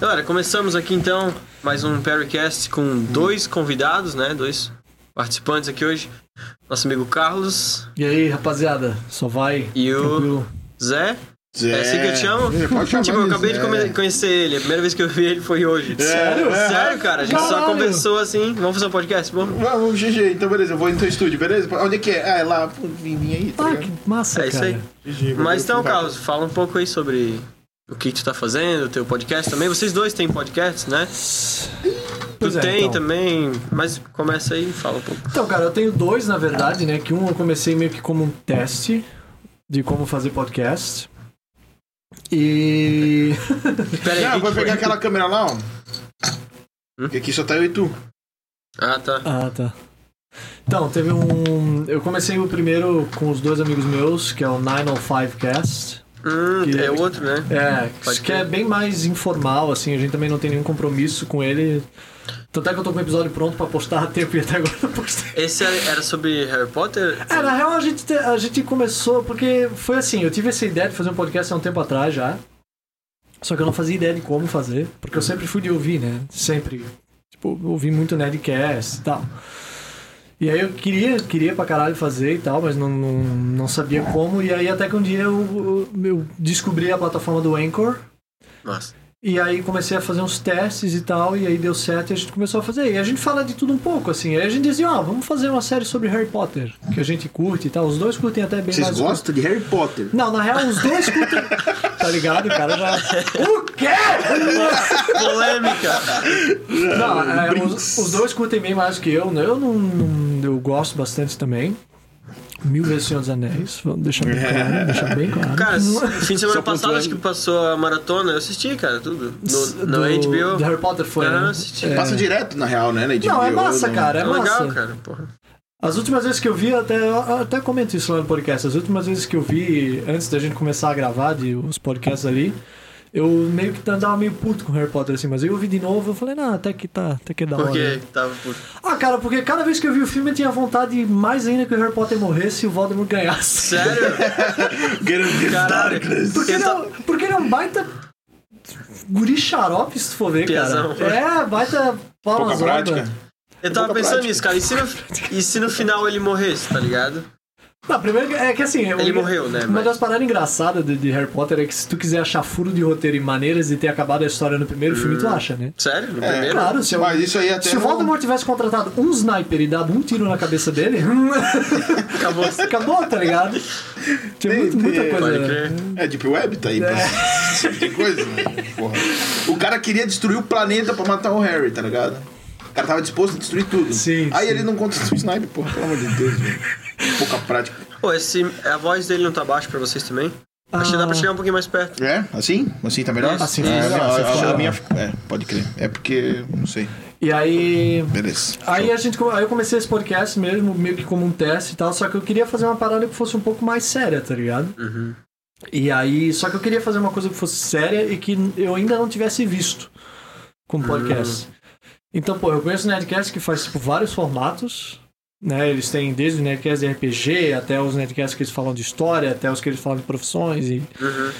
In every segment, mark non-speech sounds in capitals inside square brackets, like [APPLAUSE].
Galera, começamos aqui então mais um Perrycast com dois convidados, né? Dois participantes aqui hoje. Nosso amigo Carlos E aí, rapaziada, só vai. E o- Tranquilo. Zé. É assim que eu te chamo? É, pode chamar [LAUGHS] é. tipo, eu de acabei de Zé. É. come- conhecer ele. A primeira vez que eu vi ele foi hoje. Sério? Sério, cara? A gente só Caralho. conversou assim. Vamos fazer um podcast? Vamos. Vamos, GG, então beleza, eu vou no teu estúdio, beleza? Onde é que é? Ah, é lá, pô, vim, vim aí, tá Ah, ligado? que massa, É isso cara. aí. GG, Mas beleza, então, vai. Carlos, fala um pouco aí sobre o que tu tá fazendo, o teu podcast também. Vocês dois têm podcast, né? Pois tu é, tem então. também, mas começa aí e fala um pouco. Então, cara, eu tenho dois, na verdade, né? Que um eu comecei meio que como um teste de como fazer podcast. E. [LAUGHS] Pera aí, Não, que vai que foi? pegar aquela câmera lá, ó. Hum? Porque aqui só tá eu e tu. Ah, tá. Ah, tá. Então, teve um. Eu comecei o primeiro com os dois amigos meus, que é o 905Cast. Hum, Que- é outro, né? É, Pode que crer. é bem mais informal, assim, a gente também não tem nenhum compromisso com ele. Tanto é que eu tô com o episódio pronto pra postar há tempo e até agora não postei. Esse era, era sobre Harry Potter? É, na real a gente, te- a gente começou, porque foi assim, eu tive essa ideia de fazer um podcast há um tempo atrás já. Só que eu não fazia ideia de como fazer, porque eu sempre fui de ouvir, né? Sempre. Tipo, eu ouvi muito Nerdcast e tal. E aí eu queria, queria pra caralho fazer e tal, mas não, não, não sabia como. E aí até que um dia eu, eu- eu descobri a plataforma do Anchor. Nossa. E aí comecei a fazer uns testes e tal, e aí deu certo e a gente começou a fazer. E a gente fala de tudo um pouco, assim. Aí a gente dizia, ó, vamos fazer uma série sobre Harry Potter, que a gente curte e tal. Os dois curtem até bem Vocês mais. gostam de Harry Potter? Não, na real, os dois [LAUGHS] curtem. tá ligado? O cara já. O quê? Polêmica! [LAUGHS] Não, é, os, Brinks. os dois curtem bem mais que eu, né? Eu não, não- Eu gosto bastante também. Mil vezes Senhor dos Anéis, vamos deixar bem É. claro. deixar bem claro. [LAUGHS] Cara, fim de semana Só passado, pontuando. acho que passou a maratona, eu assisti, cara, tudo. No, no Do- HBO. do Harry Potter foi. Não, né? não Ah, assisti. É. Passa direto, na real, né? na Não, é HBO, massa, não- cara, é, É massa. legal, cara, porra. As últimas vezes que eu vi, até, eu até comento isso lá no podcast, as últimas vezes que eu vi, antes da gente começar a gravar de, os podcasts ali, eu meio que andava meio puto com Harry Potter, assim, mas eu vi de novo, eu falei, não, até que tá, até que é da hora. Porque tava puto. Ah, cara, porque cada vez que eu vi o filme eu tinha vontade mais ainda que o Harry Potter morresse e o [LAUGHS] Voldemort ganhasse. Sério? [LAUGHS] Get in the Caralho. darkness. Porque ele, Eu é, um- porque ele é um baita guri xarope, se tu for ver, Piazão. cara. É, baita pau Pouca nas obras. prática. Eu tava Pouca pensando prática. nisso, cara. E se, no, e se no final ele morresse, tá ligado? Não, primeiro que- é que assim. Ele morreu, né, Uma mas- das paradas engraçadas de, de Harry Potter é que se tu quiser achar furo de roteiro e maneiras de ter acabado a história no primeiro filme, Hum. tu acha, né? Sério? No É. primeiro? Claro, se eu- Mas isso aí é até um- Se o não- Voldemort tivesse contratado um sniper e dado um tiro na cabeça dele, [LAUGHS] Acabou. acabou, tá ligado? Tinha Tem- muito- muita tem- coisa. Pode né? crer. É Deep Web, tá aí. pra esse tipo de coisa, né? Porra. O cara queria destruir o planeta pra matar o Harry, tá ligado? O cara tava disposto a destruir tudo. Sim, Aí sim. ele não conta o sniper, porra, pelo amor de Deus, velho. Pouca prática. Pô, esse, a voz dele não tá baixa pra vocês também? Acho que Ah. dá pra chegar um pouquinho mais perto. É? Assim? Assim tá melhor? Assim é, tá melhor, a- assim a- ficou a melhor. minha ficou- É, pode crer. É porque. Não sei. E aí. Beleza. Aí a gente, come- aí eu comecei esse podcast mesmo, meio que como um teste e tal, só que eu queria fazer uma parada que fosse um pouco mais séria, tá ligado? E aí, só que eu queria fazer uma coisa que fosse séria e que eu ainda não tivesse visto como podcast. Então, pô, eu conheço o Nerdcast que faz tipo, vários formatos, né? Eles têm desde o Nerdcast de RPG até os Nerdcasts que eles falam de história, até os que eles falam de profissões e Uhum.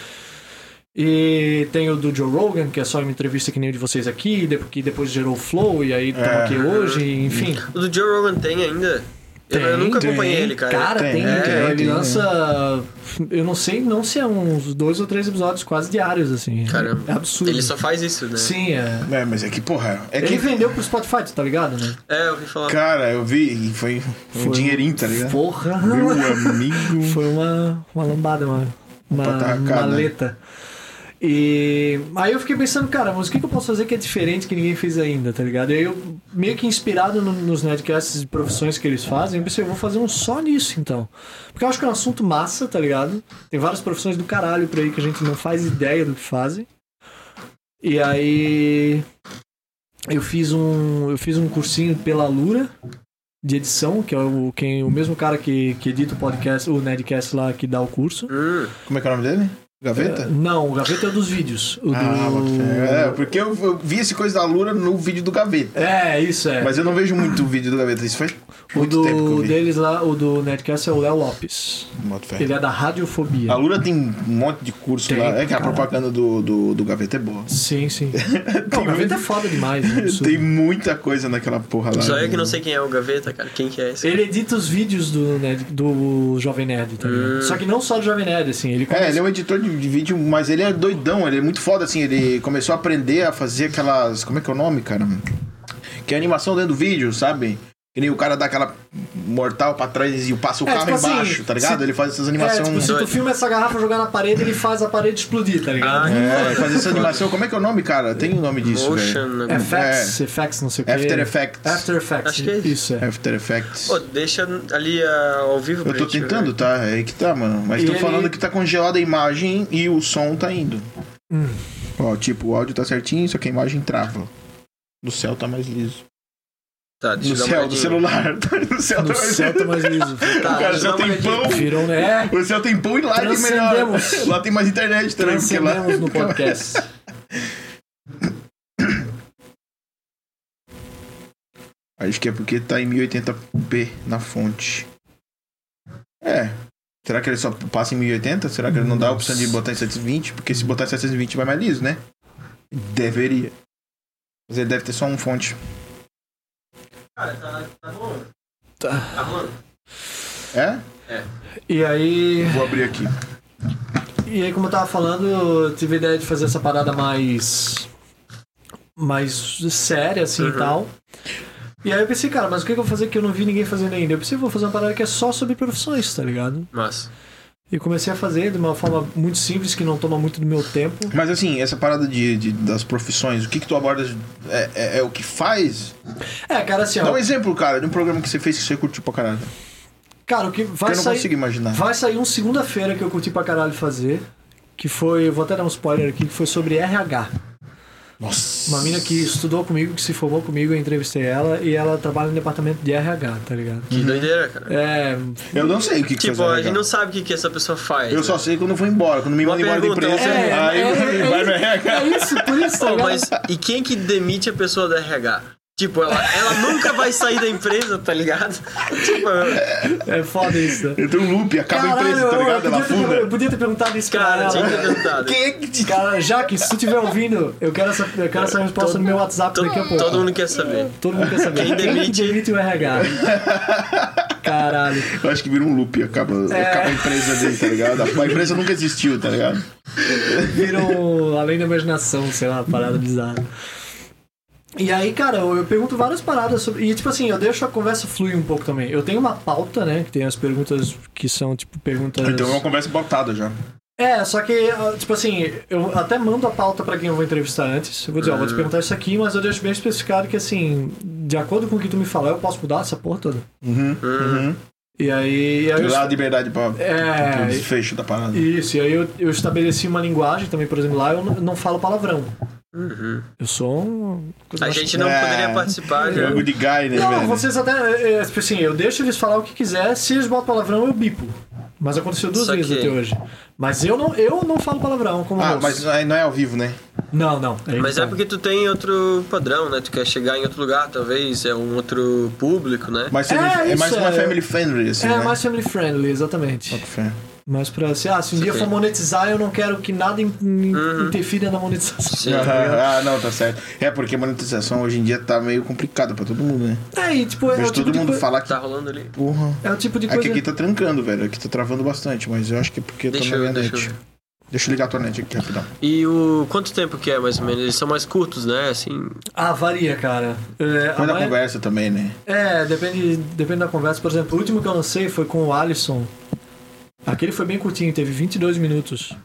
e tem o do Joe Rogan, que é só uma entrevista que nem o de vocês aqui, de- que depois gerou o Flow, e aí estamos É. aqui hoje, enfim. O do Joe Rogan tem ainda? Eu- eu, nunca Tem, acompanhei tem. ele, cara. Cara, tem, Tem, é, tem, ele tem, lança. Eu não sei, não se é uns dois ou três episódios quase diários, assim. Caramba. É absurdo. Ele só faz isso, né? Sim, é. É, mas é que, porra. É Ele que. vendeu pro Spotify, tu tá ligado, né? É, eu ouvi falar. Cara, eu vi e foi um dinheirinho, tá ligado? Porra! Meu amigo. Foi uma, uma lambada, uma, uma patacada. maleta. E aí eu fiquei pensando, cara, mas o que, que eu posso fazer que é diferente que ninguém fez ainda, tá ligado? E aí eu, meio que inspirado no- nos Nerdcasts de profissões que eles fazem, eu pensei, eu vou fazer um só nisso então. Porque eu acho que é um assunto massa, tá ligado? Tem várias profissões do caralho por aí que a gente não faz ideia do que fazem. E aí eu fiz um eu fiz um cursinho pela Lura de edição, que é o, quem, o mesmo cara que, que edita o podcast, o Nerdcast lá que dá o curso. Hum, Como é que é o nome dele? Gaveta? Não, o gaveta é o dos vídeos. O Ah, do... bota fé. é, porque eu, eu vi essa coisa da Lura no vídeo do Gaveta. É, isso é. Mas eu não vejo muito o vídeo do Gaveta. Isso faz o muito tempo que eu do vi. deles lá, o do Nerdcast é o Léo Lopes. Bota fé. Ele é da A Radiofobia. Lura tem um monte de curso Tem, lá. É que a cara. propaganda do, do, do Gaveta é boa. Sim, [LAUGHS] sim. Não, o gaveta é foda demais. né? Absurdo. Tem muita coisa naquela porra lá. Só eu que não sei quem é o Gaveta, cara. Quem que é esse? Ele edita os vídeos do, Nerd, do Jovem Nerd também. Ah. Só que não só do Jovem Nerd, assim. Ele É, ele é um editor de, de vídeo, mas ele é doidão, ele é muito foda, assim. Ele começou a aprender a fazer aquelas. Como é que é o nome, cara? Que é animação dentro do vídeo, sabe? Que nem o cara dá aquela mortal pra trás e passa o É, carro tipo assim, embaixo, tá ligado? se- Ele faz essas É, animações. tipo, se tu Doido. filma essa garrafa jogar na parede, ele faz a parede explodir, tá ligado? Ah, É, faz essa animação. Como é que é o nome, cara? Tem o nome disso, velho. Motion. né? É Effects, effects, não sei o que. After Effects. After Effects, Acho que é isso. isso é. After Effects. Pô, deixa ali ah, ao vivo pra Eu tô gente ver. tentando, tá? É aí que tá, mano. Mas E tô ele- falando que tá congelada a imagem e o som tá indo. Hum. Ó, tipo, o áudio tá certinho, só que a imagem trava. Do céu tá mais liso. Tá, deixa No eu dar uma céu, do olhadinha. celular. [LAUGHS] No céu No tá mais céu tá mais liso. Tá, O cara deixa eu só dar uma tem olhadinha. pão. Virou, né? O céu tem pão e lá tem melhor. Transcendemos. Lá tem mais internet também, porque lá. Transcendemos no podcast. Acho que é porque tá em 1080p na fonte. É. Será que ele só passa em 1080? Será que ele não dá a opção de botar em 720? Porque se botar em 720 vai mais liso, né? Deveria. Mas ele deve ter só um fonte. Cara, tá, tá bom. Tá. Tá rolando. É? E aí, Vou abrir aqui. e aí, como eu tava falando, eu tive a ideia de fazer essa parada mais. mais séria, assim e Uhum. tal. E aí eu pensei, cara, mas o que que eu vou fazer que eu não vi ninguém fazendo ainda? Eu pensei, vou fazer uma parada que é só sobre profissões, tá ligado? Mas, E comecei a fazer de uma forma muito simples, que não toma muito do meu tempo. Mas assim, essa parada de, de- das profissões, o que que tu abordas é, é- é o que faz? É, cara, assim, Dá um ó. exemplo, cara, de um programa que você fez que você curtiu pra caralho. Que Cara, o que vai eu não sair. consigo imaginar. Vai sair um segunda-feira que eu curti pra caralho fazer. Que foi, eu vou até dar um spoiler aqui, que foi sobre RH. Nossa. Uma mina que estudou comigo, que se formou comigo, eu entrevistei ela e ela trabalha no departamento de RH, tá ligado? que doideira, cara. É. Eu não sei o Uhum. que, que Tipo, faz a RH. gente não sabe o que, que essa pessoa faz. Eu né? só sei quando eu vou embora. Quando me Uma mandam embora da pergunta, empresa, você- É, aí é, é, vai no RH. É isso, por isso, tá [LAUGHS] Pô, ligado? mas e quem que demite a pessoa da RH? Tipo, ela, ela nunca vai sair da empresa, tá ligado? [LAUGHS] Tipo, É foda isso, né? Eu tenho um loop, acaba a Caralho, empresa, tá eu, eu ligado? Ela podia ter, eu funda. podia ter perguntado isso pra cara, ela. tinha que ter perguntado. Quem é que te... Cara, Jaque, se tu estiver ouvindo, eu quero essa, eu quero essa resposta no meu WhatsApp Todo, daqui é? a pouco. todo mundo quer saber. Todo mundo quer saber. Quem que demite? demite o [LAUGHS] RH? Caralho. Eu acho que vira um loop, acaba, É. acaba a empresa dele, tá ligado? A empresa nunca existiu, tá ligado? viram além da imaginação, sei lá, uma parada bizarra. E aí, cara, eu, eu pergunto várias paradas sobre. E, tipo assim, eu deixo a conversa fluir um pouco também. Eu tenho uma pauta, né? Que tem as perguntas que são, tipo, perguntas. Então é uma conversa botada já. É, só que, ah, tipo assim, eu até mando a pauta pra quem eu vou entrevistar antes. Eu vou dizer, ó, vou Uhum. te perguntar isso aqui, mas eu deixo bem especificado que, assim, de acordo com o que tu me falar, eu posso mudar essa porra toda. Uhum. Uhum. E aí. e aí eu- Lá a liberdade pra É, pro desfecho da parada. Isso, e aí eu, eu estabeleci uma linguagem também, por exemplo, lá eu não, não falo palavrão. Uhum. Eu sou um. A gente não É. poderia participar, né? Jogo de guy, né, Não, velho? vocês até. é, é, tipo assim, eu deixo eles falar o que quiser, se eles botam palavrão, eu bipo. Mas aconteceu duas Só vezes que- até hoje. Mas eu não, eu não falo palavrão como Ah, moço. mas aí não é ao vivo, né? Não, não. aí Mas que é tá. porque tu tem outro padrão, né? Tu quer chegar em outro lugar, talvez, é um outro público, né? Mas É, é, mais isso uma é- family friendly, assim, É né? É. mais family friendly, exatamente. Fé. Mas pra se, ah, se um Isso dia aqui. Uhum. for monetizar, eu não quero que nada in- in- interfira na monetização. Sim. [LAUGHS] Ah, não, tá certo. É porque a monetização hoje em dia tá meio complicada pra todo mundo, né? É, e tipo, é o Vejo tipo, todo de mundo coi- falar que Tá rolando ali. porra. é o tipo de É coisa. que aqui tá trancando, velho. Aqui tá travando bastante, mas eu acho que é porque Deixa tá na eu, minha deixa net. eu. Deixa eu ligar a tua net aqui rapidão. E o quanto tempo que é, mais ou menos? Eles são mais curtos, né? Assim, Ah, varia, cara. É, a Mas da maioria- conversa também, né? É, depende, depende da conversa. Por exemplo, o último que eu lancei foi com o Alisson. Aquele foi bem curtinho, teve 22 minutos.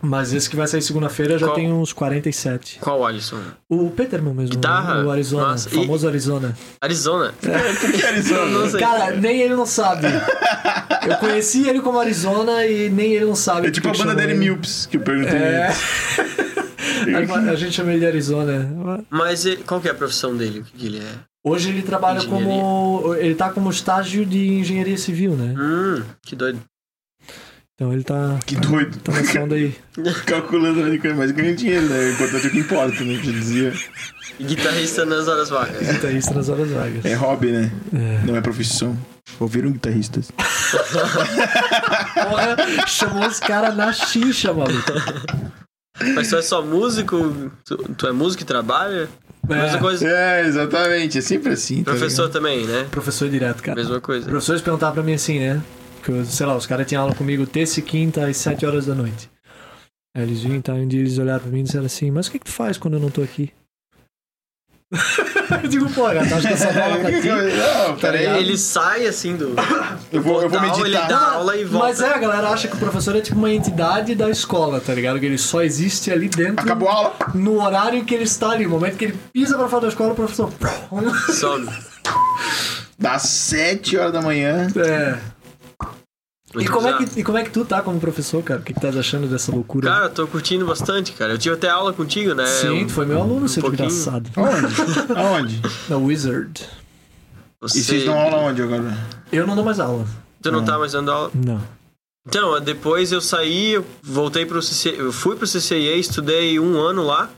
Mas esse que vai sair segunda-feira já Qual? tem uns 47. qual Alisson? O Peterman mesmo, Guitarra? o Arizona, Nossa, e- famoso Arizona. [LAUGHS] Arizona. É, Que Não Arizona? sei. Cara, nem ele não sabe. Eu conheci ele como Arizona e nem ele não sabe. É tipo a porque banda chamam dele ele. Milps, que eu perguntei. É. a gente chama ele de Arizona. Mas ele- qual que é a profissão dele? O que que ele é? Hoje ele trabalha como. Ele tá como estágio de engenharia civil, né? Hum, que doido. Então ele tá, Que doido. tá [LAUGHS] nessa onda aí. Calculando ali, mas ganha dinheiro, né? O importante é o que importa, né? Que eu dizia. E guitarrista nas horas vagas. Guitarrista nas horas vagas. É hobby, né? É. Não é profissão. Ouviram guitarristas? Porra, chamou os caras na xixa, maluco. Mas tu é só músico? Tu, tu é músico e trabalha? Mesma É, coisa. É, exatamente. É sempre assim. tá Professor também, né? professor direto, cara. Mesma Os coisa. professores perguntavam pra mim assim, né? Que eu, sei lá, os caras tinham aula comigo terça e quinta às 7 horas da noite. Aí eles vinham, tá, um dia eles olharam pra mim e disseram assim, mas o que, que tu faz quando eu não tô aqui? [LAUGHS] eu digo, pô, gata, acho que essa aula pra ti. Não, peraí. ligado? Ele sai assim do. Eu vou, eu vou da aula, ele meditar. dá aula e volta. Mas é, a galera acha que o professor é tipo uma entidade da escola, tá ligado? Que ele só existe ali dentro. Acabou a aula. No horário que ele está ali, no momento que ele pisa pra fora da escola, o professor. [LAUGHS] Sobe. Das 7 horas da manhã. É. E Muito como, é bizarro. que, e como é que tu tá como professor, cara? O que, que tá achando dessa loucura? Cara, eu tô curtindo bastante, cara. Eu tive até aula contigo, né? Sim, Eu- tu foi meu aluno, seu pouquinho. desgraçado. Aonde? Aonde? Na Wizard. Você... E vocês dão aula aonde agora? Eu não dou mais aula. Tu não tá mais dando aula. Não. Então, depois eu saí, eu voltei pro CC... eu fui pro CCIA, estudei um ano lá.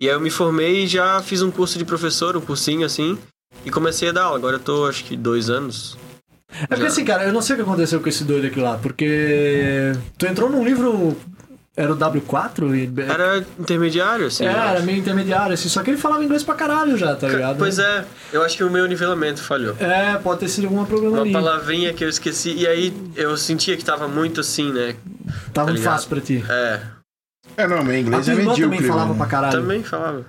E aí eu me formei e já fiz um curso de professor, um cursinho assim. E comecei a dar aula. Agora eu tô, acho que, dois anos. É porque assim, cara, eu não sei o que aconteceu com esse doido aqui lá, porque. Tu entrou num livro. Era o W4? E... É Era intermediário, assim. É, eu era acho. meio intermediário, assim, só que ele falava inglês pra caralho já, tá ligado? Pois né? é, eu acho que o meu nivelamento falhou. É, pode ter sido alguma Uma programadinha. palavrinha que eu esqueci. E aí eu sentia que tava muito assim, né? Tava tá muito ligado? fácil pra ti. É, É, não, meu A inglês tua é irmã também medíocre. falava pra mano. caralho. também falava.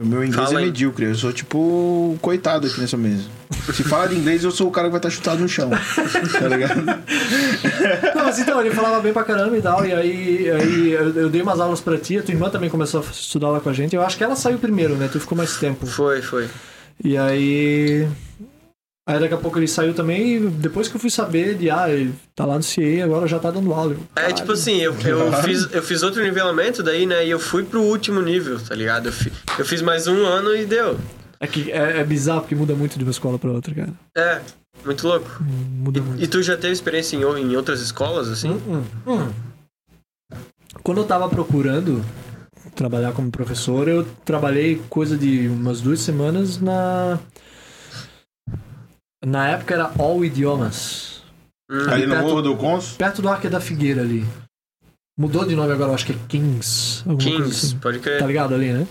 O meu inglês Fala é aí. medíocre. Eu sou tipo o coitado aqui nessa mesa. Se fala de inglês, eu sou o cara que vai estar chutado no chão. [LAUGHS] Tá ligado? Não, mas então, ele falava bem pra caramba e tal, e aí, aí eu, eu dei umas aulas pra ti, a tua irmã também começou a estudar lá com a gente, eu acho que ela saiu primeiro, né? Tu ficou mais tempo. Foi, foi. E aí. Aí daqui a pouco ele saiu também e depois que eu fui saber de ah, ele tá lá no CIE, agora já tá dando aula. Eu, É caralho. tipo assim, eu, [LAUGHS] eu, fiz, eu fiz outro nivelamento daí, né? E eu fui pro último nível, tá ligado? Eu, fi- eu fiz mais um ano e deu. É, que é, é bizarro porque muda muito de uma escola pra outra, cara. É, muito louco. Muda muito. E tu já teve experiência em, o- em outras escolas, assim? Hum, hum. Quando eu tava procurando trabalhar como professor, eu trabalhei coisa de umas duas semanas na. Na época era All Idiomas. Hum. Ali no Perto- Morro do Conso. Perto do Arque da Figueira ali. Mudou de nome agora, eu acho que é Kings. alguma coisa assim. Kings, pode tá crer. ligado ali, né?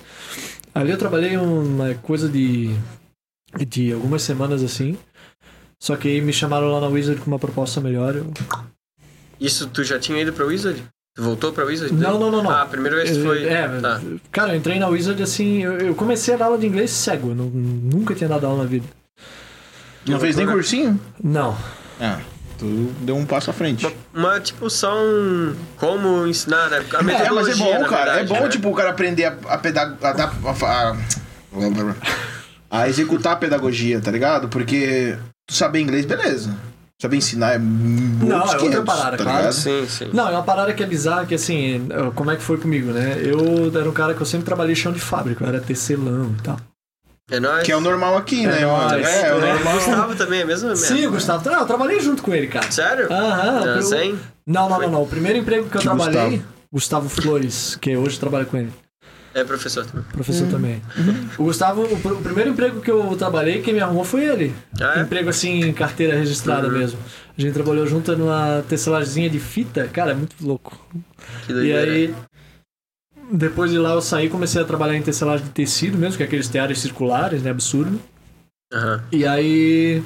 Ali eu trabalhei uma coisa de de algumas semanas assim. Só que aí me chamaram lá na Wizard com uma proposta melhor. eu- Isso, tu já tinha ido pra Wizard? Tu voltou pra Wizard? Não, não, não, não. Ah, a primeira vez que Eu- foi. é, tá. Cara, eu entrei na Wizard assim, eu, eu comecei a dar aula de inglês cego, eu nu- nunca tinha dado aula na vida. Não fez nem cursinho? Não. Ah, tu deu um passo à frente. Uma, tipo, só um. Como ensinar, né? A É, mas metodologia, é bom, na cara. verdade, é bom, né? tipo, o cara aprender a, a pedag- a dar- a- a- a executar a pedagogia, tá ligado? Porque tu saber inglês, beleza. Saber ensinar é muito tá Não, é outra parada, claro. Sim, sim. Não, é uma parada que é bizarra, que assim, eh, como é que foi comigo, né? Eu era um cara que eu sempre trabalhei chão de fábrica, eu era tecelão e tal. É nóis. Que é o normal aqui, né? É mano? nóis. é, é o É. O normal. Gustavo também é mesmo? Sim, o Gustavo, não, eu trabalhei junto com ele, cara. Sério? Aham, Ah, eu- sim. Não, não, não, não. O primeiro emprego que eu Que trabalhei, Gustavo, Flores, que hoje eu trabalho com ele, É professor também. professor também. O Gustavo, o, pr- o primeiro emprego que eu trabalhei, quem me arrumou foi ele. Ah, é? Uhum. Emprego assim, em carteira registrada mesmo. A gente trabalhou junto numa tecelagemzinha de fita, cara, é muito louco. Que E doideira. aí, depois de lá eu saí, comecei a trabalhar em tecelagem de tecido mesmo, que é aqueles teares circulares, né, absurdo. Aham. E aí,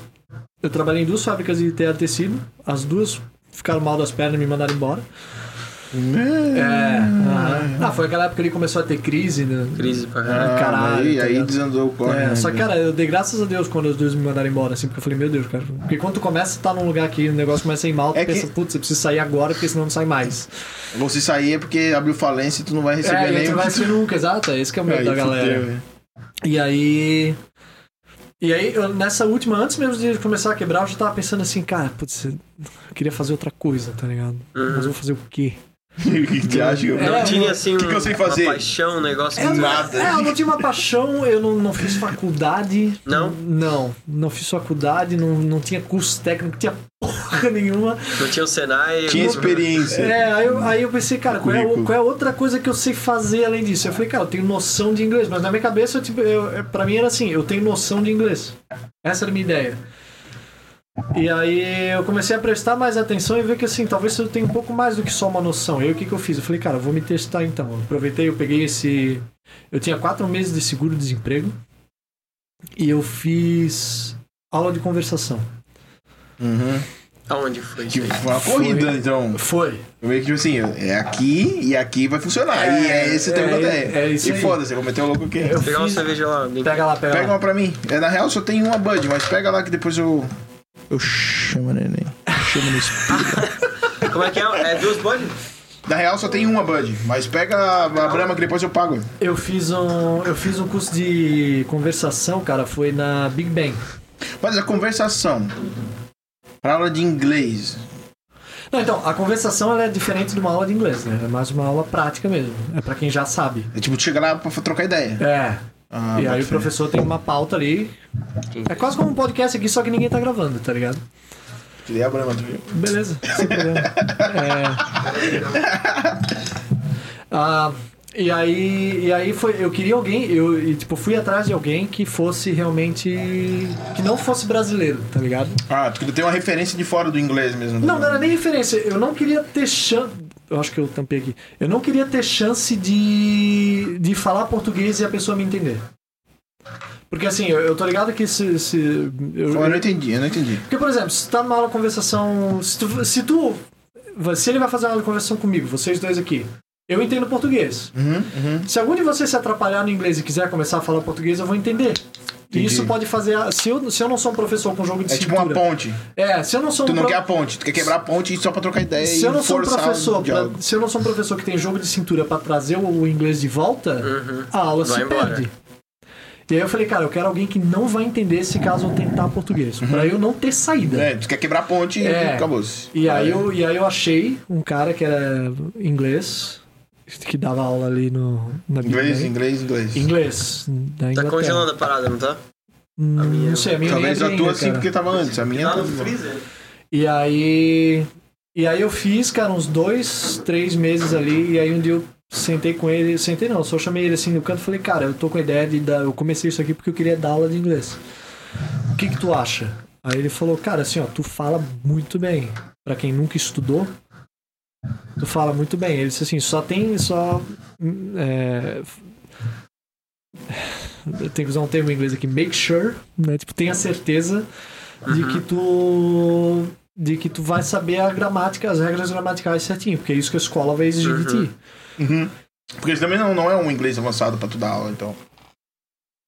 eu trabalhei em duas fábricas de tear de tecido, as duas ficaram mal das pernas e me mandaram embora. É. aham. Ah, foi aquela época que ele começou a ter crise, né? Crise pra Ah, caralho. Caralho, aí, tá aí ligado? desandou o corre. É, né, só que, velho? cara, eu dei graças a Deus quando os dois me mandaram embora, assim, porque eu falei, meu Deus, cara. Porque quando tu começa a estar num lugar que o negócio começa a ir mal, tu É que- pensa, putz, eu preciso sair agora, porque senão não sai mais. Você sair é porque abriu falência e tu não vai receber É, e aí nem tu o vai que tu- [LAUGHS] ser nunca, exato, é esse que é o medo Aí da fudeu, galera. [LAUGHS] velho. E aí. E aí, eu- nessa última, antes mesmo de começar a quebrar, eu já tava pensando assim, cara, putz, eu queria fazer outra coisa, tá ligado? Mas eu vou fazer o quê? Que tu acha que eu- Não É, tinha assim um, que que eu sei fazer? uma paixão, um negócio. Eu não- Nada. É, eu não tinha uma paixão, eu não, não fiz faculdade. Não? Não, não fiz faculdade, não, não tinha curso técnico, não tinha porra porra nenhuma. Não tinha o Senai. Tinha experiência. É, aí eu, aí eu pensei, cara, qual é, o- Currículo. qual é a outra coisa que eu sei fazer além disso? Eu falei, cara, eu tenho noção de inglês, mas na minha cabeça, eu, tipo, eu, eu- pra mim era assim, eu tenho noção de inglês. Essa era a minha ideia. E aí eu comecei a prestar mais atenção e ver que assim, talvez eu tenha um pouco mais do que só uma noção. E aí o que, que eu fiz? Eu falei, cara, eu vou me testar então. Eu aproveitei, eu peguei esse. Eu tinha quatro meses de seguro-desemprego e eu fiz aula de conversação. Uhum. Aonde foi isso Tipo, aí? foi uma corrida, então. Foi. Meio que tipo assim, é aqui e aqui vai funcionar. É, e é esse o tempo é, que eu tenho. é isso e aí. foda-se, eu vou meter o louco aqui. Eu Pegar uma fiz- cerveja lá. bem- Pega lá, pega, Pega lá. uma pra mim. É, na real só tem uma Bud, mas pega lá que depois eu. Eu chamo neném. Chamo no espírito. Como é que é? É duas bodes? na real só tem uma Bud, mas pega a, a Brahma que depois eu pago. Eu fiz um, eu fiz um curso de conversação, cara, foi na Big Bang. Mas a conversação. Pra aula de inglês. Não, então, a conversação ela é diferente de uma aula de inglês, né? É mais uma aula prática mesmo. É pra quem já sabe. É tipo, tu chega lá pra trocar ideia. É. Ah, e aí bota o fé. professor tem uma pauta ali. É quase como um podcast aqui, só que ninguém tá gravando, tá ligado? Tirei a Brahma, tu viu? Beleza, sem problema. É... Ah, e aí, e aí foi, eu queria alguém, eu e, tipo, fui atrás de alguém que fosse realmente que não fosse brasileiro, tá ligado? Ah, tu tem uma referência de fora do inglês mesmo. tá Não, não era nem referência. Eu não queria ter chance. Eu acho que eu tampei aqui. Eu não queria ter chance de, de falar português e a pessoa me entender. Porque assim, eu, eu tô ligado que se. se- eu- Eu não entendi, eu não entendi. porque, por exemplo, se tu tá numa aula de conversação. Se tu, se tu- Se ele vai fazer uma aula de conversação comigo, vocês dois aqui. Eu entendo português. Uhum, uhum. Se algum de vocês se atrapalhar no inglês e quiser começar a falar português, eu vou entender. E Entendi. isso pode fazer. a- Se eu, se eu não sou um professor com jogo de É tipo uma cintura- ponte. É, se eu não sou Tu um não pro- quer a ponte, tu quer quebrar a ponte só pra trocar ideia se eu e não sou um forçar professor, o diálogo. pra- se eu não sou um professor que tem jogo de cintura pra trazer o, o inglês de volta, Uhum. a aula Vai se embora. perde. E aí eu falei, cara, eu quero alguém que não vai entender se caso eu tentar português, pra eu não ter saída. Uhum. É, tu quer quebrar a ponte É. e acabou-se. E aí, É. eu, e aí eu achei um cara que era inglês, que dava aula ali no na Big Inglês, Bang. inglês, inglês. inglês, da Tá Inglaterra. congelando a parada, não tá? Hum, a minha- Não sei, a minha nem Talvez abre a tua ainda, assim, né, cara. porque tava antes. A minha Tá tá no freezer. E aí. E aí eu fiz, cara, uns dois, três meses ali, e aí um dia eu sentei com ele, sentei não, só chamei ele assim no canto e falei, cara, eu tô com a ideia de dar. Eu comecei isso aqui porque eu queria dar aula de inglês. O que que tu acha? Aí ele falou, cara, assim, ó, tu fala muito bem. Pra quem nunca estudou, tu fala muito bem. Ele disse assim, só tem. só. hum, É, eu tenho que usar um termo em inglês aqui, make sure, né? Tipo, tenha certeza de Uhum. que tu de que tu vai saber a gramática, as regras gramaticais certinho, porque é isso que a escola vai exigir de ti. Uhum. Porque isso também não, não é um inglês avançado pra tu dar aula, então.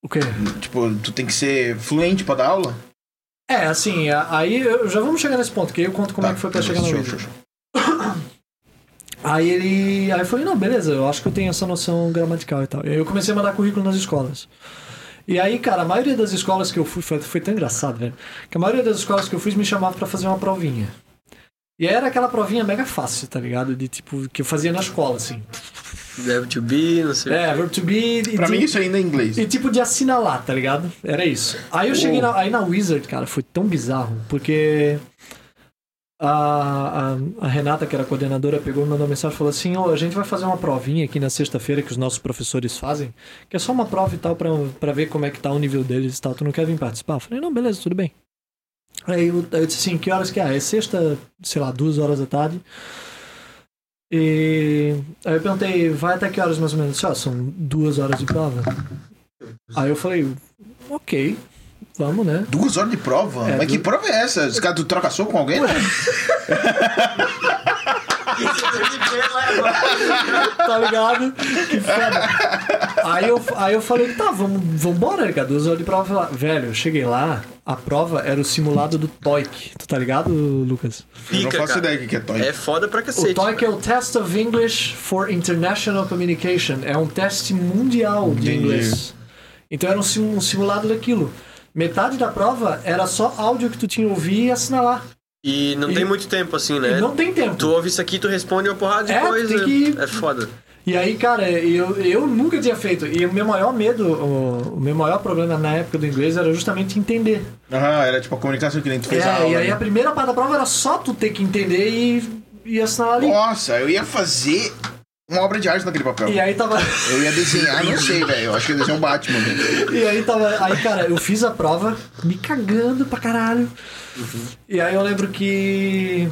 O quê? Tipo, tu tem que ser fluente pra dar aula? É, assim, a- aí eu- já vamos chegar nesse ponto, que aí eu conto como Tá, é que foi pra beleza, chegar no show, vídeo. show, show. Aí ele. Aí eu falei, não, beleza, eu acho que eu tenho essa noção gramatical e tal. E aí eu comecei a mandar currículo nas escolas. E aí, cara, a maioria das escolas que eu fui, foi, foi tão engraçado, velho, que a maioria das escolas que eu fui me chamava pra fazer uma provinha. E aí era aquela provinha mega fácil, tá ligado? De tipo, que eu fazia na escola, assim. Deve to be, não [LAUGHS] sei. É, verbo to be. e Pra de- mim isso ainda é inglês. E tipo de assinalar, tá ligado? Era isso. Aí eu cheguei na, aí na Wizard, cara, foi tão bizarro, porque a, a, a Renata, que era a coordenadora, pegou e mandou mensagem e falou assim: Ô, a gente vai fazer uma provinha aqui na sexta-feira que os nossos professores fazem, que é só uma prova e tal, pra, pra ver como é que tá o nível deles e tal. Tu não quer vir participar? Eu falei: não, beleza, tudo bem. Aí eu, aí eu disse assim: que horas que é? É sexta, sei lá, duas horas da tarde. E aí eu perguntei, vai até que horas mais ou menos? Disse, Ó, são duas horas de prova. Aí eu falei, ok, vamos, né? Duas horas de prova? É, Mas que du- prova é essa? Os caras, tu troca soco com alguém? [LAUGHS] Tá ligado? Que foda. Aí eu, aí eu falei, tá, vamos, vambora, cara. Duas horas de prova. Eu falei, Velho, eu cheguei lá, a prova era o simulado do TOEIC. Tu tá ligado, Lucas? Eu não Pica, faço cara. ideia do que é toy. É foda pra cacete. O TOEIC é o Test of English for International Communication. É um teste mundial de Entendi. inglês. Então era um sim- um simulado daquilo. Metade da prova era só áudio que tu tinha que ouvir e assinalar. E não E- tem muito tempo assim, né? E não tem tempo. Tu ouve isso aqui, tu responde uma porrada de É, coisa. tem que- É foda. E aí, cara, eu, eu nunca tinha feito. E o meu maior medo, o, o meu maior problema na época do inglês era justamente entender. Aham, era tipo a comunicação que nem tu fez a É, aula. e aí né? a primeira parte da prova era só tu ter que entender e, e assinar ali. Nossa, eu ia fazer uma obra de arte naquele papel. E aí tava. Eu ia desenhar, não sei, velho. Eu acho que eu ia desenhar um Batman. velho. E aí tava. Aí, cara, eu fiz a prova me cagando pra caralho. E aí eu lembro que.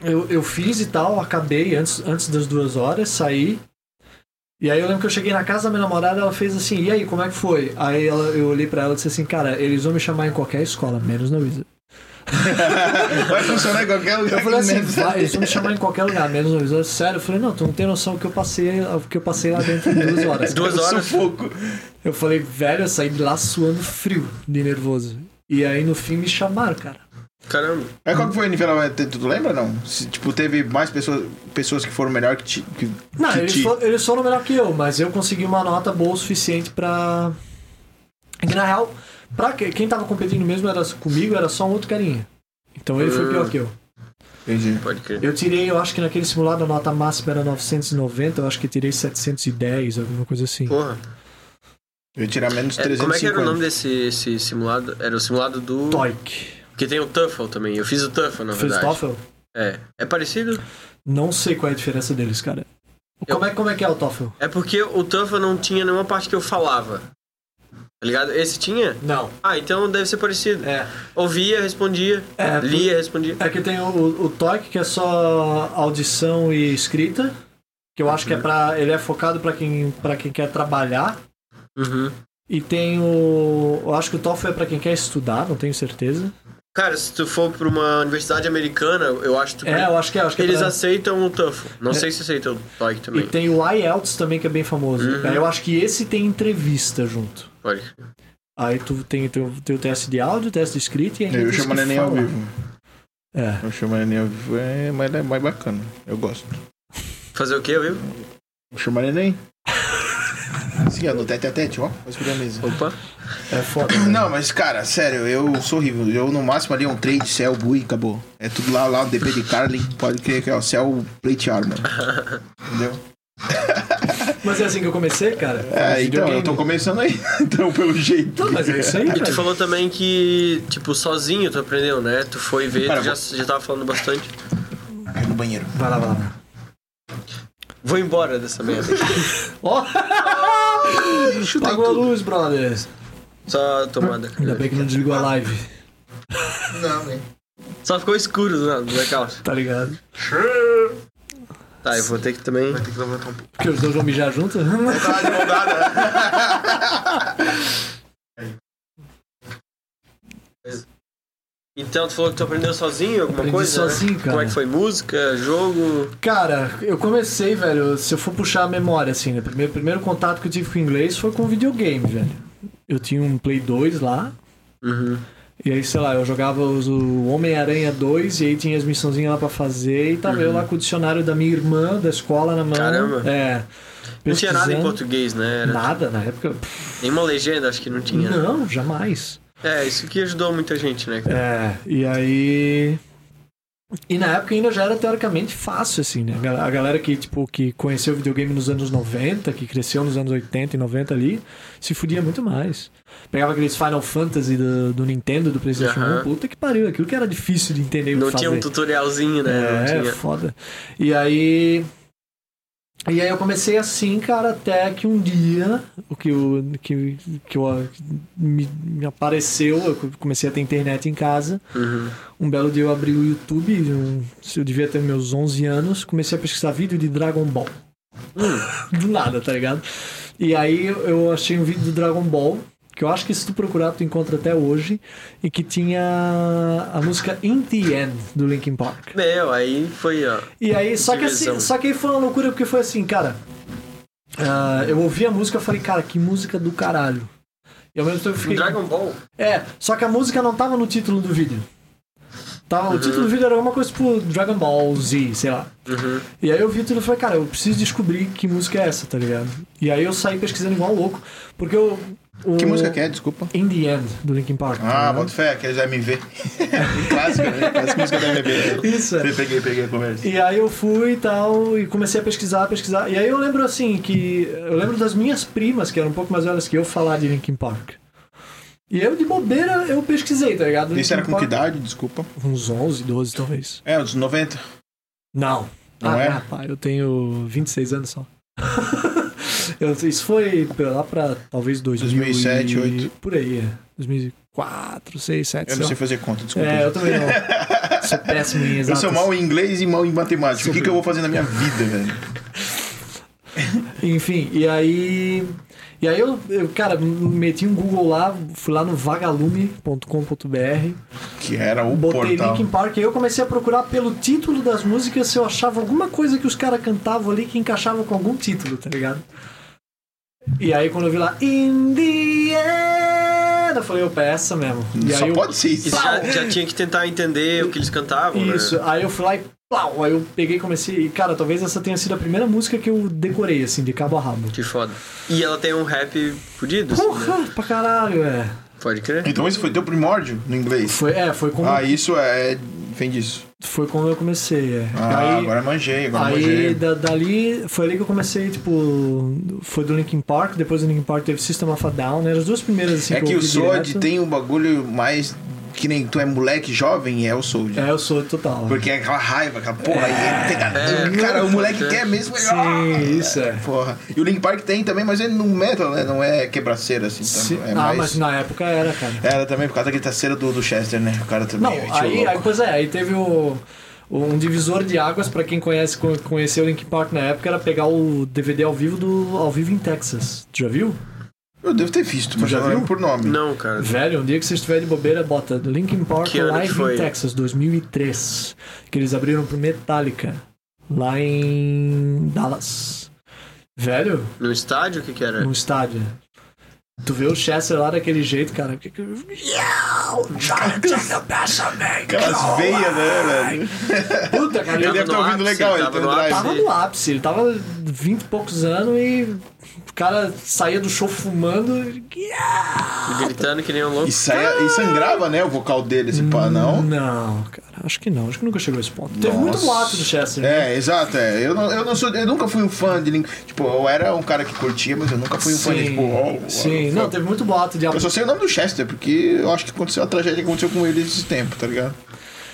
Eu, eu fiz e tal, acabei antes, antes das duas horas, saí. E aí eu lembro que eu cheguei na casa da minha namorada, ela fez assim, e aí, como é que foi? Aí ela, eu olhei pra ela e disse assim, cara, eles vão me chamar em qualquer escola, menos na Wizard. Vai funcionar em qualquer lugar. Eu falei que assim, merda. vai, eles vão me chamar em qualquer lugar, menos na Wizard. Sério, eu falei, não, tu não tem noção do que eu passei, o que eu passei lá dentro em duas horas. Duas horas. Sufoco. Eu falei, velho, eu saí de lá suando frio, de nervoso. E aí no fim me chamaram, cara. Caramba. Mas qual que foi o nivelamento? Tu tu lembra, não? Se, tipo, teve mais pessoas, pessoas que foram melhor que ti. Que, Não, que eles, ti. foram, eles foram melhor que eu, mas eu consegui uma nota boa o suficiente pra. Que na real, pra que- quem tava competindo mesmo era, comigo era só um outro carinha. Então ele foi Hum. pior que eu. Entendi. Pode crer. Eu tirei, eu acho que naquele simulado a nota máxima era 990, eu acho que tirei 710, alguma coisa assim. Porra. Eu ia tirar menos É, 350. como é que era o nome desse esse simulado? Era o simulado do. TOEIC. Porque tem o TUFL também. Eu fiz o TUFL, na Fez verdade. TOEFL? É. É parecido? Não sei qual é a diferença deles, cara. Eu- Como, é, como é que é o TOEFL? É porque o TUFL não tinha nenhuma parte que eu falava. Tá ligado? Esse tinha? Não. Ah, então deve ser parecido. É. Ouvia, respondia. É, lia, respondia. É que tem o, o, o TOEIC, que é só audição e escrita, que eu acho que é pra, ele é focado pra quem, pra quem quer trabalhar. É. Uhum. E tem o. Eu acho que o TOEFL é pra quem quer estudar, não tenho certeza. Cara, se tu for pra uma universidade americana, eu acho que tu- É, eu acho que é. eu Acho que é eles pra- aceitam o TUFL. Não sei se aceitam o TOEIC E também. tem o IELTS também, que é bem famoso. Uhum. Aí Eu acho que esse tem entrevista junto. Pode crer. Aí tu tem o teu, teu teste de áudio, teste de escrita e ainda Eu tens chamo que neném ao falar. vivo. É. Eu chamo neném ao vivo, é, mas é mais bacana. Eu gosto. Fazer o quê, viu? Eu chamo neném. Sim, ó, no tete a tete, ó. Vou escolher a mesa. Opa. É foda. né? Não, mas cara, sério, eu sou horrível. Eu no máximo ali é um trade, cell, bui, acabou. É tudo lá, lá, DP de Carlin. Pode crer que é o cell, plate armor. Entendeu? Mas é assim que eu comecei, cara. É, com então, videogame. eu tô começando aí. Então, pelo jeito. Não, mas é isso aí, E tu cara. falou também que, tipo, sozinho tu aprendeu, né? Tu foi ver, Cara, tu já, já tava falando bastante. Caiu no banheiro. Vai lá, vai lá. Vou embora dessa merda. [LAUGHS] Ó! Apagou a luz, brother. Só a tomada. Ah, Ainda bem que não desligou a live, Não, né? Só ficou escuro do nada, blackout. tá ligado? Tá, eu vou ter que também. Tem que levantar um pouco. Porque os dois vão mijar junto? Tá de mão dada. Então, tu falou que tu aprendeu sozinho alguma Aprendi coisa? né? sozinho, cara. Como é que foi? Música, jogo? [LAUGHS] Cara, eu comecei, velho, se eu for puxar a memória, assim, né? Primeiro, primeiro contato que eu tive com o inglês foi com videogame, velho. Eu tinha um Play 2 lá, Uhum. e aí, sei lá, eu jogava os- o Homem-Aranha 2, e aí tinha as missãozinhas lá pra fazer, e tava eu lá com o dicionário da minha irmã, da escola na mão. Caramba. É. Não tinha nada em pesquisando. português, né? Era Nada, na época. pff, Nenhuma legenda, acho que não tinha. né? Não, jamais. É, isso que ajudou muita gente, né? cara? É, e aí. E na época ainda já era teoricamente fácil, assim, né? A gal- A galera que, tipo, que conheceu o videogame nos anos 90, que cresceu nos anos 80 e 90 ali, se fudia muito mais. Pegava aqueles Final Fantasy do, do Nintendo, do PlayStation Aham. 1, puta que pariu, aquilo que era difícil de entender o que Não É, fazer. tinha um tutorialzinho, né? É, não tinha. foda. E aí. E aí eu comecei assim, cara, até que um dia o que, o, que, que eu, me, me apareceu, eu comecei a ter internet em casa. Uhum. Um belo dia eu abri o YouTube, um- se eu devia ter meus 11 anos, comecei a pesquisar vídeo de Dragon Ball. [LAUGHS] Do nada, tá ligado? E aí eu- eu achei um vídeo do Dragon Ball, que eu acho que se tu procurar tu encontra até hoje, e que tinha a música In The End, do Linkin Park. Meu, aí foi, ó. E aí, só que, assim, Divisão. só que aí foi uma loucura, porque foi assim, cara. ah, eu ouvi a música e falei, cara, que música do caralho. E ao mesmo tempo eu fiquei. um Dragon Ball? É, só que a música não tava no título do vídeo. Tava, O título do vídeo era alguma coisa tipo Dragon Ball Z, sei lá. Uhum. E aí eu vi tudo e falei, cara, eu preciso descobrir que música é essa, tá ligado? E aí eu saí pesquisando igual louco, porque eu, O Que música que é? Desculpa. In the End, do Linkin Park. tá Ah, ligado? bota fé, aqueles MV. Clássico, né? Clássica música da MV. Isso, é. Eu Peguei, peguei a conversa. E aí eu fui e tal, e comecei a pesquisar, pesquisar. E aí eu lembro assim que. Eu lembro das minhas primas, que eram um pouco mais velhas que eu, falar de Linkin Park. E eu, de bobeira, eu pesquisei, tá ligado? Isso era Linkin com que Park- idade? Desculpa. Uns 11, 12 talvez. É, os 90. Não. Não ah, é? não, pá, eu tenho 26 anos só. [LAUGHS] Eu- isso foi lá pra talvez 2000 2007, e- 2008. Por aí, é. 2004, 6, 7, Eu não sei fazer conta, desculpa. É, eu também não. [LAUGHS] Sou péssimo em Eu exatas. sou é mal em inglês e mal em matemática. O que, que eu vou fazer na minha vida, velho? Enfim, e aí. E aí eu, eu, cara, meti um Google lá, fui lá no vagalume.com.br, Que era o botei Um portal. Linkin Park e aí eu comecei a procurar pelo título das músicas se eu achava alguma coisa que os caras cantavam ali que encaixava com algum título, tá ligado? E aí quando eu vi lá, In the end, eu falei, opa, é essa mesmo. E Só aí eu, pode ser isso. Isso já, já tinha que tentar entender o que eles cantavam, né? Isso, aí eu fui lá e pau, aí eu peguei e comecei. E, cara, talvez essa tenha sido a primeira música que eu decorei, assim, de cabo a rabo. Que foda. E ela tem um rap fudido, assim, né? Porra, pra caralho, é. Pode crer. Então esse foi teu primórdio no inglês? Foi, é, foi como, Ah, isso é... Vem disso. foi como eu comecei, é. Ah, aí, agora manjei, agora aí manjei. É da, dali, foi ali que eu comecei, tipo, foi do Linkin Park, depois do Linkin Park teve System of a Down, né? As duas primeiras, assim, É que eu o ouvi Sword direto. tem um bagulho mais... Que nem tu é moleque jovem, é o Sword. É, eu sou total. Porque é aquela raiva, aquela porra, aí ele pega- É. cara, o moleque É. quer mesmo. ele- Sim, Ah! isso é. Porra. E o Link Park tem também, mas ele não metal, né? Não é quebraceira, assim. Se- Tanto. É ah, mais... É mas na época era, cara. Era também por causa da gritaceira do, do Chester, né? O cara também. Não, é tio aí, louco. aí, pois é, aí teve o, um divisor de águas pra quem conhece co- conheceu o Linkin Park na época era pegar o DVD ao vivo do ao vivo em Texas. Tu já viu? Eu devo ter visto, mas já eu não lembro viu? por nome. Não, cara. Velho, um dia que você estiver de bobeira, bota Linkin Park Que ano que Live foi? in Texas 2003, que eles abriram pro Metallica lá em Dallas. Velho, No estádio, o que que era? num estádio. Tu vê o Chester lá daquele jeito, cara. que- que- Aquelas veias, né, velho? Puta, cara, Ele deve no estar ouvindo ápice, legal, ele tava tá no no drive. ápice. tava no ápice, ele tava 20 e poucos anos e o cara saía do show fumando. Ah, tá. Gritando que nem um louco. E, saia, e sangrava, né? O vocal dele, esse pá, não? Não, cara, acho que não, acho que nunca chegou a esse ponto. Hum, Teve muito Nossa. boato do Chester. né? É, exato, é. Eu, não, eu, não sou, eu nunca fui um fã de Link. Tipo, eu era um cara que curtia, mas eu nunca fui um fã de, Sim, tipo, oh, sim. oh, não, oh. teve muito boato de ah, Eu só sei o nome do Chester, porque eu acho que aconteceu a tragédia que aconteceu com ele esse tempo, tá ligado?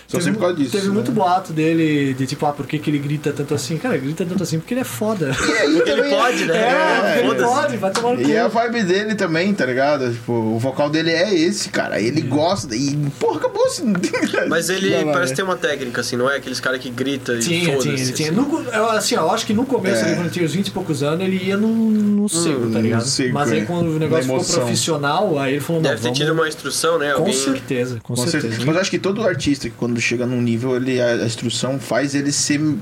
Só sei por causa disso. Teve né? muito boato dele, de tipo, ah, por que, que ele grita tanto assim? Cara, ele grita tanto assim porque ele é foda. Porque ele pode, né? É, [LAUGHS] ele Foda-se. pode, vai tomar no cu. E é a vibe dele também, tá ligado? Tipo, o vocal dele é esse, cara. Ele gosta. E, porra, acabou assim. [LAUGHS] Mas ele Não, não, parece é. ter uma técnica, assim, não é aqueles caras que grita e Tinha, tinha, foda-se. ele tinha. assim. No co- eu, assim, eu acho que no começo, É. Hum, ali, quando ele tinha uns 20 e poucos anos, ele ia no, no seco, tá no ligado? seco, Mas aí é. quando o Na negócio ficou emoção. profissional, aí ele falou, não, Deve ter vamos... tido uma instrução, né? Com Alguém... certeza, com, Com certeza. certeza. Mas eu acho que todo artista que quando chega num nível, ele, a, a instrução faz ele se,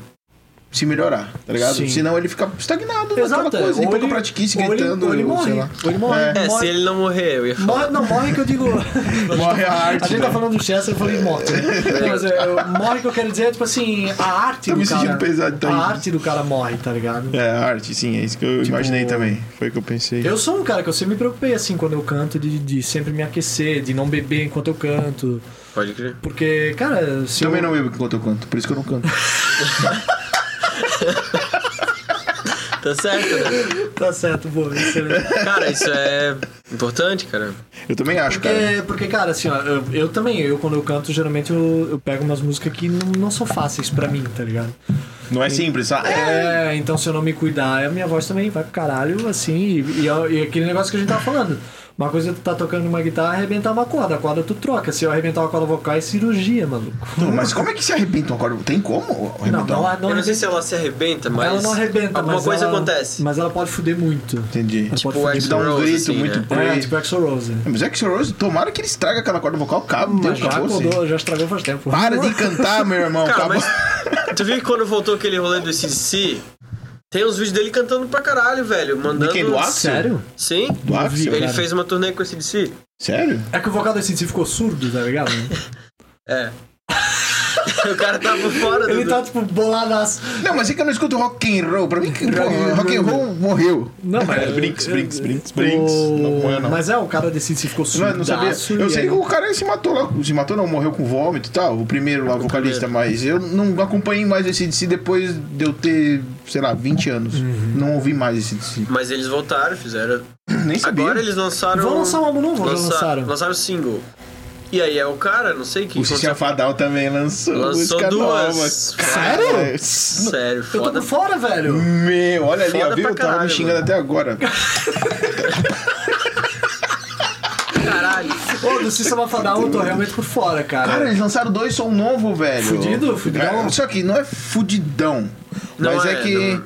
se melhorar, tá ligado? Sim. Senão ele fica estagnado naquela Exato, é. coisa. E Ou pouca ele- pratiquice ou ele- gritando, ou ele morre. sei lá. Ou ele morre. É. É, Morre- se ele não morrer, eu ia falar. Morre, não, morre que eu digo. [LAUGHS] Morre a arte. A gente tá né? falando do Chester, eu falei morte. né? Não, mas é, eu- morre que eu quero dizer é tipo assim, a arte Tô do me cara. sentindo pesado, tá a aí. arte do cara morre, tá ligado? É, a arte, sim, é isso que eu imaginei também. Foi o que eu pensei. Eu sou um cara que eu sempre me preocupei assim quando eu canto, de, de sempre me aquecer, de não beber enquanto eu canto. Pode crer. Porque, cara, se Também eu... não bebo enquanto eu canto, por isso que eu não [LAUGHS] canto. Tá certo, né? Tá certo, boa, excelente. Cara, isso é importante, cara. Eu também acho, cara. Porque, porque, cara, assim, ó, eu, eu também, eu quando eu canto, geralmente eu, eu pego umas músicas que não, não são fáceis pra mim, tá ligado? Não é simples, sabe? É, então se eu não me cuidar, a minha voz também vai pro caralho, assim, e, e é- e aquele negócio que a gente tava falando. Uma coisa é tu tá tocando uma guitarra, arrebentar uma corda, a corda tu troca. Se eu arrebentar uma corda vocal, é cirurgia, maluco. Não, mas como é que se arrebenta uma corda? Tem como Não, arrebentar? não, há- não eu não sei arrebenta. se ela se arrebenta, então, mas. ela não arrebenta, Alguma mas coisa ela- acontece. Mas ela pode fuder muito. Entendi. Ela pode o fuder Axl Tipo, dá um Rose, grito assim, muito né? grave. É, tipo Axl Rose. Mas é que o Rose, tomara que ele estraga aquela corda vocal, cabo, Mas Deus, tipo já acabou assim. acordou, já estragou faz tempo. Para de cantar, meu irmão, Cara, acabou. mas. [LAUGHS] Tu viu que quando voltou aquele rolê do CDC, tem uns vídeos dele cantando pra caralho, velho. Mandando. De quem? Do Axl? Sério? Sim. Do Axel? Ele cara. fez uma turnê com o CDC. Sério? assim, [LAUGHS] É que o vocal da Cinti ficou surdo, tá ligado? É. [LAUGHS] o cara tá por fora Ele do... tá, tipo, boladaço. Não, mas é que eu não escuto rock and roll. Pra mim, que, porra, rock and roll morreu. É, Não, mas... é, Brinks, Brinks, Brinks, Brinks. Não morreu, não. Mas é, o cara decide se ficou Não, surdaço. eu não sabia. Eu e sei aí- que o cara se matou lá. Se matou não, morreu com vômito e tal. O primeiro lá, vocalista, mas eu não acompanhei mais esse DC depois de eu ter, sei lá, 20 anos. Uhum. Não ouvi mais [CLEARS THROAT] esse DC. Mas eles voltaram, fizeram. Nem sabia. Agora eles lançaram. Vão lançar um álbum novo, já lança- lançaram. Lançaram o single. E aí é o cara, não sei o que. O é Cicinha Fadal também lançou. Lançou música nova. duas. Cara, Sério? Sério, Eu tô foda. por fora, velho. Hum. Meu, olha ali, Foda ó, viu? pra Tava me caralho, xingando mano. até agora. Caralho. Ô, do Sistema Fadal, eu tô realmente por fora, cara. Cara, eles lançaram dois som novo, velho. Fudido, fudidão. É, só que não é fudidão. Não mas é, é, que não.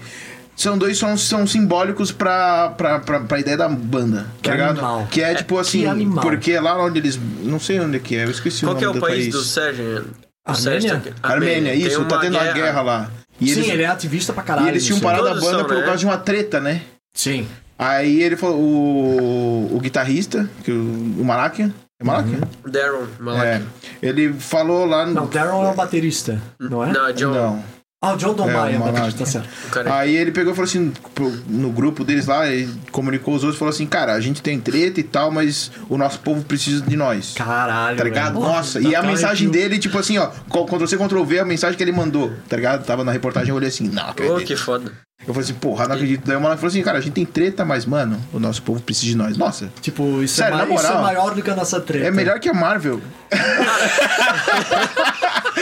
são dois sons que são simbólicos pra, pra, pra, pra ideia da banda. Que tá ligado? animal. Que é tipo assim, animal. porque lá onde eles. Não sei onde é que é, eu esqueci Qual o que é nome o do país, país. do Sérgio? Armênia? Armênia, isso, tá tendo a uma guerra lá. E Sim, eles, ele é ativista pra caralho. e eles tinham isso. parado a Todos banda são, por né? causa de uma treta, né? Sim. Aí ele falou, o, o guitarrista, que o, o Malakian. É Malakian? Darren, É. Malak. Ele falou lá no. Não, o Darren é o baterista, não é? Não, é John. Não. Ah, o John É, Donbaia é, o o baterista, Malaco. tá certo. O cara Aí ele pegou e falou assim, pro- no grupo deles lá, ele comunicou os outros e falou assim, cara, a gente tem treta e tal, mas o nosso povo precisa de nós. Caralho, Tá ligado? velho. Nossa, e a Tá mensagem arrepio. dele, tipo assim, ó, co- Ctrl C, Ctrl V, a mensagem que ele mandou, tá ligado? Tava na reportagem, eu olhei assim, não Ô, acredito. que foda. Eu falei assim, porra, não acredito. Daí o maluco falou assim, cara, a gente tem treta, mas, mano, o nosso povo precisa de nós. Nossa, Tipo, isso, Sério, é, na ma- isso é moral. maior do que a nossa treta. é melhor que a Marvel.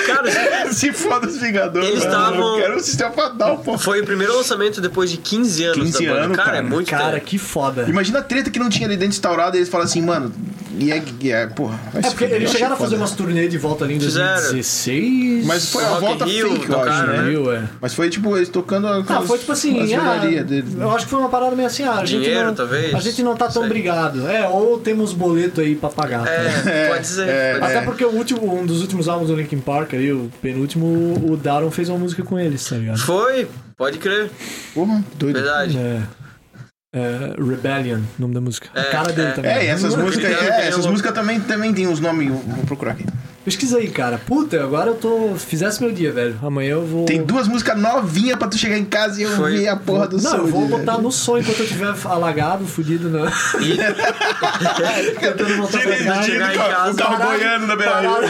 Cara, [LAUGHS] Se foda os Vingadores, Eles mano, tavam- Eu quero um sistema fatal, pô. foi o primeiro lançamento depois de 15 anos 15 da banda. anos, cara, é cara. muito Cara, tempo. que foda. Imagina a treta que não tinha ali dentro instaurada e eles falam assim, mano, e é, e é porra. vai É se porque fuder, eles eu chegaram a achei fazer foda. umas turnê de volta ali em Fizeram. 2016. Mas foi a Rock in volta Rio, fake, eu acho, tocaram, né? né? Viu, né? é. Mas foi tipo, eles tocando Ah, aquelas- foi tipo as assim, ah, velharias deles. eu acho que foi uma parada meio assim, ah, a gente Dinheiro, não, talvez? a gente não tá tão Sei. brigado. É, ou temos boleto aí pra pagar. tá? É, pode dizer. é, pode Até dizer. porque o último, um dos últimos álbuns do Linkin Park aí, o penúltimo, o Daron fez uma música com eles, tá ligado? Foi, pode crer. Porra, doido. Verdade. É, é, Rebellion, o nome da música. a É, cara dele é. também. Hum. É, e essas Não, músicas, não, é, tem essas uma- músicas também, também tem uns nomes, vou procurar aqui. Pesquisa aí, cara. Puta, agora eu tô. Fizesse meu dia, velho. Amanhã eu vou. Tem duas músicas novinhas pra tu chegar em casa e Foi. ouvir a porra do Não, som. eu vou velho. botar no som enquanto eu tiver alagado, fudido, né? [LAUGHS] Tentando voltar pra Dirigindo, casa. chegar em casa, Um Parado, parado.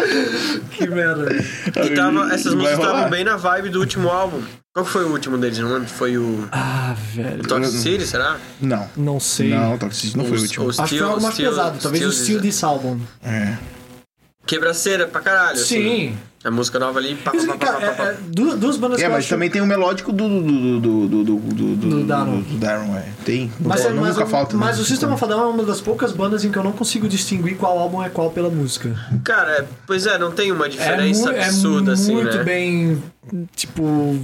[LAUGHS] Que merda. velho. E tava, essas Vai músicas rolar. estavam bem na vibe do último álbum. Qual que foi o último deles? Não lembro. Foi o Ah, velho. Toxic City, será? Não. Não sei. Não, Toxic não foi o Os- último. os Acho que foi Steel- algo mais Steel- pesado. Talvez Steel o estilo Disease. desse álbum. É. Quebraceira pra caralho. assim. Sim. A música nova ali. Pá, Isso pá, pá, que, cara, pá, pá, é- é du- duas bandas É, que eu mas acho- também tem o melódico do. do. do. do. do. do. do. Do Daron. do- do Daron, é. Tem. Mas, é- Não, mas nunca o- falta. mas né? o System of a Down é uma das poucas bandas em que eu não consigo distinguir qual álbum é qual pela música. pá. Cara, é- pois é, não tem uma diferença mu- é absurda assim, muito né? bem, tipo,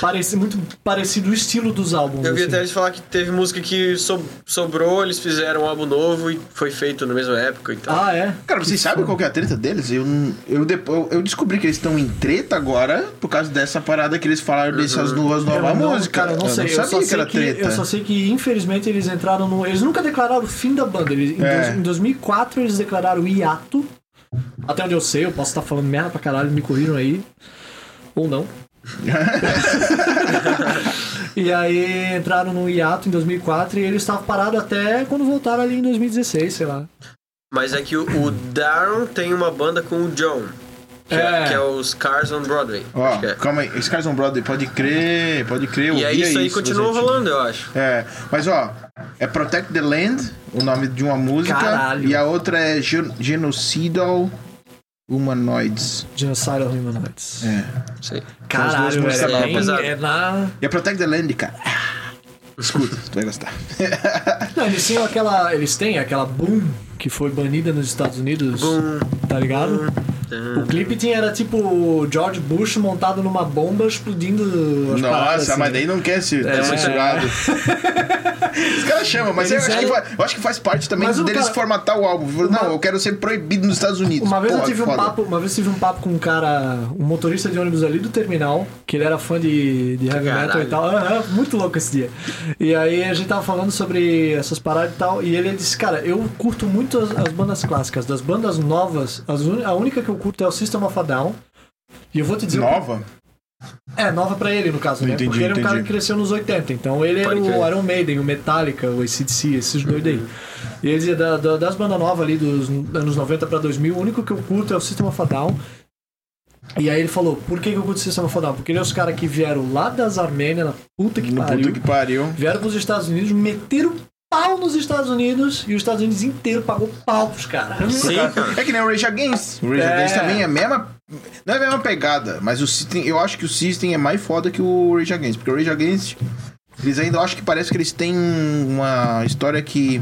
pareci, muito parecido o estilo dos álbuns. Eu vi assim. até eles falar que teve música que so- sobrou, eles fizeram um álbum novo e foi feito na mesma época e tal. Ah, é? Cara, vocês sabem qual que é a treta deles? Eu, não- eu, depois, eu descobri que eles estão em treta agora por causa dessa parada que eles falaram Uhum. dessas duas novas Eu não- músicas. Cara, eu não sei. eu, sabia só que sei era que, treta. eu só sei que, infelizmente, eles entraram no. Eles nunca declararam o fim da banda. Eles, em, É. dois- em 2004, eles declararam o hiato. Até onde eu sei, eu posso estar falando merda pra caralho, me corriram aí. Ou [LAUGHS] não. e aí entraram no hiato em 2004 e eles estavam parados até quando voltaram ali em 2016, sei lá. Mas é que o, o Darren tem uma banda com o John, que é, É. que é os Cars on Broadway. Ó, acho que é. calma aí. Skies on Broadway, pode crer, pode crer. eu E aí via isso aí continua vocês- rolando, eu acho. É, mas ó, é Protect the Land, o nome de uma música. Caralho. E a outra é Gen- Genocidal Humanoids. Genocidal Humanoids. É. Não sei. As duas Caralho, músicas velho, é, novas. bem- Pesado. é na. E a Protect the Land, cara. Ah, Escuta, tu vai gostar. Não, eles tinham aquela. Eles têm aquela boom que foi banida nos Estados Unidos. Boom. Tá ligado? O clipe tinha, era tipo George Bush montado numa bomba explodindo as paradas, Nossa, assim. mas daí não quer se tá É. censurado. Os caras chamam, mas eu Eles acho, que eram- fa- eu acho que faz parte também é- Mas o deles cara- formatar o álbum. Falou, Não, eu quero ser proibido nos Estados Unidos. Uma vez, eu Porra, tive um foda. papo, uma vez eu tive um papo com um cara, um motorista de ônibus ali do terminal, que ele era fã de, de heavy metal e Caralho. tal. Aham, muito louco esse dia. E aí a gente tava falando sobre essas paradas e tal, e ele disse, cara, eu curto muito as, as bandas clássicas, das bandas novas, as uni- a única que eu curto é o System of a Down. E eu vou te dizer. o- Nova? É, nova pra ele, no caso, né? Entendi, Porque ele é um cara entendi. que cresceu nos 80. Então ele era Pode o crer. Uhum. Iron Maiden, o Metallica, o ACDC, esses dois daí. E ele dizia, da- da- das bandas novas ali dos anos 90 pra 2000, o único que eu curto é o System of a Down. E aí ele falou, por que, que eu curto o System of a Down? Porque ele é os caras que vieram lá das Armênias, na puta que No pariu, puta que pariu. vieram pros Estados Unidos, meteram pau nos Estados Unidos e os Estados Unidos inteiro pagou pau pros caras. Sim, cara. É que nem o Rage Against. O Rage É. Against também é a mesma. Não é a mesma pegada, mas o System, eu acho que o System é mais foda que o Rage Against. Porque o Rage Against, eles ainda eu acho que parece que eles têm uma história que.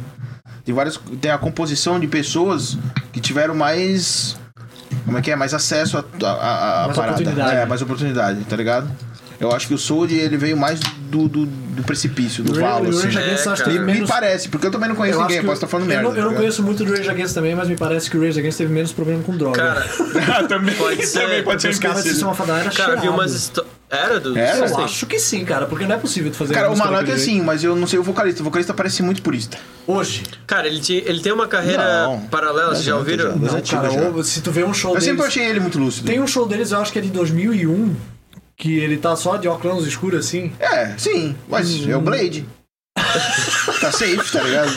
Tem várias. Tem a composição de pessoas que tiveram mais. Como é que é? Mais acesso a, a, a- a Mais parada. oportunidade. É, mais oportunidade, tá ligado? Eu acho que o Soul ele veio mais do, do, do precipício, do O valo, assim. Rage Against eu acho que teve É, Me menos parece, porque eu também não conheço Eu acho ninguém, que posso estar falando eu merda. não- eu não tá ligado? conheço muito do Rage Against também, mas me parece que o Rage Against teve menos problema com droga. Cara, Ah, [LAUGHS] também, Pode ser, Porque os caras de Sistema Fadal era cara, vi cheirado. umas histórias. Era do Era? Eu System? acho que sim, cara, porque não é possível tu fazer Cara, o música Malandro é daquele assim, mas eu não sei o vocalista. O vocalista parece muito purista. jeito. Hoje. Cara, ele, tinha- ele tem uma carreira Não. paralela, vocês já Não, ouviram? não, Das Não, antigas cara, é já. ou- se tu vê um show Eu deles. sempre achei ele muito lúcido. Tem um show deles, eu acho que é de 2001, que ele tá só de óculos escuros assim. [LAUGHS] É, sim, mas é o [LAUGHS] Blade. tá safe, tá ligado?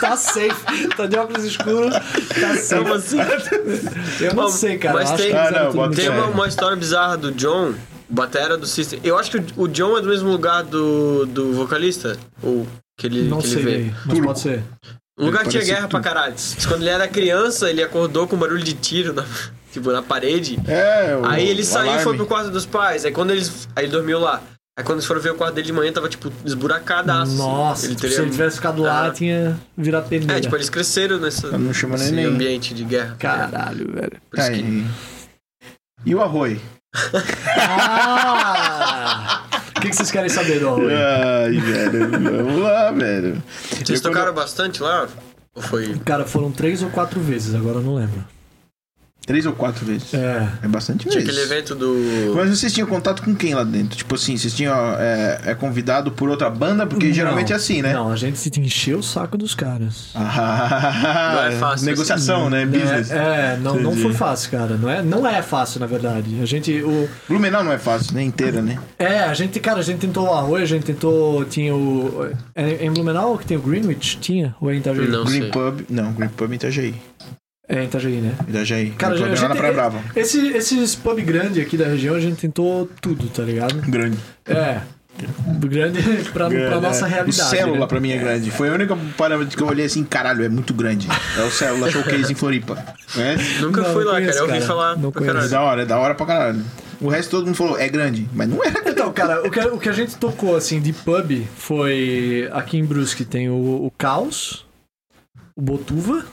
Tá safe. tá de óculos escuros, tá Como safe. assim? Eu não Bom, sei, cara. mas eu acho tem- que Ah, eles eram não, tudo bota muito fé. Tem uma, jovens. uma história bizarra do John, batera do System. Eu acho que o o John é do mesmo lugar do, do vocalista, ou que ele, Não que ele sei, veio. velho, mas Turco. pode ser. O lugar Ele tinha parece guerra pra tudo. caralho. Quando ele era criança, ele acordou com um barulho de tiro na, [LAUGHS] tipo, na parede. É, o Aí ele o saiu e alarme. foi pro quarto dos pais. Aí quando eles. Aí ele dormiu lá. Aí quando eles foram ver o quarto dele de manhã, tava tipo esburacadaço. Nossa, tipo, ele se teria... ele tivesse ficado lá, Ah. tinha virado peneira. É, tipo, eles cresceram nessa, Eu não chamo nem nesse nem. ambiente de guerra. É. Caralho, velho. Por isso Tá, que- e- E o Arroi? Ah! [LAUGHS] O que, que vocês querem saber do Huawei? É. Ai, velho, vamos lá, velho. Vocês Eu quando- tocaram bastante lá? Ou foi. tipo, Cara, foram três ou quatro vezes, agora eu não lembro. Três ou quatro vezes. É, É. bastante Tinha vezes. aquele evento do. Mas vocês tinham contato com quem lá dentro? Tipo assim, vocês tinham é, é convidado por outra banda? Porque geralmente é assim, né? Não, a gente se encheu o saco dos caras. Ah, Não é fácil, Negociação, né? Business. É, é, não, não Entendi. foi fácil, cara. Não é, não é fácil, na verdade. A gente. O, Blumenau não é fácil, nem inteira, né? é, a gente, cara, a gente tentou o arroz, a gente tentou. Tinha o. É, em Blumenau que tem o Greenwich? Tinha? Ou é em Itajaí? Não Green sei. Pub. Não, Green Pub em Itajaí. É em Itajaí, né? Itajaí. Cara, Green a Pub é lá na gente, Praia Brava. Esse, esses pub grande aqui da região, a gente tentou tudo, tá ligado? Grande. É. Grande pra, pra nossa É. realidade. O Célula né? pra mim é grande. Foi a única parâmetro que eu olhei assim, caralho, é muito grande. É o Célula Showcase em Floripa. É? Nunca Não, fui não lá, conheço, cara. Eu ouvi cara. falar Não pra conheço. É caralho. da hora, é da hora pra caralho. O resto todo mundo falou, é grande, mas não era. Então, cara, o que, o que a gente tocou, assim, de pub foi. Aqui em Brusque tem o, o Caos, o Botuva.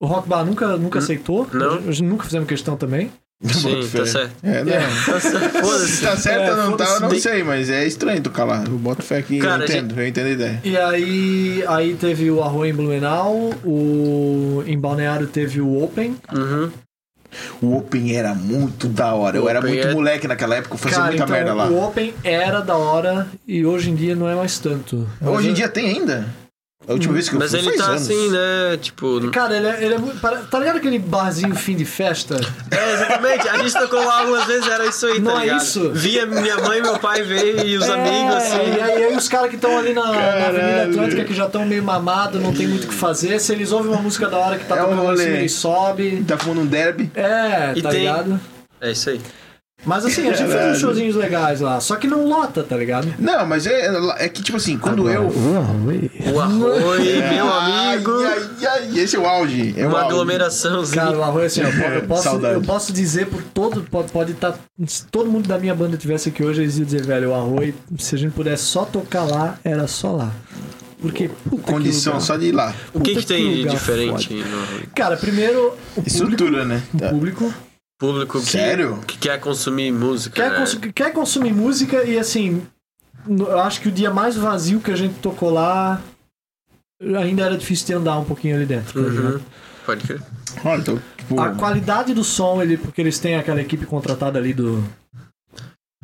O Rock Bar nunca, nunca aceitou. não. A gente- nunca fizemos questão também. Sim, tá Boto né? fé. certo. É, não. Tá certo. [LAUGHS] Se Foda-se. tá certo ou não tá, eu não foda-se. sei, mas é estranho tocar lá. Eu boto fé aqui, eu Cara, entendo, eu entendo a ideia. E aí, aí teve o Arroio em Blumenau, o, em Balneário teve o Open. Uhum. O Open era muito da hora. Eu era Open muito é- moleque naquela época, eu fazia Cara, muita então, merda lá. o Open era da hora e hoje em dia não é mais tanto. Hoje em Mas- dia tem ainda? A última vez que eu é- Mas fui ele faz tá anos. assim, né? [LAUGHS] Tipo. Cara, ele é, ele é muito. pare- Tá ligado aquele barzinho fim de festa? É, exatamente. A gente tocou lá algumas vezes, era isso aí, Não tá é ligado? isso? Via minha mãe, meu pai veio e os amigos, É, E assim. aí, aí os caras que estão ali na, na Avenida Caralho. Atlântica, que já estão meio mamados, não tem muito o que fazer. Se eles ouvem uma música da hora que tá É um tocando em rolê. cima, eles sobem. Tá fumando um derby. É, E tá tem- ligado? É isso aí. Mas assim, a gente fez Caralho. uns showzinhos legais lá, só que não lota, tá ligado? Não, mas é, é que, tipo assim, quando eu. O arroz, É, é. meu Ai, amigo. ai, ai, esse é o auge. É Uma o auge. Cara, aglomeraçãozinha. o arroz assim, ó, eu, [LAUGHS] posso, Saudade. eu posso dizer por todo. Pode, pode tá, se todo mundo da minha banda tivesse aqui hoje, eles iam dizer, velho, o arroz, se a gente pudesse só tocar lá, era só lá. Porque, puta Condição que então. lugar. só de ir lá. O que, Puta que tem de lugar diferente foda. no Cara, primeiro, o público, Estrutura, né? o Tá. público público que, é- Sério? que quer consumir música? quer, né? consu- quer consumir música e assim, no- eu acho que o dia mais vazio que a gente tocou lá ainda era difícil de andar um pouquinho ali dentro. tá ligado? Uhum. Pode crer. Olha, então, tipo, A qualidade do som, ele, porque eles têm aquela equipe contratada ali do.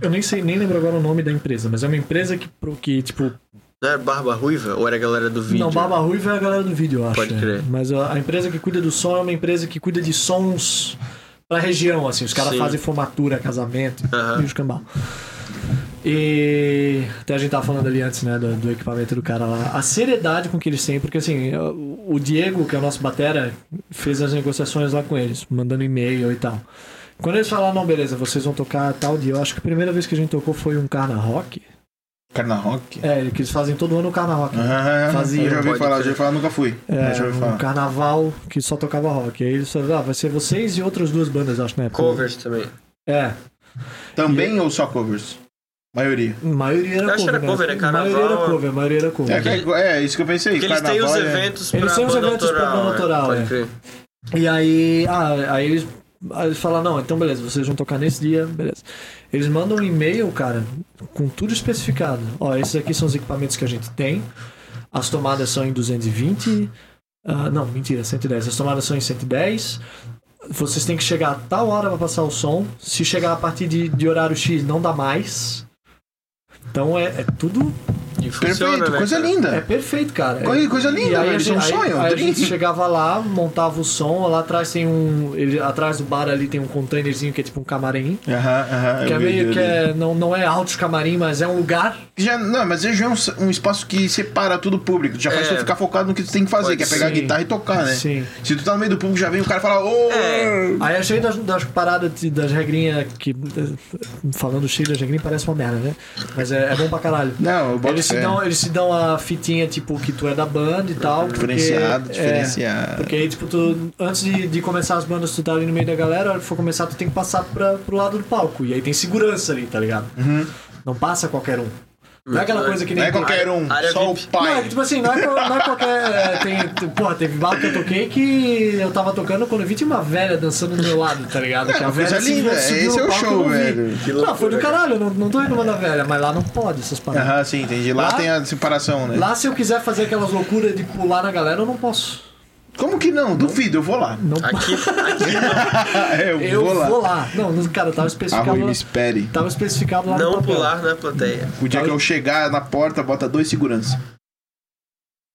Eu nem sei, nem lembro agora o nome da empresa, mas é uma empresa que, pro- que tipo, Não era Barba Ruiva ou era a galera do vídeo? Não, Barba Ruiva é a galera do vídeo, eu acho. Pode é. crer. Mas a, a empresa que cuida do som é uma empresa que cuida de sons pra região, assim. Os caras Sim. fazem formatura, casamento Aham. e os cambal. E até a gente tava falando ali antes, né, do, do equipamento do cara lá. A seriedade com que eles têm, porque assim, o o Diego, que é o nosso batera, fez as negociações lá com eles, mandando e-mail e tal. Quando eles falaram, não, beleza, vocês vão tocar tal dia, eu acho que a primeira vez que a gente tocou foi um Carna Rock. Carna Rock. É, que eles fazem todo ano o Carna Rock. né? Ah, Fazia, eu já ouvi pode falar, crer. já ouvi falar, nunca fui. É, Mas já ouvi um falar. carnaval que só tocava rock. Aí eles falaram, ah, vai ser vocês e outras duas bandas, acho, na época. Covers também. É, Também ou só covers? Maioria. a maioria era Eu acho que cover. era cover, né? é A maioria era carnaval, cover, a maioria era cover. É, que- é, isso que eu pensei. Porque eles têm os carnaval é- eventos Eles pra têm os banda eventos pra autoral. banda né? autoral, é. Pode crer. E aí, ah, aí eles, aí eles falaram, não, então beleza, vocês vão tocar nesse dia, beleza. Eles mandam um e-mail, cara, com tudo especificado. Ó, esses aqui são os equipamentos que a gente tem. As tomadas são em 220. ah, não, mentira, 110. As tomadas são em 110. Vocês têm que chegar a tal hora pra passar o som. Se chegar a partir de, de horário X, não dá mais. Então é, é tudo. E funciona, Perfeito, né, coisa cara? linda. É perfeito, cara. Coisa- coisa E linda, aí velho, a isso é um gente, aí, sonho, um aí a dream. gente chegava lá, montava o som, lá atrás tem um. Ele, atrás do bar ali tem um containerzinho que é tipo um camarim. Aham, aham. Que é eu vi meio ali. que é, não, não é alto de camarim, mas é um lugar. Já, não, mas já é um, um espaço que separa tudo o público. Já faz É. tu ficar focado no que tu tem que Pode fazer, que é pegar a ser. guitarra e tocar, né? Sim. Se tu tá no meio do público, já vem o cara falar, ô! É. Aí achei das, das paradas, de- das regrinhas que. Falando cheio das regrinhas parece uma merda, né? Mas é, é bom pra caralho. Não, eu boto Eles se, fé. dão, eles se dão a fitinha, tipo, que tu é da banda e tal. porque- Diferenciado, é, diferenciado. Porque aí, tipo, tu, antes de, de começar as bandas, tu tá ali no meio da galera, a hora que for começar, tu tem que passar pra, pro lado do palco. E aí tem segurança ali, tá ligado? Não passa qualquer um. Não é aquela coisa que nem. Uhum. Não é qualquer um, Área só VIP. o Não, pai. é que, tipo assim, não é, co- não é qualquer. é, tem, tem- porra, teve bar que eu toquei que eu tava tocando quando eu vi tinha uma velha dançando do meu lado, tá ligado? Que a É, coisa velha linda, subiu esse no é o palco e eu show, não vi. velho. Que Não, foi do caralho, eu não, não tô reclamando da velha, mas lá não pode essas paradas. Aham, sim, entendi. Lá, Lá- tem a separação, né? Lá, se eu quiser fazer aquelas loucuras de pular na galera, eu não posso. Como que não? Duvido, eu vou lá. É, Não Aqui, [LAUGHS] aqui [LAUGHS] eu, Eu vou lá. Não, não, cara, tava Ah, especificado. Rui, lá- me espere. Tava especificado lá no não papel. pular na plateia. O dia Tá. que eu chegar na porta, bota dois seguranças.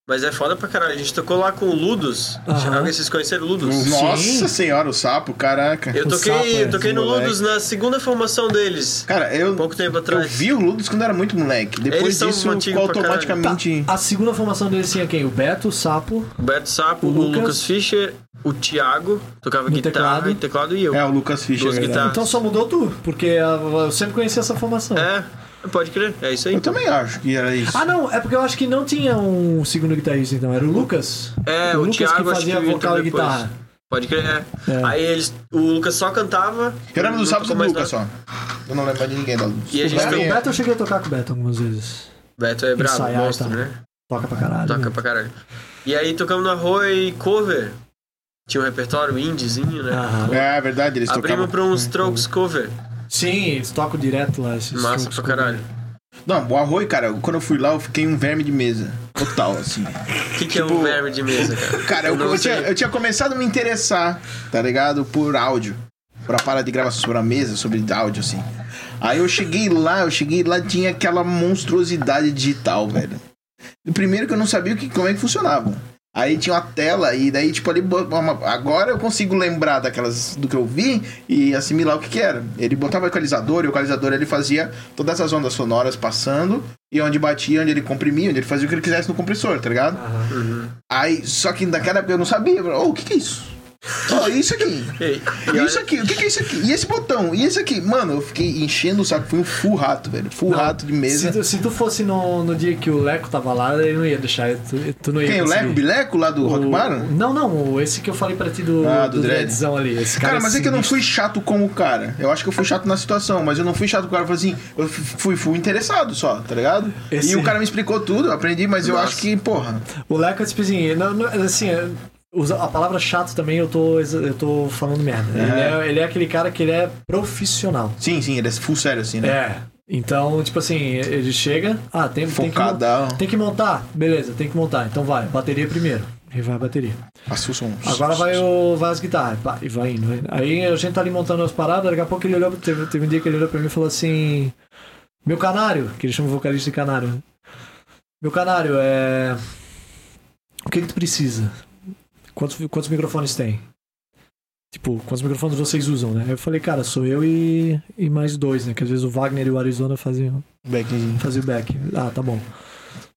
Mas é foda pra caralho. A gente tocou lá com o Ludus. Aham. Vocês conheceram o Ludus? Nossa senhora, o sapo, caraca. Eu O toquei, sapo, é, eu toquei no esse moleque. Ludus na segunda formação deles. Cara, eu, Pouco tempo eu atrás. vi o Ludus quando era muito moleque. Eles Depois são disso, antigos pra Tá. automaticamente. Tá, A segunda formação deles tinha quem? O Beto, o Sapo. O Beto Sapo, O o Lucas, Lucas Fischer, o Thiago, tocava No guitarra teclado. e teclado e eu. É, o Lucas Fischer. Duas é verdade. guitarras. Então só mudou tu, porque ah, eu sempre conheci essa formação. Ah. É, pode crer, é isso aí. Então, Eu também acho que era isso. Ah, não, é porque eu acho que não tinha um segundo guitarrista, então. Era o Lucas. É, o, o Lucas Thiago que fazia acho que vocal e entrou depois. guitarra. Pode crer, é. É. Aí eles, o Lucas só cantava. eu lembro do não sapo do tocou mais Lucas nada. só. Eu não lembro mais de ninguém da Ludus. E a O gente Beto, também. o Beto eu cheguei a tocar com o Beto algumas vezes. Beto é brabo, Ensaiar e monstro, tal. né? Toca pra caralho. Toca né? pra caralho. E aí tocamos na rua e cover. Tinha um repertório indiezinho, né? Aham. É, é verdade, eles Abrimos tocavam. pra uns Strokes cover. Sim, eles tocam direto lá. Esses Massa truques pra com- caralho. Não, o Arroi, cara, quando eu fui lá, eu fiquei um verme de mesa. Total, assim. O que, que é um verme de mesa, cara? [LAUGHS] Cara, é eu, não eu tinha, sei. eu tinha começado a me interessar, tá ligado? Por áudio. Pra parar de gravar sobre a mesa, sobre áudio, assim. Aí eu cheguei lá, eu cheguei lá, tinha aquela monstruosidade digital, velho. E Primeiro que eu não sabia o que, como é que funcionava. Aí tinha uma tela, e daí, tipo, ali. bo- uma- Agora eu consigo lembrar daquelas do que eu vi e assimilar o que, que era. Ele botava equalizador, e o equalizador ele fazia todas as ondas sonoras passando, e onde batia, onde ele comprimia, onde ele fazia o que ele quisesse no compressor, tá ligado? Aham. Aí, só que naquela época eu não sabia. Eu falei, "Ô, o que, que é isso? Ó, [LAUGHS] isso aqui. Ei, E e isso olha, aqui, o que, que é isso aqui? E esse botão? E esse aqui? Mano, eu fiquei enchendo o saco, fui um full rato, velho. Full rato de Se mesa. tu, se tu fosse no, no dia que o Leco tava lá, ele não ia deixar. Tu, tu não ia Quem? O conseguir. Leco Bileco lá do Rock O- Baron? Não, não, o- esse que eu falei pra ti do, Ah, do do, Dredd. dreadzão ali. Esse cara, Cara, mas é que eu não sinistro. fui chato com o cara. Eu acho que eu fui chato na situação, mas eu não fui chato com o cara. Eu falei assim, eu f- fui, fui interessado só, tá ligado? Esse- E o cara me explicou tudo, eu aprendi, mas eu Nossa. acho que, porra. O Leco, tipo assim, não- não- assim, é, usa- a palavra chato também eu tô, exa- eu tô falando merda. Ele, é, ele é aquele cara que ele é profissional. Sim, sim, ele é full sério assim, né? É. Então, tipo assim, ele chega. Ah, tem, tem, que, Focadão. mon- tem que montar. Beleza, tem que montar. Então vai, bateria primeiro. E vai a bateria. Passa o som. Agora vai, o, vai as guitarras. pá, E vai indo. vai indo. Aí a gente tá ali montando as paradas. Daqui a pouco ele olhou. Teve, teve um dia que ele olhou pra mim e falou assim: Meu canário. Que ele chama o vocalista de canário. né? Meu canário, é. O que, que tu precisa? Quantos, quantos microfones tem? Tipo, quantos microfones vocês usam, né? Aí eu falei, cara, sou eu e, e mais dois, né? Que às vezes o Wagner e o Arizona faziam Backzinho. fazer o back. Ah, tá bom.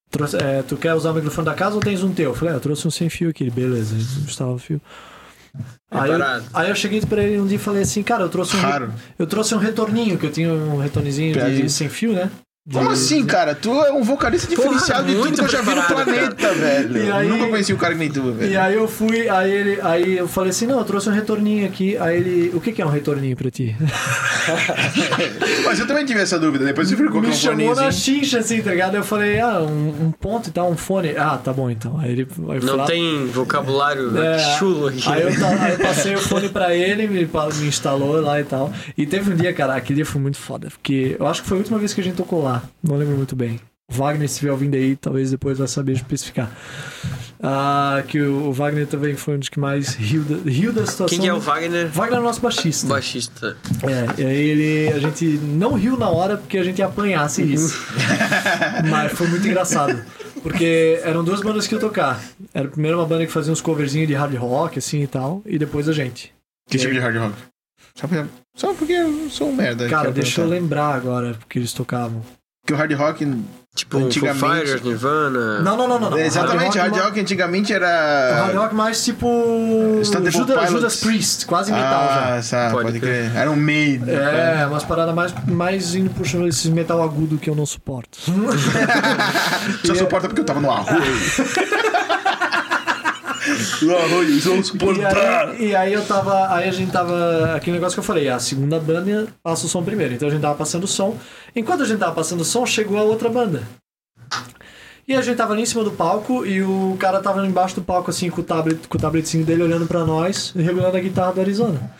Trouxe- é, tu quer usar o microfone da casa ou tens um teu? Eu falei, ah, eu trouxe um sem fio aqui, beleza, estava o fio. É Aí eu, Preparado. aí eu cheguei pra ele um dia e falei assim, cara, eu trouxe um, re- Raro. eu trouxe um retorninho, que eu tinha um retornezinho Piadinha. de, sem fio, né? De- Como assim, cara? Tu é um vocalista Porra, diferenciado de tudo muito que eu já vi no preparado, planeta, velho. E aí- Nunca conheci o cara que nem tu, velho. E aí eu fui, aí ele, aí eu falei assim, não, eu trouxe um retorninho aqui, aí ele, o que que é um retorninho pra ti? Mas eu também tive essa dúvida, depois [LAUGHS] você ficou com Me um chamou na fonezinho. chincha, assim, tá ligado? Eu falei, ah, um, um ponto e tal, um fone. Ah, tá bom então. Aí ele aí eu fui não lá- tem vocabulário chulo aqui. É. Aí eu, ta- aí eu passei o fone pra ele, me, pa- me instalou lá e tal. E teve um dia, cara, aquele dia foi muito foda. Porque eu acho que foi a última vez que a gente tocou lá. Não lembro muito bem. O Wagner, se estiver ouvindo aí, talvez depois vai saber especificar. Ah, que o, o Wagner também foi um dos que mais riu da, riu da situação. Quem que é o Wagner? Wagner é o nosso baixista. Baixista. É, e aí ele, a gente não riu na hora porque a gente ia apanhar se [LAUGHS] isso. Mas foi muito engraçado. Porque eram duas bandas que eu tocar. Era primeiro uma banda que fazia uns coverzinhos de hard rock, assim e tal, e depois a gente. Que tipo de hard rock? Só, pra- só porque eu sou um merda. Cara, quero deixa eu perguntar. lembrar agora porque eles tocavam. Porque o hard rock. Tipo, Foo Antigamente- Fighters, Nirvana. Não, não, não, não. não. É, exatamente, hard rock, ma- antigamente Hard era. rock mais tipo. Stone Temple Judas, Pilots. Judas Priest, quase é metal já. Ah, sabe, Pode pode, crer. Era um meio. É, umas paradas mais, mais indo puxando esses metal agudo que eu não suporto. Só suporta porque eu tava no arroio. [LAUGHS] no arroio, sou E aí, e aí eu tava. Aí a gente tava. Aquele negócio que eu falei, "Ah, a segunda banda passa o som primeiro. Então a gente tava passando o som. Enquanto a gente tava passando o som, chegou a outra banda. E a gente tava ali em cima do palco e o cara tava embaixo do palco, assim, com o, tablet, com o tabletzinho dele olhando pra nós, regulando a guitarra do Arizona.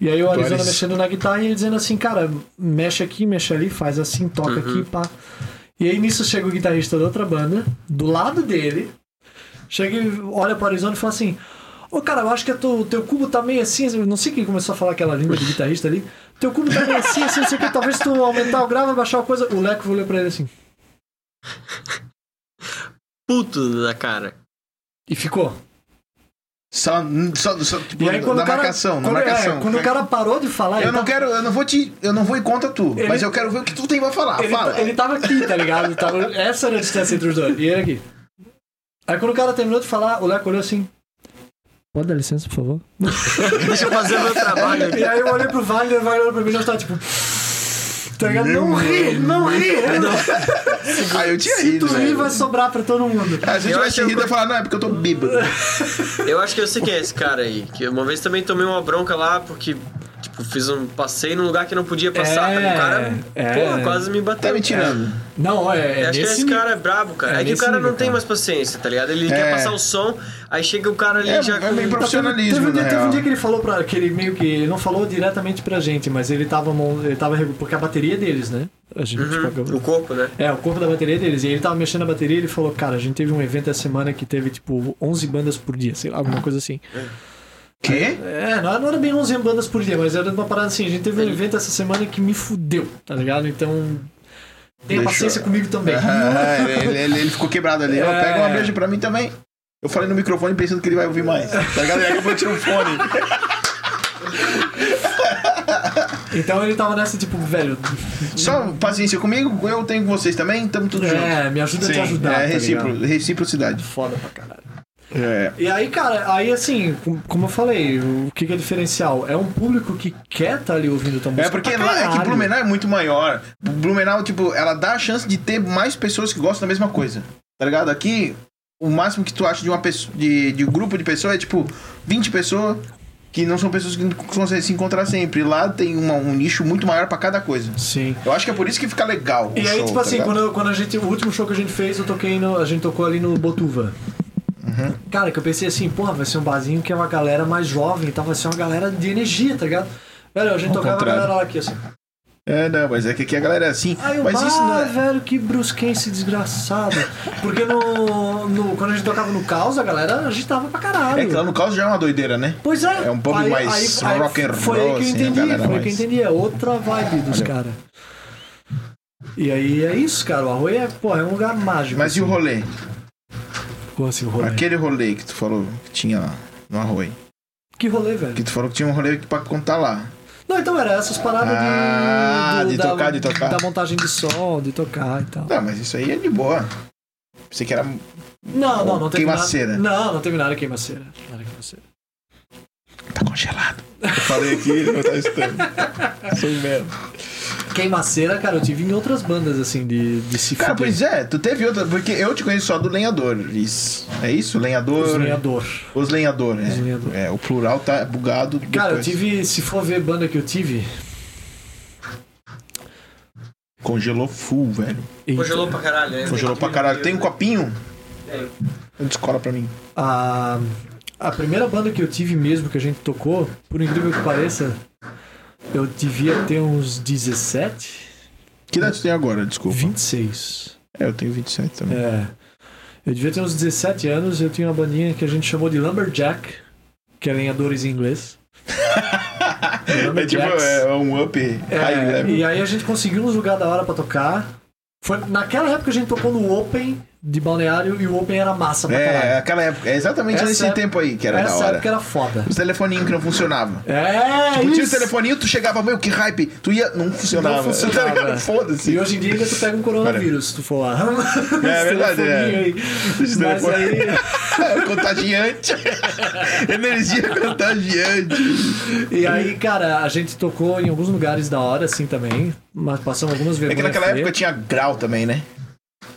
E aí o Arizona Arizona. mexendo na guitarra e ele dizendo assim, cara, mexe aqui, mexe ali, faz assim, toca aqui, pá. E aí nisso chega o guitarrista da outra banda, do lado dele, chega e olha pro Arizona e fala assim: Ô cara, eu acho que a tu- o teu cubo tá meio assim, assim." Eu não sei quem começou a falar aquela língua de guitarrista ali. Teu cubo tá meio assim, assim, não sei o que, talvez tu aumentar o grave, abaixar a coisa. O Leco olhou pra ele assim. Puto da cara. E ficou. Só, só, só tipo, E aí quando na o cara. marcação, na quando, é, marcação. quando o cara parou de falar, ele tá- Eu não tava- quero, eu não vou te. Eu não vou em conta tu, Ele- mas eu quero ver o que tu tem pra falar. Ele, Fala. ele tava aqui, tá ligado? Tava- essa era a distância entre os dois. E ele aqui. Aí quando o cara terminou de falar, o Leco olhou assim. Pode dar licença, por favor? Deixa eu fazer meu trabalho aqui. E aí eu olhei pro Wagner, o Wagner olhou pra mim e nós tava tipo. Tá ligado? Não ri, não ri. Ah, eu tinha Se tu rido, rir, velho. né? vai sobrar pra todo mundo. A gente Eu vai acho se que rir eu- e falar, não, é porque eu tô bêbado. Eu acho que eu sei quem é esse cara aí. Que uma vez também tomei uma bronca lá porque, tipo, fiz um passeio num lugar que não podia passar. É, tá? O cara, é. porra, quase me bateu. Tá me tirando. Não, é. Eu é acho que nesse esse cara é brabo, cara. é É, que o nesse cara nível, não tem cara. mais paciência, tá ligado? Ele É. quer passar o som, aí chega o cara ali É, já. é meio com- pro- profissionalismo, Teve, um dia, na teve um real. dia que ele falou pra. que ele meio que. Ele não falou diretamente pra gente, mas ele tava. mon- Ele tava regu- porque a bateria é deles, né? A gente. tipo, Uhum, o corpo, né? é, o corpo da bateria é deles. E ele tava mexendo na bateria e ele falou: Cara, a gente teve um evento essa semana que teve, tipo, 11 bandas por dia, sei lá, alguma coisa assim. Quê? É, não, não era bem 11 bandas por dia, mas era uma parada assim. A gente teve um evento essa semana que me fudeu, tá ligado? Então. Tenha Deixa paciência eu- comigo também. Ah, ele, ele- ele ficou quebrado ali. Ó, É. Pega uma breja pra mim também. Eu falei no microfone pensando que ele vai ouvir mais. Tá ligado? Daqui a pouco tira o fone. Então ele tava nessa, tipo, velho. Só paciência comigo, eu tenho com vocês também, tamo tudo junto. É, me ajuda a te Sim, ajudar. é tá ligado? recípro- reciprocidade. Foda pra caralho. É. E aí, cara, aí assim, com- como eu falei, o que que é diferencial? É um público que quer estar ali ouvindo tua música. É porque pra lá é que caralho. Blumenau é muito maior. Blumenau, tipo, ela dá a chance de ter mais pessoas que gostam da mesma coisa. Tá ligado? Aqui, o máximo que tu acha de uma pessoa, de, de um grupo de pessoas é tipo 20 pessoas que não são pessoas que conseguem se encontrar sempre. Lá tem uma- um nicho muito maior pra cada coisa. Sim. Eu acho que é por isso que fica legal. o E aí, show, tipo tá assim, ligado? quando, quando a gente. O último show que a gente fez, eu toquei no. A gente tocou ali no Botuva. Uhum. Cara, que eu pensei assim, porra, vai ser um barzinho que é uma galera mais jovem, então vai ser uma galera de energia, tá ligado? Velho, a gente tocava contrário. a galera lá aqui, assim. É, não, mas é que aqui a galera é assim. Aí eu, mas bah, isso não é. velho, que brusquense desgraçado. Porque no, no- quando a gente tocava no caos, a galera agitava pra caralho. É que lá no caso já é uma doideira, né? Pois é. É um pub mais rock and Foi roll, aí que eu assim, a entendi, foi galera aí que eu mais- entendi. É outra vibe dos caras. E aí é isso, cara. O Arroio é, pô, é um lugar mágico. Mas e o rolê? Como assim, o rolê? Aquele rolê que tu falou que tinha lá no Arroio. Que rolê, velho? Que tu falou que tinha um rolê pra contar lá. Não, então era essas paradas de- Ah, do- de da, tocar, de tocar. Da montagem de som, de tocar e tal. Não, mas isso aí é de boa. Pensei que era. Não, não, não teve Queimaceira. nada. Não, não teve nada queimaceira. Nada queimaceira. Tá congelado. Eu falei aqui, ele não [LAUGHS] tá estando. Sou um mesmo. Queimaceira, cara, eu tive em outras bandas, assim, de, de se Cara, fuder. pois é, tu teve outra. Porque eu te conheço só do lenhador. Isso. É isso? Lenhador. Os lenhador. Os lenhador, é. Os lenhador. É, o plural tá bugado. Cara, eu depois. tive, se for ver banda que eu tive... Congelou full, velho. então, Congelou pra caralho, né? Congelou pra caralho. Tem um copinho? Tem. Descola pra mim. A, a primeira banda que eu tive mesmo, que a gente tocou, por incrível que pareça, eu devia ter uns 17, Que idade tu tem agora? Desculpa. 26. É, eu tenho 27 também. É. Eu devia ter uns 17 anos, eu tinha uma bandinha que a gente chamou de Lumberjack, que é lenhadores em inglês. [LAUGHS] É, tipo, é né? um up. É, high level. e aí a gente conseguiu uns lugares da hora pra tocar. Foi, naquela época a gente tocou no Open de Balneário e o Open era massa pra É, caralho. aquela época. É exatamente Essa nesse época- tempo aí que era da Essa hora. época era [LAUGHS] foda. Os telefoninhos que não funcionavam. É, Tu tinha o isso. telefoninho, tu chegava, meu, que hype. Tu ia. Não funcionava. Não funcionava. Tá ligado? [LAUGHS] Foda-se. E hoje em dia ainda tu pega um coronavírus, [LAUGHS] se tu for lá. É verdade, é. Mas Esse telefone- aí, [LAUGHS] É, [LAUGHS] contagiante. Energia contagiante. e aí, cara, a gente tocou em alguns lugares da hora, assim, também. Mas passamos algumas É vergonhas. que naquela feias. época tinha grau também, né?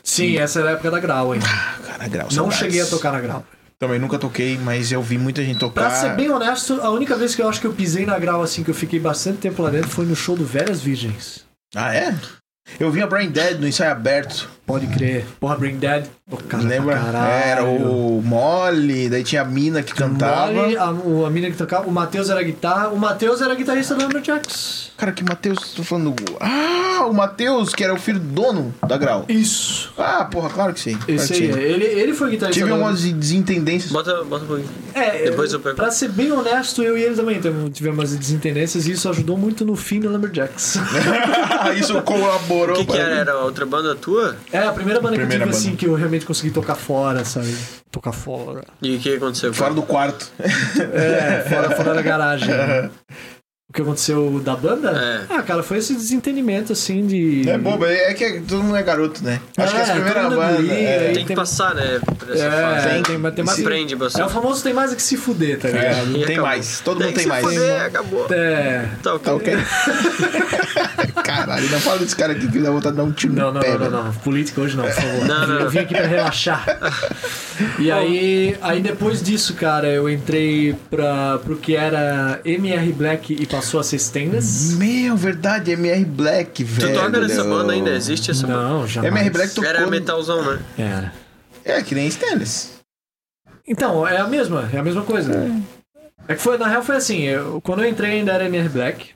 Sim, essa era a época da Grau, hein? Ah, Cara, grau. Não saudades. cheguei a tocar na Grau. Também nunca toquei, mas eu vi muita gente Pra tocar. ser bem honesto, a única vez que eu acho que eu pisei na Grau, assim, que eu fiquei bastante tempo lá dentro, foi no show do Velhas Virgens. Ah, é? Eu vi a Brain Dead no ensaio aberto. Pode crer. Porra, Bring Dead. Oh, cara, lembra? Caralho. Era o Mole, daí tinha a mina que cantava. Mole, a, o- a mina que tocava, o Matheus era guitarra, o Matheus era guitarrista do Underjacks. Cara, que Matheus, tô falando. Ah, o Matheus, que era o filho do dono da Grau. Isso. Ah, porra, claro que sim. claro Esse que aí, sim. é. ele, ele foi guitarrista. Tive um da- umas desintendências. Bota, bota um pouquinho. É, Depois eu eu pergunto. pra ser bem honesto, eu e ele também tivemos- tivemos umas desentendências e isso ajudou muito no fim do Lumberjacks. [LAUGHS] [LAUGHS] Isso colaborou. O que, que pra- era? Era outra banda tua? é a primeira banda que eu Primeira tive, assim, banda. que eu realmente consegui tocar fora, sabe? Tocar fora. E o que aconteceu? com Fora do quarto. É, fora, fora da garagem. [LAUGHS] É. né? O que aconteceu da banda? É. Ah, cara, foi esse desentendimento, assim, de... É bobo, é que todo mundo é garoto, né? Acho É, que essa primeira todo mundo é banda. guri, é. Tem que Tem- passar, né? Por essa fase. É, Tem- tem, tem, mais... Se prende É o bastante. famoso tem mais é que se fuder, tá É, ligado? não E tem acabou. mais. Todo mundo que tem se mais. Fuder, acabou. É... Tá ok. [LAUGHS] Tá ok? Caralho, não fala desse cara aqui que dá vontade de dar um tiro Não, no não, pé. não, não, velho. não. Política hoje não, por favor. Não, não, não. Eu vim aqui pra relaxar. E aí, aí depois disso, cara, eu entrei pra, pro que era MR Black e passou a ser Stainless. Meu, verdade, MR Black, Tu velho. toca nessa banda ainda? Existe essa banda? Não, já. MR Black tocou. Era no- metalzão, né? Era. É, que nem Stannis. Então, é a mesma, é a mesma coisa. É que foi, na real foi assim, eu- quando eu entrei ainda era MR Black.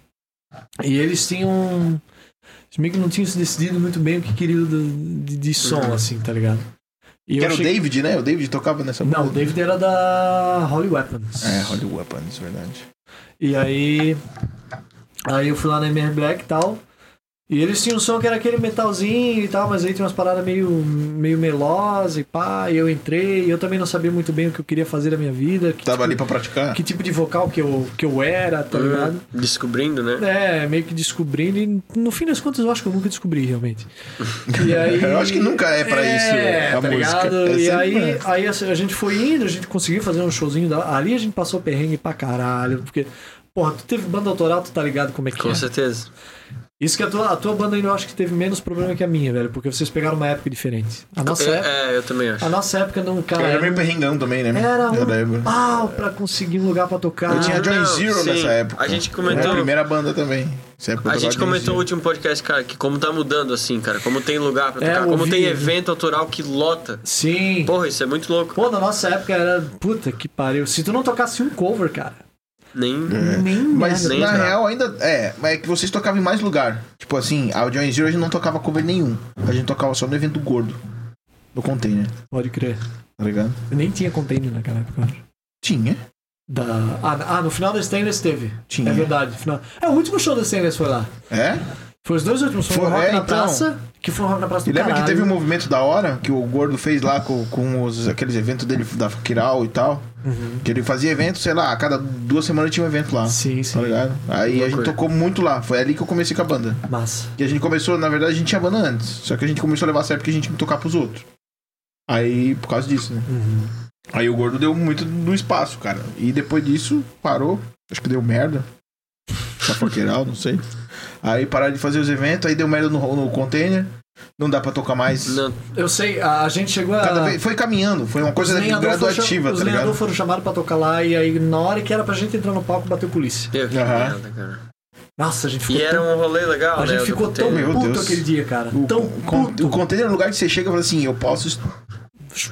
E eles tinham. Eles meio que não tinham se decidido muito bem o que queriam do- de, de som, assim, tá ligado? E Uhum. Que eu era o achei- David, né? O David tocava nessa banda. Não, o David era da Holy Weapons. É, Holy Weapons, verdade. E aí. Aí eu fui lá na MR Black e tal. E eles tinham um som que era aquele metalzinho e tal, mas aí tinha umas paradas meio, meio melosa e pá, e eu entrei, e eu também não sabia muito bem o que eu queria fazer da minha vida, que, Tava tipo, ali É. pra praticar. que tipo de vocal que eu, que eu era, tá ligado? Descobrindo, né? É, meio que descobrindo, e no fim das contas eu acho que eu nunca descobri [LAUGHS] realmente. E aí- Eu acho que nunca é pra isso, É, a tá música. ligado? É e sempre aí, pra- aí assim, a gente foi indo, a gente conseguiu fazer um showzinho. Da... Ali a gente passou perrengue pra caralho, porque. Porra, tu teve banda autoral, tu tá ligado como é que Com é. certeza. Isso que a tua, a tua banda ainda eu acho que teve menos problema que a minha, velho, porque vocês pegaram uma época diferente. A nossa, época, É, é, eu também acho. a nossa época não, cara. Era Era, meio perrengão também, né? Ah, é? era Eu um lembro. pau pra conseguir um lugar pra tocar. Eu tinha Ah, John não, Zero sim. nessa época. A gente Era comentou- a primeira banda também. Essa época eu A tocava gente John comentou no Zero. último podcast, cara, que como tá mudando assim, cara. Como tem lugar pra É, tocar, eu como ouvi, tem né? evento autoral que lota. Sim. Porra, isso é muito louco. Pô, na nossa época era. Puta que pariu. Se tu não tocasse um cover, cara. Nem. Nem É. Mas merda. nem na nada. real ainda. É, mas é que vocês tocavam em mais lugar. Tipo assim, a John Zero a gente não tocava cover nenhum. A gente tocava só no evento gordo. No container, Pode crer. tá ligado? Eu nem tinha container naquela época, eu acho. Tinha. Da... Ah, ah, no final da Stainless teve. Tinha. É verdade. no Final... É, o último show da Stainless foi lá. É? Foi os dois últimos. Foi, o Foi, Rock é, na então. Praça, que foi o Rock na Praça E do lembra que caralho. teve um movimento da hora que o Gordo fez lá com, com os- aqueles eventos dele da Kiral e tal? Que ele fazia evento, sei lá, a cada duas semanas tinha um evento lá. Uhum. Sim, Tá sim. ligado? Aí a gente Loucura. tocou muito lá. Foi ali que eu comecei com a banda. Massa. E a gente começou, na verdade, a gente tinha banda antes. Só que a gente começou a levar a sério porque a gente tinha que tocar pros outros. Aí, por causa disso, né? Aí o gordo deu muito do espaço, cara. E depois disso, parou. Acho que deu merda. Chafoqueiral, não sei. Aí pararam de fazer os eventos, aí deu merda no, no container. Não dá pra tocar mais. Não, Eu sei, a, a gente chegou a... Cada vez, foi caminhando, foi uma coisa os lenhador foram graduativa, cham- Os tá lenhador ligado? foram chamados pra tocar lá e aí na hora que era pra gente entrar no palco, bateu polícia. eu, que Aham. merda, cara. Nossa, a gente ficou E era tão... um rolê legal, A né? gente o do ficou tão container. Meu puto Deus. aquele dia, cara. O, tão con- o puto. container é um lugar que você chega e fala assim, eu posso,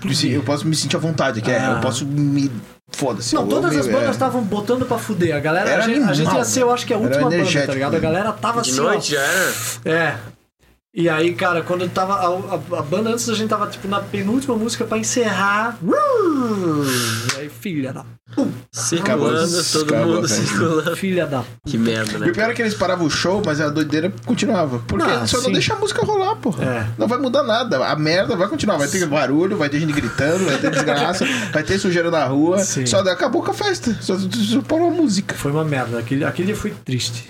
me se- eu posso me sentir à vontade, que é, Ah. eu posso me. Foda-se. Não, eu- todas eu- as bandas é. estavam botando pra fuder. A galera, Era a gente, a gente ia animal, ser, eu acho que a era última banda, tá energético, ligado? A né? galera tava De assim, noite ó. já era. É. E aí, cara, quando eu tava. A, a- a banda antes a gente tava tipo na penúltima música pra encerrar. E aí, filha da. Circulando, todo Acabou, mundo velho. circulando. Filha da. Que merda, E né? o pior é que eles paravam o show, mas a doideira continuava. Porque Ah, só sim. não deixa a música rolar, porra. É. Não vai mudar nada. A merda vai continuar. Vai ter barulho, vai ter gente gritando, vai [LAUGHS] ter desgraça, vai ter sujeira na rua. Sim. Só acabou com a festa. Só, só, só parou a música. Foi uma merda. Aquele, aquele dia foi triste.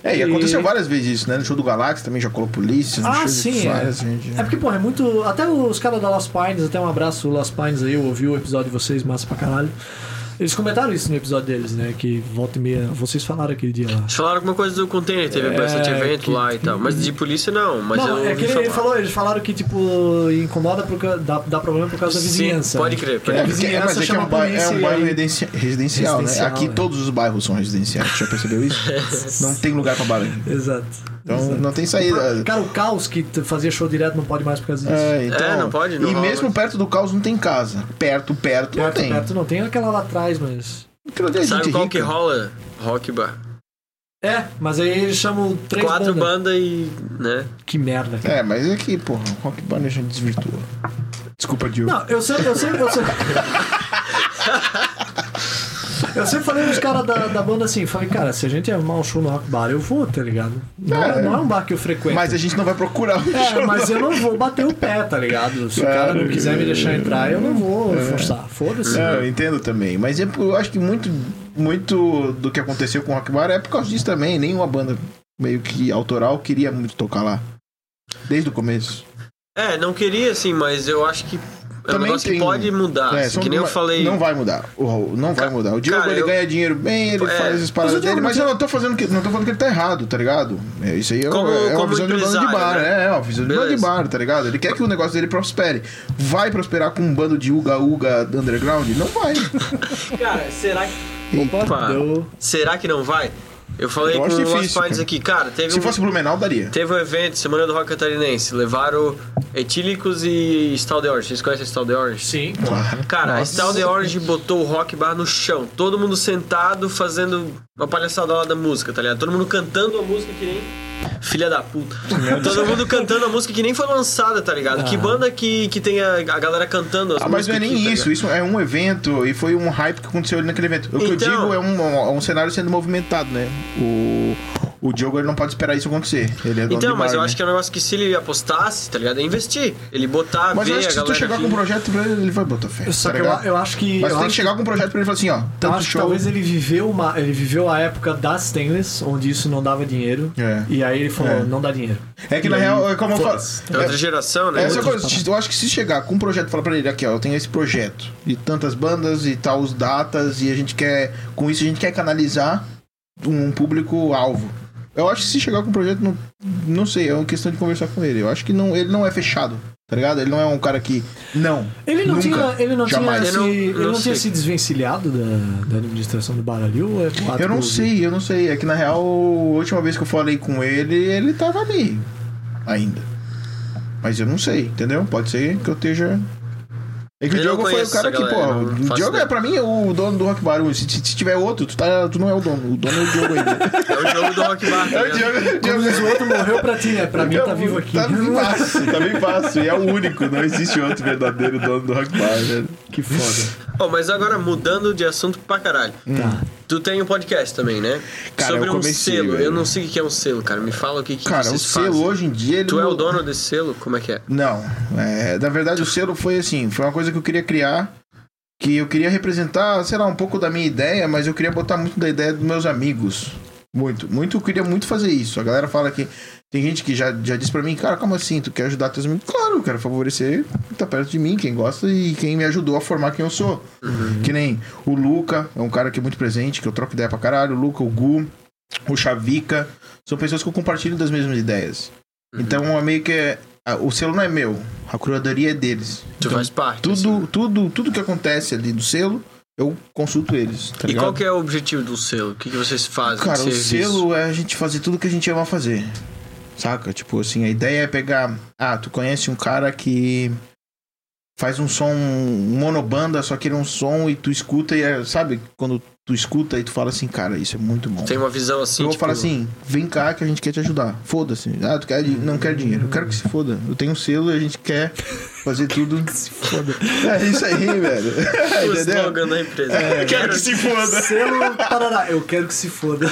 É, e, E- aconteceu várias vezes isso, né? No show do Galáxia também já colou polícia. No Ah, show de sim, é. várias gente. É porque, porra, é muito. Até os caras da Lost Pines, até um abraço Lost Pines aí, eu ouvi o episódio de vocês, massa pra caralho. Eles comentaram isso no episódio deles, né? Que volta e meia. Vocês falaram aquele dia lá. Eles falaram alguma coisa do container, teve É, bastante evento que- lá e tal. Mas de polícia não, mas eu não, é ouvi que ele falar. ele falou, eles falaram que, tipo, incomoda por causa, dá, dá problema por causa da Sim, vizinhança. pode né? crer, Que pode a É, porque, é, vizinhança mas é que é chama um a bairro, é polícia um e bairro aí- residenci- residencial, né? Residencial, Aqui é. todos os bairros são residenciais. Já [LAUGHS] percebeu isso? não tem lugar pra barulho. Exato. Então não tem saída. Cara, o caos que t- fazia show direto não pode mais por causa disso. É, então, É, não pode, não E rola, mesmo mas- perto do caos não tem casa. Perto, perto, não perto, tem. perto não tem aquela lá atrás, mas. Aquilo ali é Sabe gente qual que rica. rola? Rock Bar. É, mas aí eles chamam três Quatro bandas. bandas e. né? Que merda, cara. É, mas é que, porra, rock band a gente desvirtua. Desculpa, Diogo. Não, eu sempre, eu sempre, [LAUGHS] eu sempre. Eu sempre falei pros caras da, da banda assim, falei, cara, se a gente arrumar um show no Rock Bar, eu vou, tá ligado? Não é, É. não é um bar que eu frequento. mas a gente não vai procurar o É, show, mas eu não vou bater o pé, tá ligado? É. Se o cara não quiser me deixar entrar, eu não vou forçar. Foda-se. [LAUGHS] É, eu entendo também. Mas é por- eu acho que muito, muito do que aconteceu com o Rock Bar é por causa disso também. Nenhuma banda meio que autoral queria muito tocar lá. Desde o começo. É, não queria assim, mas eu acho que. É um Também negócio tem- que pode mudar. É, assim, só que nem eu vai- falei. Não vai mudar. O Raul não vai Ca- mudar. O Diogo cara, ele eu- ganha dinheiro bem, ele É. faz as Mas o paradas Diogo dele, mas não eu não tô fazendo que não tô falando que ele tá errado, tá ligado? É, Isso aí é, Como- é uma como visão de dono de empresário, bar, né? é, é uma visão de dono de Beleza. bar, tá ligado? Ele quer que o negócio dele prospere. Vai prosperar com um bando de uga-uga underground? Não [LAUGHS] vai. Cara, será que. Opa, deu- será que não vai? Eu falei Eu com acho o Lost difícil, Pines cara. aqui, cara, teve Se um, fosse Blumenau, daria. teve um evento, Semana do Rock Catarinense. Levaram etílicos e Stal de Orange. Vocês conhecem Stal de Orange? Sim. Cara, a Stal de Orange botou o rock bar no chão. Todo mundo sentado fazendo uma palhaçada lá da música, tá ligado? Todo mundo cantando a música que nem. Filha da puta. Todo mundo cantando a música que nem foi lançada, tá ligado? Que banda que, que tem a, a galera cantando as Ah, mas não músicas é nem aqui, tá isso, ligado? isso é um evento e foi um hype que aconteceu ali naquele evento. O que eu Então- digo é um, é um cenário sendo movimentado, né? O, O Diogo ele não pode esperar isso acontecer. Ele é dono Então, de mas bar, eu né? acho que é um negócio que se ele apostasse, tá ligado? É investir. Ele botar, Mas ver eu acho que a se tu galera chegar que- é com um projeto pra ele, ele vai botar fé. Só tá que eu, ligado? eu acho que. Mas eu tem acho que chegar com um projeto pra ele e falar assim, ó, Eu tanto acho que show. talvez ele viveu uma, ele viveu a época das stainless, onde isso não dava dinheiro. É. E aí ele falou, É. não dá dinheiro. É que na E aí, real, é como eu falo. foda-se. É outra geração, né? É essa Outra- coisa, tá eu acho que se chegar com um projeto e falar pra ele, aqui ó, eu tenho esse projeto e tantas bandas e tal, os datas, e a gente quer, com isso a gente quer canalizar um público-alvo. Eu acho que se chegar com um projeto, não, não sei, é uma questão de conversar com ele. Eu acho que não, ele não é fechado, tá ligado? Ele não é um cara que. Não. Ele não nunca, tinha, ele não tinha, jamais. se, Eu não- ele eu não não tinha sei. se desvencilhado da, da administração do Baralil? Ou é quatro Eu não ouvidos? sei, eu não sei. É que na real, a última vez que eu falei com ele, ele tava ali ainda. Mas eu não sei, entendeu? Pode ser que eu esteja. É que Eu o não Diogo foi o conheço cara essa que, galera, pô. não faço O Diogo é ideia. pra mim é o dono do Rock Bar. Se, se- se tiver outro, tu, tá, tu não é o dono. O dono é o Diogo ainda. [LAUGHS] É o jogo do Rock Bar. tá é o ligado? Diogo, o Quando Diogo. diz o outro morreu pra ti, né? Pra mim [LAUGHS] tá vivo aqui. [LAUGHS] Tá bem fácil, tá bem fácil. E é o único, não existe outro verdadeiro dono do Rock né? Bar, velho. que foda. Ó, mas agora mudando de assunto pra caralho. Tá. Tu tem um podcast também, né? Cara, Sobre eu um comecei, selo. velho. Eu não sei o que é um selo, cara. Me fala o que, que Cara, o vocês selo fazem. hoje em dia. Ele Tu é não- o dono desse selo? Como é que é? Não. É, na verdade, o selo foi assim, foi uma coisa que eu queria criar, que eu queria representar, sei lá, um pouco da minha ideia, mas eu queria botar muito da ideia dos meus amigos. Muito, muito, eu queria muito fazer isso. A galera fala que tem gente que já, já diz pra mim, cara, como assim? Tu quer ajudar teus amigos? Claro, eu quero favorecer quem tá perto de mim, quem gosta e quem me ajudou a formar quem eu sou. Que nem o Luca, é um cara que é muito presente, que eu troco ideia pra caralho, o Luca, o Gu, o Chavica, são pessoas que eu compartilho das mesmas ideias. Então é meio que é- ah, o selo não é meu, a curadoria é deles. Tu faz parte. assim. Tudo, tudo, tudo que acontece ali do selo, eu consulto eles. Tá E ligado? qual que é o objetivo do selo? O que, que vocês fazem? Cara, Que o serviço? selo é a gente fazer tudo que a gente ama fazer. Saca? Tipo assim, a ideia é pegar. Ah, tu conhece um cara que faz um som monobanda, só que ele é um som e tu escuta e é- sabe? Quando tu escuta e tu fala assim, cara, isso é muito bom. Tem uma visão assim. eu vou tipo, falar assim, vem cá que a gente quer te ajudar. Foda-se. Ah, tu quer, di- não quer dinheiro. Eu quero que se foda. Eu tenho um selo e a gente quer fazer tudo. que se foda. É isso aí, [LAUGHS] velho. O é, Entendeu? um slogan da empresa. É, quero que se foda. Selo Paraná, eu quero que se foda.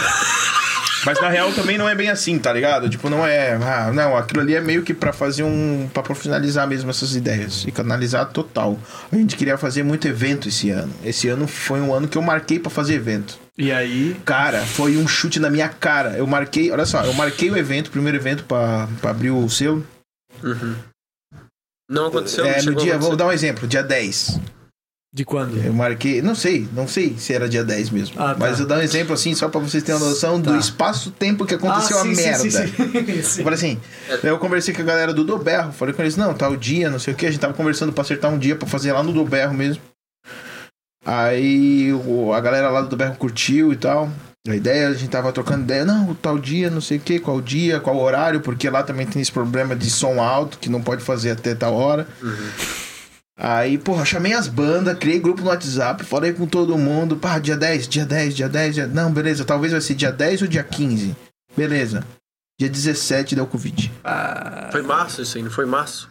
Mas na real também não é bem assim, tá ligado? Tipo, não é. Ah, não, aquilo ali é meio que pra fazer um. pra profissionalizar mesmo essas ideias e canalizar total. A gente queria fazer muito evento esse ano. Esse ano foi um ano que eu marquei pra fazer evento. E aí, Cara, foi um chute na minha cara. Eu marquei, olha só, eu marquei o evento, o primeiro evento pra, pra abrir o selo. Não aconteceu? não É, no chegou a dia, vou acontecer? dar um exemplo, dia 10. de quando? Eu marquei, não sei, não sei se era dia 10 mesmo. Ah, tá. Mas eu dar um exemplo assim, só pra vocês terem uma noção Tá. do espaço-tempo que aconteceu ah, sim, a sim, merda. Sim, sim, [LAUGHS] sim. Eu falei assim, eu conversei com a galera do Doberro, falei com eles, não, tal dia, não sei o que, a gente tava conversando pra acertar um dia pra fazer lá no Doberro mesmo. Aí o- a galera lá do Doberro curtiu e tal. A ideia, a gente tava trocando ideia, não, tal dia, não sei o que, qual dia, qual horário, porque lá também tem esse problema de som alto, que não pode fazer até tal hora. Aí, porra, chamei as bandas, criei grupo no WhatsApp, falei com todo mundo, pá, dia 10, dia 10, dia 10, dia... não, beleza, talvez vai ser dia 10 ou dia 15. Beleza. Dia 17 deu Covid. Ah, Foi março isso aí, não foi março?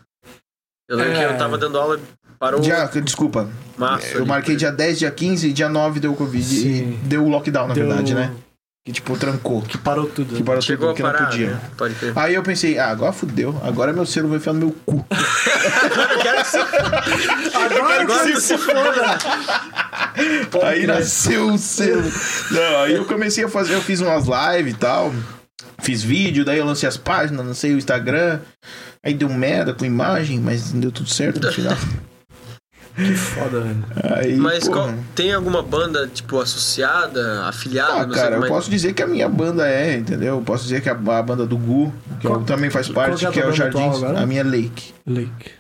Eu lembro É. que eu tava dando aula, parou Dia, desculpa, março. eu ali. marquei dia 10, dia 15 e dia 9 deu Covid. Sim. E deu o lockdown, na Deu- verdade, né? Que tipo, trancou. Que parou tudo. Que parou Chegou tudo, a que parar, não podia. né? Pode crer. Aí eu pensei, ah, agora fudeu. Agora meu selo vai enfiar no meu [LAUGHS] cu. Eu quero que você- Agora Agora que se foda! aí crer. nasceu o selo. Não, aí eu comecei a fazer, eu fiz umas lives e tal. Fiz vídeo, daí eu lancei as páginas, lancei o Instagram. Aí deu merda com imagem, mas deu tudo certo no final. [LAUGHS] Que foda, velho. Aí, Mas porra. qual- tem alguma banda, tipo, associada, afiliada? Ah, não sei cara, como eu é. posso dizer que a minha banda é, entendeu? Eu posso dizer que a, a banda do Gu, que Qual- eu também faz qual parte, que é a que é tua o banda atual Jardins, agora? a minha Lake. Lake.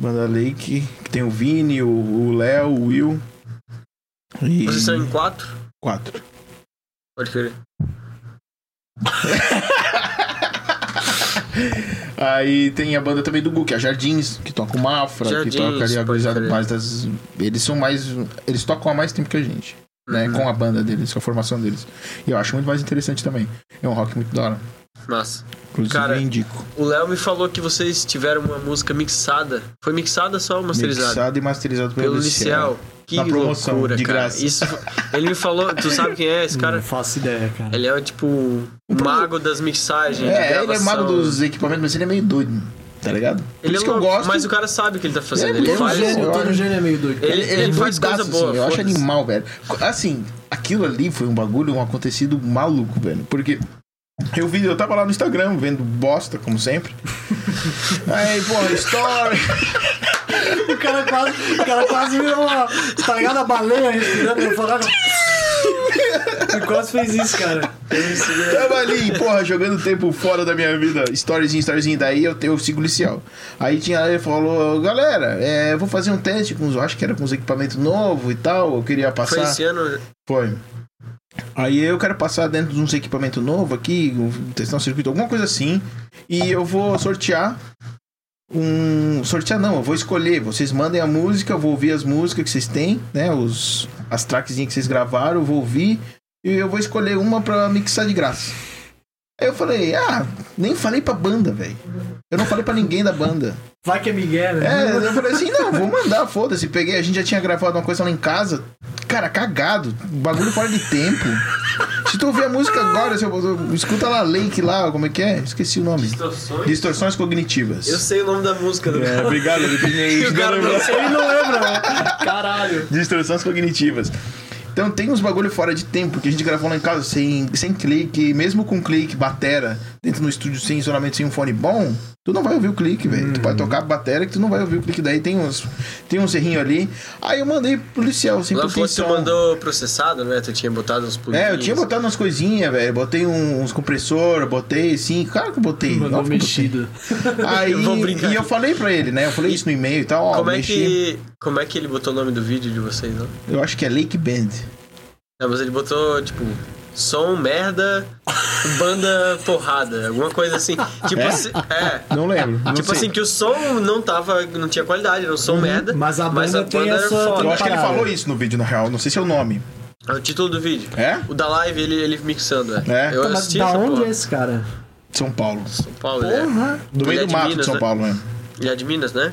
Banda Lake, que tem o Vini, o- o Léo, o Will. E Vocês são em quatro? quatro. Pode crer. Aí tem a banda também do Gu, que é a Jardins, que toca o Mafra, Jardins, que toca ali a pode gurizada crer. mais das. Eles são mais. Eles tocam há mais tempo que a gente. Né, Uhum. Com a banda deles, com a formação deles. E eu acho muito mais interessante também. É um rock muito da hora. Massa. Inclusive, Cara, eu indico. O Léo me falou que vocês tiveram uma música mixada. Foi mixada só ou masterizada? Mixado e masterizado pelo, Pelo Liciel. Liciel. Que Na promoção, loucura, de cara. graça. Isso, ele me falou, tu sabe quem [LAUGHS] é esse Não cara? faço ideia, cara. Ele é tipo o mago das mixagens, de Um É, ele é gravação. mago dos equipamentos, mas ele é meio doido, mano, tá ligado? Por Ele é isso que eu louco, gosto. mas o cara sabe o que ele tá fazendo. Ele Ele, é um faz. gênio. O Antônio Gênio é meio doido. cara. Ele- é faz doidaço, coisa boa, assim, Eu acho foda-se. animal, velho. Assim, aquilo ali foi um bagulho, um acontecido maluco, velho. Porque eu vi, eu tava lá no Instagram vendo bosta, [LAUGHS] como sempre. Aí, pô, story. O cara quase, o cara quase virou uma. Tá ligado? A baleia respirando no forário. Ele quase fez isso, cara. Tava ali, porra, jogando tempo fora da minha vida. Storyzinho, storyzinho. Daí eu, eu sigo o Licial. Aí tinha lá, ele falou, galera, é, eu vou fazer um teste com os. Acho que era com os equipamentos novos e tal. Eu queria passar. Foi esse ano. né? Foi. Aí eu quero passar dentro de uns equipamentos novos aqui, um- testar um circuito, alguma coisa assim. E eu vou sortear um. Sortear não, eu vou escolher. Vocês mandem a música, eu vou ouvir as músicas que vocês têm, né? Os... As trackzinhas que vocês gravaram, eu vou ouvir. E eu vou escolher uma pra mixar de graça. Aí eu falei, ah, nem falei pra banda, velho. Eu não falei pra ninguém da banda. Vai que é Miguel, né? É, eu falei assim, não, vou mandar, foda-se. Peguei, a gente já tinha gravado uma coisa lá em casa. Cara, cagado. Bagulho fora de tempo. Se tu ouvir a música agora, se eu- escuta lá, Lake lá, como é que é? Esqueci o nome. Distorções? Distorções cognitivas. Eu sei o nome da música do É, cara. obrigado, Lupinei. E [LAUGHS] o cara tá não Ele não lembra, né? Caralho. Distorções cognitivas. Então tem uns bagulho fora de tempo que a gente gravou lá em casa sem, sem clique, mesmo com clique, batera, dentro no estúdio sem isolamento, sem um fone bom, tu não vai ouvir o clique, velho. Tu Uhum. pode tocar batera que tu não vai ouvir o clique. Daí tem uns, tem uns errinhos ali. Aí eu mandei pro policial, sem Lá foi que tu pretensão. mandou processado, né? Tu tinha botado uns pulinhos. Tipo É, eu tinha botado umas coisinhas, velho. Botei um, uns compressor, botei assim. Claro que eu botei. Mandou óbvio que eu [LAUGHS] mexida. botei. [LAUGHS] Aí, Eu vou brincar. e eu falei pra ele, né? Eu falei isso no e-mail e tal. Ó, Como é, mexi. que, como é que ele botou o nome do vídeo de vocês, não? Eu acho que é Lake Band. Não, mas ele botou, tipo, som, [LAUGHS] merda, banda, porrada, alguma coisa assim. Tipo É? assim, é. Não lembro. não Tipo sei. Uhum, assim, que o som não tava, não tinha qualidade, era um som merda. mas a banda tem era essa- foda. Eu acho que ele Parada. falou isso no vídeo, na real. Não sei se é o nome. É o título do vídeo. É? O da live, ele, ele mixando, é. É. Eu Mas assisti da essa onde porra. é esse cara? São Paulo. São Paulo, ele é. Porra. Do Ele meio é do de mato Minas, de São né? Paulo, né? Ele é de Minas, né?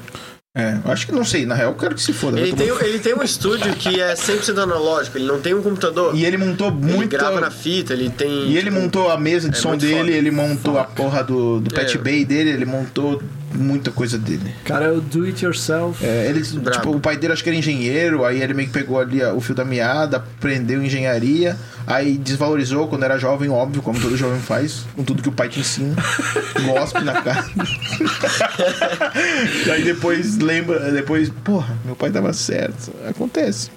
É, eu acho que não sei. Na real, eu quero que se foda. vai Ele tomar tem, no cu. ele [LAUGHS] tem um estúdio que é 100% analógico, ele não tem um computador. E ele montou ele muito. grava na fita, ele tem... E ele montou a mesa de É som muito dele, foda. ele montou a porra do, do Pet É. Bay dele, ele montou muita coisa dele. O cara é o do it yourself. É, ele, Brabo. tipo, o pai dele acho que era engenheiro, aí ele meio que pegou ali ó, o fio da meada, aprendeu engenharia, aí desvalorizou quando era jovem, óbvio, como todo jovem faz, com tudo que o pai [LAUGHS] te ensina. Gospe na cara. e aí depois lembra, depois, porra, meu pai tava certo. Acontece.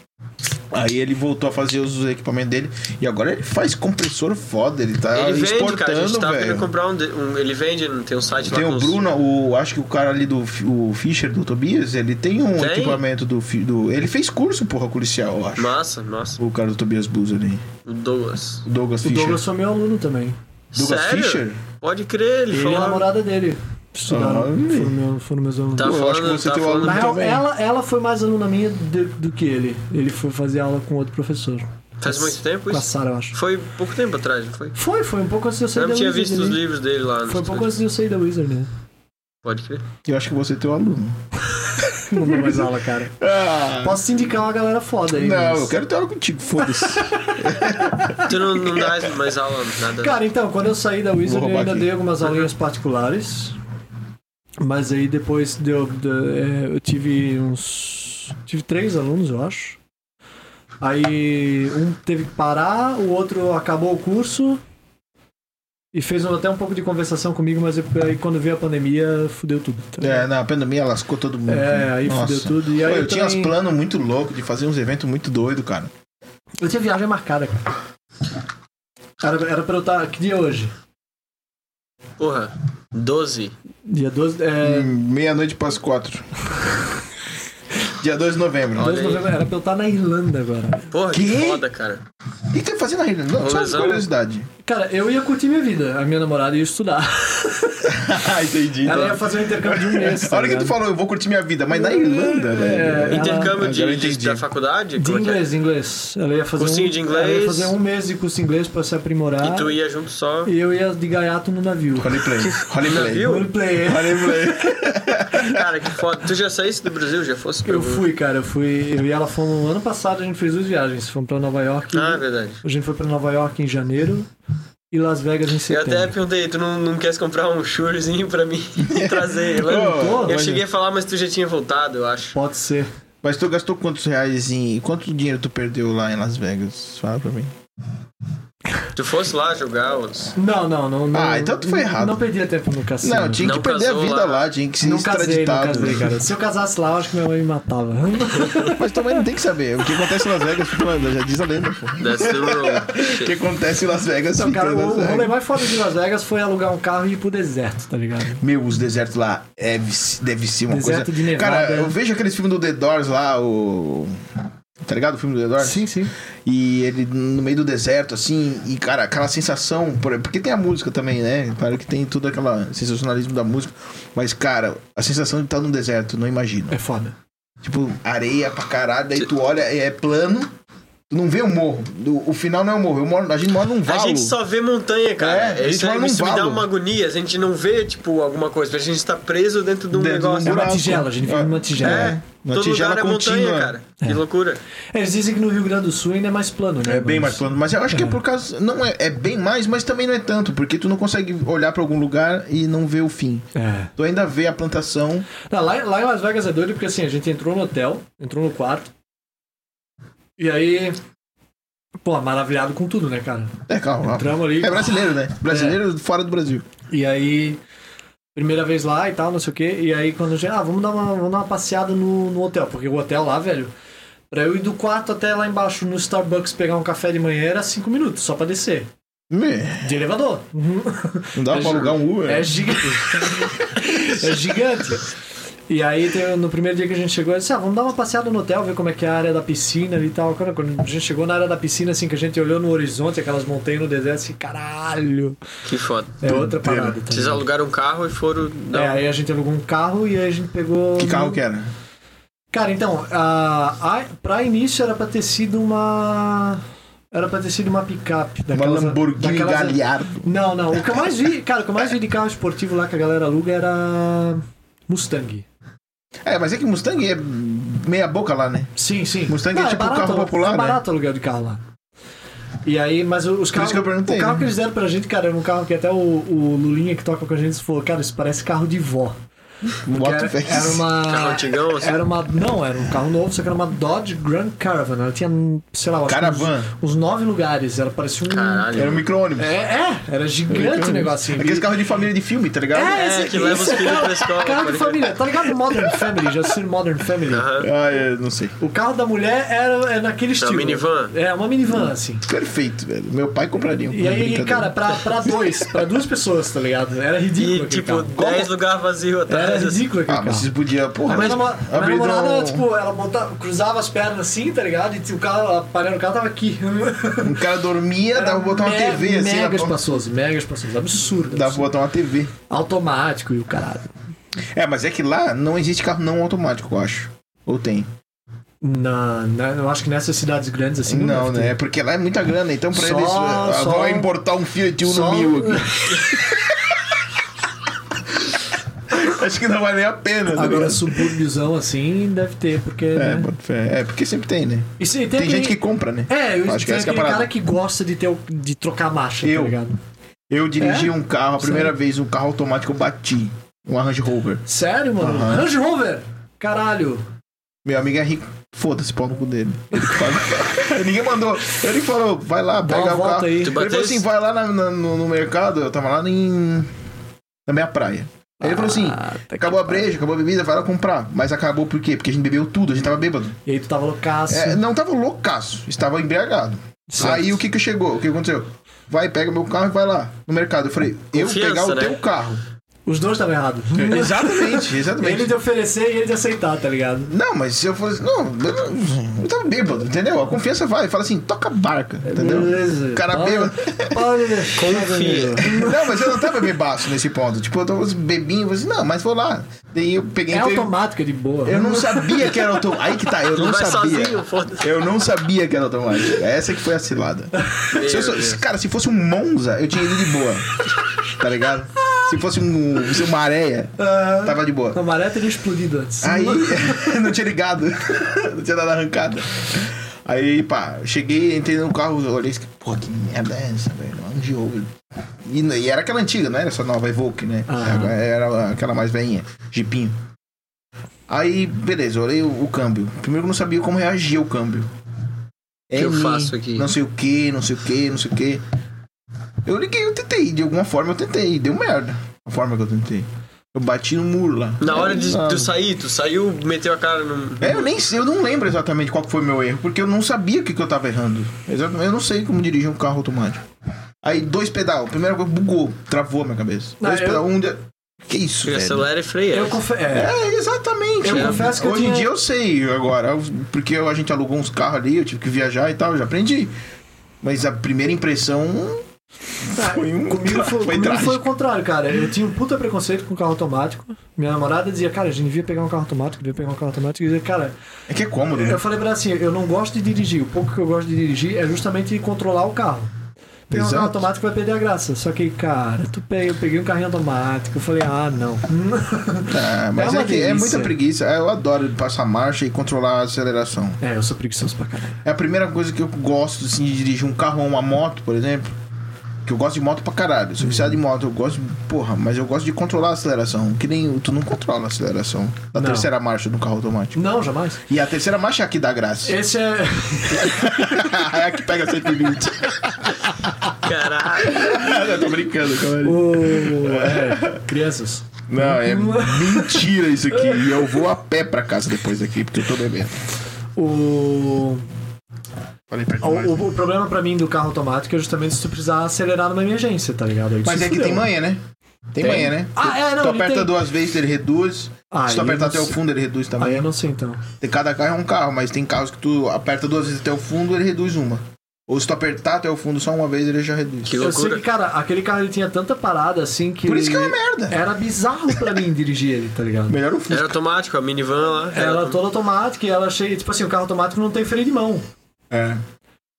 Aí ele voltou a fazer os equipamentos dele e agora ele faz compressor foda, ele tá Ele vende, cara. A exportando, gente tá velho. querendo comprar um, de- um- Ele vende, não tem um site Tem lá com o os- Bruno, o, acho que o cara ali do F- o Fischer, do Tobias, ele tem um Tem? equipamento do, fi- do. Ele fez curso, porra, policial, eu acho. Massa, massa. O cara do Tobias Bus ali. O Douglas. O Douglas O Fischer. Douglas foi meu aluno também. Douglas Sério? Fischer? Pode crer, ele é Ele é e a falou. namorada dele. Estudaram. Olha. Foram, meu, foram meus alunos. Tá Eu acho que falando, você tá tem um falando. Na aluno- real, bem. ela, ela foi mais aluna minha de- do que ele. Ele foi fazer aula com outro professor. Faz muito tempo Com a isso? Sara, eu acho. Foi pouco tempo atrás, não foi? Foi, foi um pouco antes de eu sair Eu da não tinha Wizard. visto os né? livros dele lá. no Foi um pouco estúdio. antes de eu sair da Wizard, né? Pode crer. Eu acho que você é teu aluno. Não dou mais aula, cara. Ah, Posso te indicar uma galera foda aí. não, mas- eu quero ter aula contigo, foda-se. Tu não, não dá mais aula, nada. Cara, então, quando eu saí da Vou Wizard, eu roubar ainda aqui. dei algumas aulinhas particulares. Mas aí depois deu. deu- é, eu tive uns. Tive três alunos, eu acho. Aí um teve que parar, o outro acabou o curso. E fez um- até um pouco de conversação comigo, mas aí quando veio a pandemia, fudeu tudo. tá ligado? [LAUGHS] é, na pandemia lascou todo mundo. né? É, aí Nossa. fudeu tudo. E Pô, aí eu, eu, tinha uns também- planos muito loucos de fazer uns eventos muito doidos, cara. Eu tinha viagem marcada, cara. Era, era pra eu estar. Que dia é hoje? Porra, 12. Dia 12. É, Hum, Meia-noite para as quatro. Dia 2 de novembro. Olha 12 de novembro. Era pra eu estar na Irlanda agora. Porra, que, Que? foda, cara. O que tu ia fazer na Irlanda? Não, Só Rolezão. por curiosidade. Cara, eu ia curtir minha vida. A minha namorada ia estudar. [LAUGHS] Ah, entendi. Ela então. ia fazer um intercâmbio de um mês. A tá hora que tu ligado? É. falou, eu vou curtir minha vida, mas na Irlanda, velho. Ela- Intercâmbio Agora eu de, de, entendi. da faculdade? De Como é que é? inglês, inglês. Ela ia fazer Cursinho um, de Ela ia inglês. fazer um mês de curso de inglês pra se aprimorar. E tu ia junto só. E eu ia de gaiato no navio. Roleplay. Roleplay. Navio? Roleplay. Roleplay. Cara, que foda. Tu já saísse do Brasil? Já fosse pro Eu fui, cara, eu fui. Eu e ela fomos. Ano passado a gente fez duas viagens. Fomos pra Nova York. Ah, é verdade. A gente foi pra Nova York em janeiro e Las Vegas em Eu setembro. até perguntei, tu não, não queres comprar um churrozinho pra mim e trazer? [LAUGHS] Lembra? Ô, eu olha. cheguei a falar, mas tu já tinha voltado, eu acho. Pode ser. Mas tu gastou quantos reais em. Quanto dinheiro tu perdeu lá em Las Vegas? Fala pra mim. Tu fosse lá jogar os... Não, não, não. não Ah, então tu foi errado. Não perdia tempo no cassino. não, tinha Não que perder a casou vida lá. lá. tinha que ser Não casei, não extraditado. casei, cara. Se eu casasse lá, eu acho que minha mãe me [LAUGHS] matava. Mas também não tem que saber. O que acontece em Las Vegas, [LAUGHS] mano, já diz a lenda, pô. O That's the [LAUGHS] rule. que acontece em Las Vegas, Então, fica cara, em Las o, o rolê Vegas. mais foda de Las Vegas foi alugar um carro e ir pro deserto, tá ligado? Meu, os desertos lá é, deve ser uma Deserto coisa. de Nevada. Cara, eu vejo aqueles filmes do The Doors lá, o. Tá ligado? O filme do The Doors? Sim, sim. E ele no meio do deserto, assim, e cara, aquela sensação. por- Porque tem a música também, né? Claro que tem todo aquele sensacionalismo da música. Mas, cara, a sensação de estar no deserto, não imagino. É foda. Tipo, areia pra caralho, daí tu olha, é plano, tu não vê o morro. O, o final não é o morro, eu moro, a gente mora num A valo. gente só vê montanha, cara. É, a gente isso mora aí, num isso me dá valo. uma agonia. A gente não vê, tipo, alguma coisa. A gente tá preso dentro de um Dentro de um negócio. É uma Buraco. tigela, a gente vive numa tigela. É, Uma todo tigela lugar é montanha, contínua. cara. Que loucura. Eles dizem que no Rio Grande do Sul ainda é mais plano, né? É bem mais Mas- plano, mas eu acho que é por causa. Não é, é bem mais, mas também não é tanto, porque tu não consegue olhar pra algum lugar e não ver o fim. É. Tu ainda vê a plantação. Não, lá, lá em Las Vegas é doido porque assim, a gente entrou no hotel, entrou no quarto. E aí. Pô, maravilhado com tudo, né, cara? É, calma. Entramos ali. É. É brasileiro, né? Brasileiro fora do Brasil. E aí. Primeira vez lá e tal, não sei o quê. E aí quando a gente. Ah, vamos dar uma, vamos dar uma passeada no, no hotel, porque o hotel lá, velho. Pra eu ir do quarto até lá embaixo no Starbucks pegar um café de manhã era 5 minutos, só pra descer. Me, De elevador. Não dá É pra alugar um [LAUGHS] Uber. É gigante. é gigante. E aí, tem- no primeiro dia que a gente chegou, eu disse, ah, vamos dar uma passeada no hotel, ver como é que é a área da piscina e tal. Cara, Quando a gente chegou na área da piscina, assim, que a gente olhou no horizonte, aquelas montanhas no deserto, assim, caralho. Que foda. É outra parada. tá Vocês ligado? alugaram um carro e foram dar É, aí a gente alugou um carro e aí a gente pegou... um Que é? carro que era? Cara, então, a, a, pra início era pra ter sido uma... Era pra ter sido uma picape. Uma daquelas- Lamborghini daquelas- Gallardo. Não, não. O que eu mais vi, cara, o que eu mais vi de carro esportivo lá que a galera aluga era Mustang. É, mas é que Mustang é meia boca lá, né? Sim, sim. Mustang é tipo um carro alu- popular, É né? barato aluguel de carro lá. E aí, mas o- os carros. isso que eu perguntei, o carro né? que eles deram pra gente, cara, era um carro que até o, o Lulinha que toca com a gente falou, cara, isso parece carro de vó. Que Bota Era, o fez. era uma. Carro antigão, assim? Era uma. Não, era um carro novo, só que era uma Dodge Grand Caravan. Ela tinha, sei lá, eu acho que Caravan. Uns, uns nove lugares. Ela parecia um. Caralho. né? Era um micro-ônibus. É É, é, era gigante o negocinho. Aqueles carros de família de filme, tá ligado? É, É, esse- que leva os esse filhos [LAUGHS] carro- pra escola, Carro pode de crer. família, tá ligado? Modern Family, já assistiram Modern Family? Aham. Ah, é, não sei. O carro da mulher era, é naquele estilo. minivan? É, uma minivan, assim. Perfeito, velho. Meu pai compraria um. E aí, cara, Brincadeira. pra, pra dois, pra duas pessoas, tá ligado? Era ridículo E, aquele tipo, carro. 10 lugares vazios Era atrás. assim. ridículo aquele Ah, mas carro. vocês podiam, porra. A minha, namo- a minha abrir namorada, um- tipo, ela botava, cruzava as pernas assim, tá ligado? E o carro, a panela do carro tava aqui. Um cara dormia, dava pra botar uma Me- TV assim na Mega porta. espaçoso, mega espaçoso. Absurdo. Dava pra absurdo. botar uma TV. Automático e o caralho. É, mas é que lá não existe carro não automático, eu acho. Ou tem? Na, na- eu acho que nessas cidades grandes assim. não, deve ter. né? Porque lá é muita grana, então pra Só- eles. ah, só- Vai importar um Fiat Uno só- mil [LAUGHS] aqui. acho que não vale nem a pena, tá Agora, ligado? subúrbiozão assim, deve ter, porque. É, né? bota fé. é, porque sempre tem, né? E se- Tem, aquele- gente que compra, né? É, eu Acho que tem essa que é a aquele parada. cara que gosta de, ter, o- de trocar marcha, Eu. tá ligado? Eu dirigi É? um carro, a primeira vez, um carro automático, eu bati. Um Range Rover. Sério, mano? Aham. Range Rover! Caralho! Meu amigo é rico. Foda-se, pau no cu dele. Ele que fala. Ninguém mandou. Ele falou, vai lá, Dá uma pega o volta carro. aí. Tu Ele bateu falou assim, isso? vai lá na- na- no, no mercado. Eu tava lá em... Na minha praia. Aí ele falou assim, tá acabou a que pariu. breja, acabou a bebida, vai lá comprar. Mas acabou por quê? Porque a gente bebeu tudo, a gente tava bêbado. E aí tu tava loucaço. É, não tava loucaço, estava embriagado. Certo. Aí o que que chegou? O que aconteceu? Vai, pega meu carro e vai lá no mercado. Eu falei, eu Confiança, pegar o né? teu carro. Os dois estavam errados. Exatamente, exatamente. Ele de oferecer e ele de aceitar, tá ligado? Não, mas se eu fosse. Não, eu, não- eu tava bêbado, entendeu? A confiança vai, fala assim, toca a barca, entendeu? O cara Pode- bêbado. Pode deixar, Confia. amigo. Não, mas eu não tava bebaço nesse ponto. Tipo, eu tava bebinho, eu falei assim, não, mas vou lá. Daí eu peguei. É entrei- automático, é de boa. Eu não sabia que era automático. Aí que tá, eu não Vai sabia. sozinho, foda-se. eu não sabia que era automático. Essa que foi a cilada. Se eu sou- Deus. cara, se fosse um Monza, eu tinha ido de boa. Tá ligado? Se fosse um, se uma areia, Ah, tava de boa. A maré teria explodido antes. Aí, [LAUGHS] não tinha ligado. não tinha dado arrancada. Aí, pá, cheguei, entrei no carro, olhei e disse, pô, que merda é essa, velho? Onde houve? E, e era aquela antiga, não era essa nova Evoque, né? Aham. Era aquela mais velhinha, jipinho. Aí, beleza, olhei o, o câmbio. Primeiro que eu não sabia como reagir ao câmbio. que eu N, faço aqui? Não sei o que, não sei o que, não sei o que. Eu liguei, eu tentei, de alguma forma eu tentei, deu merda. A forma que eu tentei. Eu bati no muro lá. Na hora de Não. tu sair, tu saiu, meteu a cara no. É, eu nem sei, eu não lembro exatamente qual que foi o meu erro, porque eu não sabia o que, que eu tava errando. Exato- Eu não sei como dirigir um carro automático. Aí, dois pedal. Primeira coisa, bugou, travou a minha cabeça. Ah, dois eu- pedal, um. De... Que isso, velho? Acelera e freia. Eu confesso. É. É, exatamente. Eu É. confesso que eu Hoje em tinha- dia eu sei agora, eu- porque eu- a gente alugou uns carros ali, eu tive que viajar e tal, eu já aprendi. Mas a primeira impressão foi um. tá, Comigo, foi, comigo foi foi o trágico. contrário, cara. Eu tinha um puta preconceito com carro automático. Minha namorada dizia, cara, a gente devia pegar um carro automático, devia pegar um carro automático. E eu dizia, cara, É que é cômodo, né? eu falei pra ela assim, eu não gosto de dirigir. O pouco que eu gosto de dirigir é justamente controlar o carro. Pegar um Exato. carro automático vai perder a graça. Só que, cara, tu pega, eu peguei um carrinho automático. Eu falei, ah, não. [LAUGHS] Ah, mas É é, uma que é delícia. muita preguiça. Eu adoro passar marcha e controlar a aceleração. É, eu sou preguiçoso pra caralho. É a primeira coisa que eu gosto assim, de dirigir um carro ou uma moto, por exemplo. Que eu gosto de moto pra caralho. Sou viciado em moto, eu gosto. Porra, mas eu gosto de controlar a aceleração. Que nem. Tu não controla a aceleração da Não. terceira marcha do carro automático. Não, jamais. E a terceira marcha é a que dá [LAUGHS] graça. Esse é. [LAUGHS] é a que pega 120. Caralho. eu tô brincando, calma aí. o... é, Crianças. Não, [LAUGHS] é mentira isso aqui. E eu vou a pé pra casa depois daqui, porque eu tô bebendo. O. Falei pra O, o- o problema pra mim do carro automático é justamente se tu precisar acelerar numa emergência, tá ligado? Aí tu Mas se é que fudeu. tem manha, né? Tem, Tem. manha, né? Ah, é, não, tu ele aperta tem. duas vezes, ele reduz. Ah, Se tu eu apertar não até o sei. fundo, ele reduz também. Aí eu não sei então. Tem- Cada carro é um carro, mas tem carros que tu aperta duas vezes até o fundo, ele reduz uma. Ou se tu apertar até o fundo só uma vez, ele já reduz. Que Eu sei loucura. que, cara, aquele carro ele tinha tanta parada assim que. Por isso que é uma ele- merda. Era bizarro pra mim dirigir ele, tá ligado? [LAUGHS] Melhor o fundo. Era automático, a minivan lá. era Ela autom- toda automática e ela cheia. Tipo assim, o carro automático não tem freio de mão. É.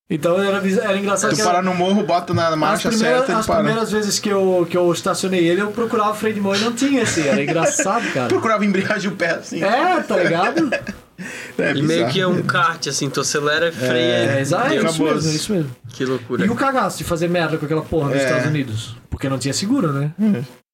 Então era, biz- era engraçado Tu que. parar era... no morro, bota na As, marcha primeiras- certa, ele as para. primeiras vezes que eu, que eu estacionei ele, eu procurava freio de mão e não tinha, assim. Era engraçado, cara. [LAUGHS] Procurava embreagem o pé assim. É, tá ligado? É E meio bizarro. que é um kart, assim, tu acelera e freia. É, exato, é isso Acabou. mesmo, é isso mesmo. Que loucura. E o cagaço de fazer merda com aquela porra nos É. Estados Unidos? Porque não tinha seguro, né?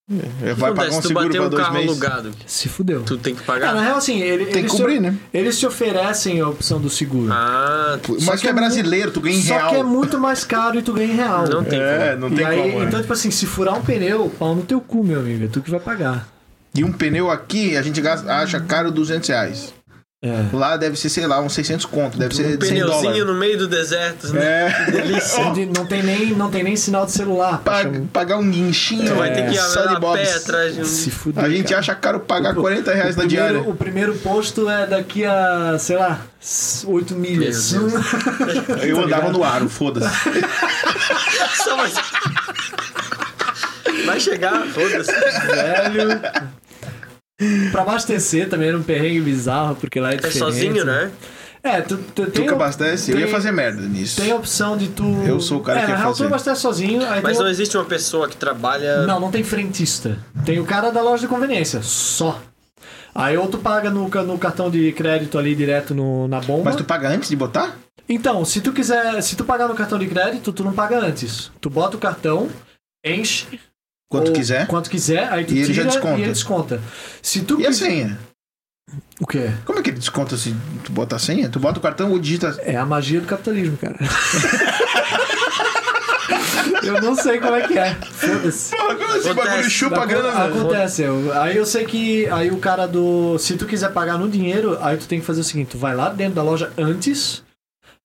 É, O que Vai pagar acontece? um Tu seguro bater pra um dois carro meses. alugado, Se fudeu. tu tem que Ah, na pagar. real, assim, ele, que eles, se- cobrir, né? eles se oferecem a opção do seguro. Ah, Só Mas que tu é é brasileiro, tu ganha em Só real. que é muito mais caro e tu ganha em real. não tem É, como. não e tem aí, como. né? então, tipo assim, se furar um pneu, pau no teu cu, meu amigo. É tu que vai pagar. E um pneu aqui, a gente gasta- acha caro 200 reais. É. Lá deve ser, sei lá, uns 600 conto. Deve ser Um 100 pneuzinho dólares. no meio do deserto, né? [LAUGHS] É. Delícia. Onde Não tem, nem, não tem nem sinal de celular. pra Pag- chamar. pagar um guinchinho. Tu vai ter que ir só de a bobs. pé atrás de Se um. fuder. A gente cara. acha caro pagar 40 reais o na primeiro, diária. O primeiro posto é daqui a, sei lá, 8 milhas. Meu Eu andava no aro, foda-se. [LAUGHS] Só vai... vai chegar, foda-se. [LAUGHS] É Velho. Pra abastecer também era um perrengue bizarro, porque lá é É diferente. sozinho, né? É, tu, tu Tu tem, que op- abastece, eu ia tem- fazer merda nisso. tem a opção de tu. Eu sou o cara é, que na ia real, tu fazer. abastece sozinho, aí Mas tem não o- existe uma pessoa que trabalha. Não, não tem frentista. Tem o cara da loja de conveniência, só. Aí ou tu paga no, ca- no cartão de crédito ali direto no, na bomba. Mas tu paga antes de botar? Então, se tu quiser, se tu pagar no cartão de crédito, tu não paga antes. Tu bota o cartão, enche Quanto ou quiser. quanto quiser, aí tu E ele tira já desconta. e ele desconta. Se tu E assim? a quis- senha? o quê? Como é que ele desconta se tu bota a senha? Tu bota o cartão ou digita. É a magia do capitalismo, cara. [LAUGHS] eu não sei como é que é. Foda-se. Porra, como Ah, esse Acontece, bagulho chupa a grana, velho? Acontece. eu- Aí eu sei que aí o cara do, se tu quiser pagar no dinheiro, aí tu tem que fazer o seguinte, tu vai lá dentro da loja antes.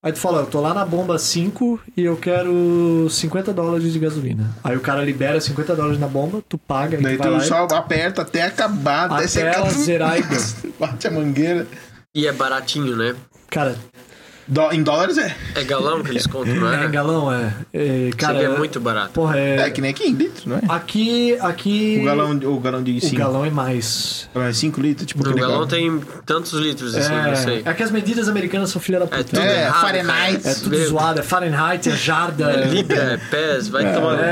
Aí tu fala, eu tô lá na bomba 5 e eu quero 50 dólares de gasolina. Aí o cara libera 50 dólares na bomba, tu paga e Daí tu vai tu lá e- só aperta até acabar, até Até secar. [LAUGHS] ela zerar e Bate a mangueira. E é baratinho, né? Cara, Dó- em dólares é. É galão que eles contam, não É, é? galão, é. é cara, Chega, é muito barato. Porra, é. É que nem aqui em litros, não é? Aqui. aqui O galão, o galão de o 5 galão é mais. é cinco litros, tipo O aquele galão tem tantos litros, assim, não sei. É, é que as medidas americanas são filha da puta. É tudo É, errado, Fahrenheit. cara. É tudo Meu, zoado, é Fahrenheit, é jarda. É É, libra, é pés, vai tomar tudo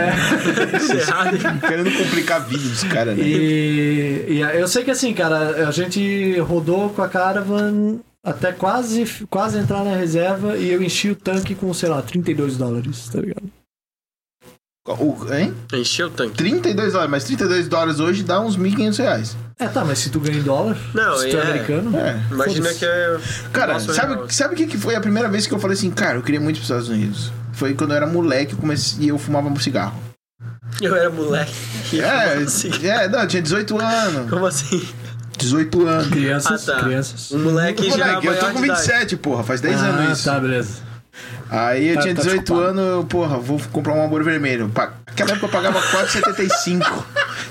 errado. Querendo complicar a vida dos caras, né? E, e eu sei que assim, cara, a gente rodou com a caravan até quase, quase entrar na reserva e eu enchi o tanque com, sei lá, 32 dólares, tá ligado? O, hein? Encheu o tanque. 32 dólares, mas 32 dólares hoje dá uns 1.500 reais. É, tá, mas se tu ganha em dólar, Não, se tu é, é. americano... É. Imagina Foda-se. que é. Cara, Nossa, real. sabe, sabe o que, que foi a primeira vez que eu falei assim, cara, eu queria muito ir pros Estados Unidos? Foi quando eu era moleque eu comecei, e eu fumava um cigarro. [LAUGHS] Eu era moleque. É, Assim, é, não, eu tinha 18 anos. Como assim? 18 anos. Crianças, Ah, tá. crianças... Um moleque já Moleque, eu maior tô com de idade. Ah, 27, porra, faz 10 anos isso. tá, beleza. Aí eu Tá- tinha tá 18 desculpado. anos, eu, porra, vou comprar um hambúrguer vermelho. Pa- Naquela época eu pagava 4,75.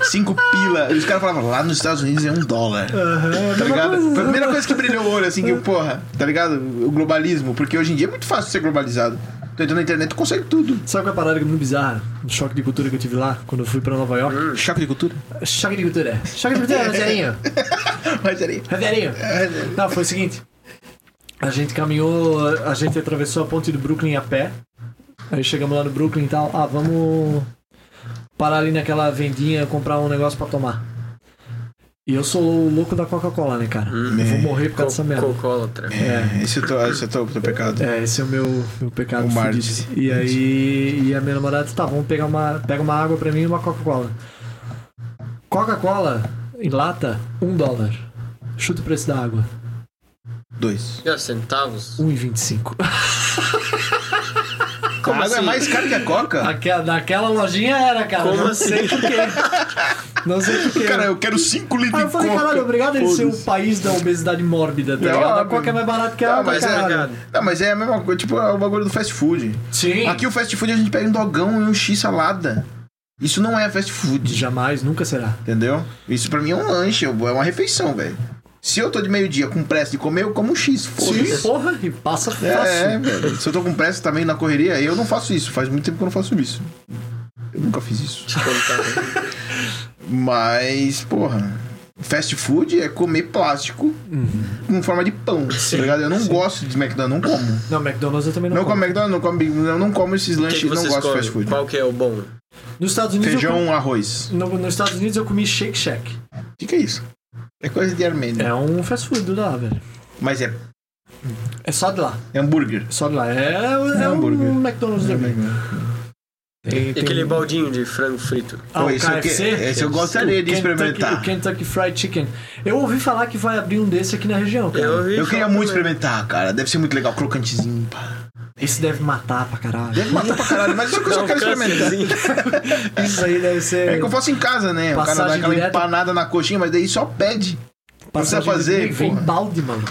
5 pila. E os caras falavam, lá nos Estados Unidos é um dólar. Ah, [LAUGHS] tá ligado? Foi a primeira coisa que brilhou o olho, assim, que, eu, porra, tá ligado? O globalismo, porque hoje em dia é muito fácil ser globalizado. Tu entra na internet, tu consegue tudo. Sabe qual é a parada que é muito bizarra? Um choque de cultura que eu tive lá, quando eu fui pra Nova York? Choque [LAUGHS] de cultura. Choque de cultura. Choque de cultura, Rogerinho. Mas aí. Rogerinho. Não, foi o seguinte. A gente caminhou, a gente atravessou a ponte do Brooklyn a pé. Aí chegamos lá no Brooklyn e tal. Ah, vamos parar ali naquela vendinha, comprar um negócio pra tomar. E eu sou o louco da Coca-Cola, né, cara? Eu vou morrer por causa dessa merda. Cocólatra. É, esse é o teu, esse é o teu, teu pecado. É, esse é o meu, meu pecado O Marte. fudido. E aí e a minha namorada disse, tá, vamos pegar uma, pega uma água pra mim e uma Coca-Cola. Coca-Cola em lata, um dólar. Chuta o preço da água, Dois. E, ó, centavos. 1,25. a água é assim? mais cara que a [LAUGHS] coca. Aquela, naquela lojinha era, cara. Como não assim? sei por quê. Não sei por quê. Cara, eu quero 5 litros Aí é. de Ah, eu falei, coca. caralho, obrigado a ele ser um o Foda-se. país da obesidade mórbida, tá É ligado? A óbvio. coca é mais barata que a Não, água, mas caralho. cara. é, não, mas é a mesma coisa, tipo, é o bagulho do fast food. Sim. Aqui o fast food a gente pega um dogão e um X salada. Isso não é fast food, Jamais, nunca será. entendeu? Isso pra mim é um lanche, é uma refeição, velho. Se eu tô de meio-dia com pressa de comer, eu como um X, foda-se. Porra, e passa fácil. É, é, velho. Se eu tô com pressa também na correria, eu não faço isso. Faz muito tempo que eu não faço isso. Eu nunca fiz isso. [LAUGHS] Contar. Mas, porra. Fast food é comer plástico com forma de pão, tá ligado? Eu não gosto de McDonald's, não como. Não, McDonald's eu também não, Não como. como McDonald's, não como Big Mac, eu não como esses O que, que lanches, não vocês gosto de comem? fast food. Qual que é o bom? Nos Estados Unidos eu Feijão, arroz. comi- no- nos Estados Unidos eu comi Shake Shack. O que, que é isso? É coisa de armênio. É um fast food do lá, velho. Mas é, É só de lá. é hambúrguer. É só de lá. É, é, hambúrguer. É um McDonald's também. Tem, um- E aquele baldinho de frango frito. Ah, Pô, o esse eu KFC? que- esse eu gostaria de O Kentucky- experimentar. O Kentucky Fried Chicken. Eu ouvi falar que vai abrir um desse aqui na região, cara. Eu, ouvi Eu queria falar muito também. experimentar, cara. Deve ser muito legal. Crocantezinho, pá. Esse deve matar pra caralho. Deve matar pra caralho, mas isso é que eu só Não, quero experimentar. É um câncerzinho. Isso aí deve É ser. que eu faço em casa, né? O cara dá Passagem aquela direta. empanada na coxinha, mas daí só pede. passagem precisa fazer, de- Vem porra. É. balde, mano.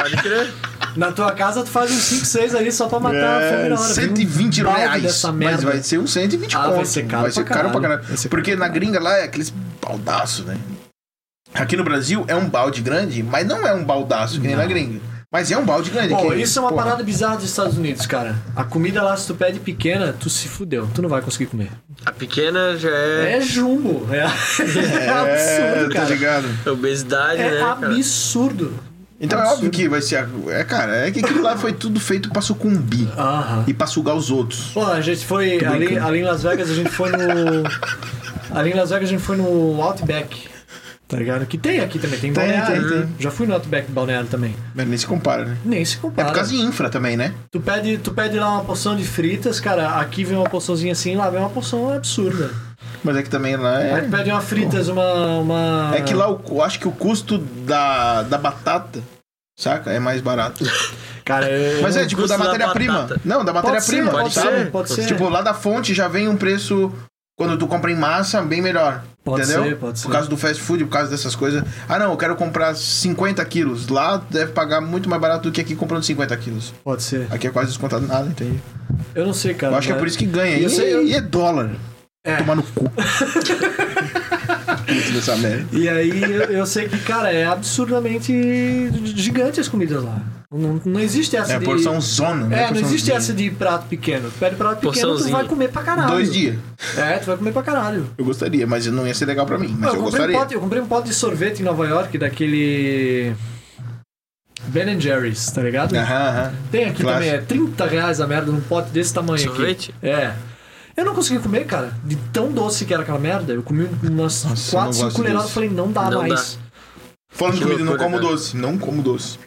Pode crer. [LAUGHS] na tua casa tu faz uns 5, 6 ali só pra matar É, a fome na hora. Vem um 120 balde reais. Dessa Mas merda. vai ser um uns 120 Ah, vai conto. ser caro vai ser pra caro pra caralho. caralho. Vai ser caro Porque pra na gringa lá é aqueles baldaço, né? Aqui no Brasil é um balde grande, mas não é um baldaço que nem na gringa. Mas é um balde grande. Pô, que- isso é uma porra. parada bizarra dos Estados Unidos, cara. A comida lá, se tu pede pequena, tu se fudeu. Tu não vai conseguir comer. A pequena já é, É jumbo. [LAUGHS] É, é É, absurdo, tá cara. ligado? obesidade, É né? cara? absurdo. Então é óbvio que vai ser. a- É, cara, é que aquilo lá foi tudo feito pra sucumbir Aham. e pra sugar os outros. Pô, a gente foi. Ali, ali em Las Vegas, a gente foi no. [LAUGHS] ali em Las Vegas, a gente foi no Outback. Tá ligado? Que tem aqui também, tem, Tem, balneário. tem, né? Já fui no Outback Balneário também. Mas nem se compara, né? Nem se É compara. por causa de infra também, né? tu, pede, tu pede lá uma porção de fritas, cara. Aqui vem uma porçãozinha assim, lá vem uma porção absurda. Mas é que também lá Aí é. tu pede uma fritas, uma. uma... É que lá o- eu acho que o custo da, da batata, saca? É mais barato. [LAUGHS] Cara, eu- Mas é o tipo custo da da matéria-prima. batata. Não, da Pode ser, matéria-prima, pode sabe? ser, pode ser. Tipo, lá da fonte já vem um preço. Quando tu compra em massa, bem melhor. Pode entendeu? ser, pode ser. Por causa do fast food, por causa dessas coisas. Ah, não, eu quero comprar 50 quilos. Lá deve pagar muito mais barato do que aqui comprando 50 quilos. Pode ser. Aqui é quase descontado nada, entende? Eu não sei, cara. Eu acho que é mas- por isso que ganha. Eu E, sei, eu- e é dólar. É. Tomar [LAUGHS] no cu. Puta dessa merda. E aí eu, eu sei que, cara, é absurdamente gigante as comidas lá. Não, não existe essa É de. porção zona, né? É, não porção existe zona. essa de prato pequeno. Tu pede prato pequeno, tu Porçãozinha. vai comer pra caralho. Dois dias. É, tu vai comer pra caralho. Eu gostaria, mas não ia ser legal pra mim. Mas eu, comprei gostaria. Um pote, eu comprei um pote de sorvete em Nova York daquele. Ben Jerry's, tá ligado? Aham, aham. Tem aqui Clássico. também, é 30 reais a merda num pote desse tamanho Sorvete? aqui. É. Eu não consegui comer, cara, de tão doce que era aquela merda. Eu comi umas Nossa, eu não 4, gosto 5 colheradas e disso. falei, não dá Não mais. Falando de Que comida, eu não loucura, como cara. doce. Não como doce.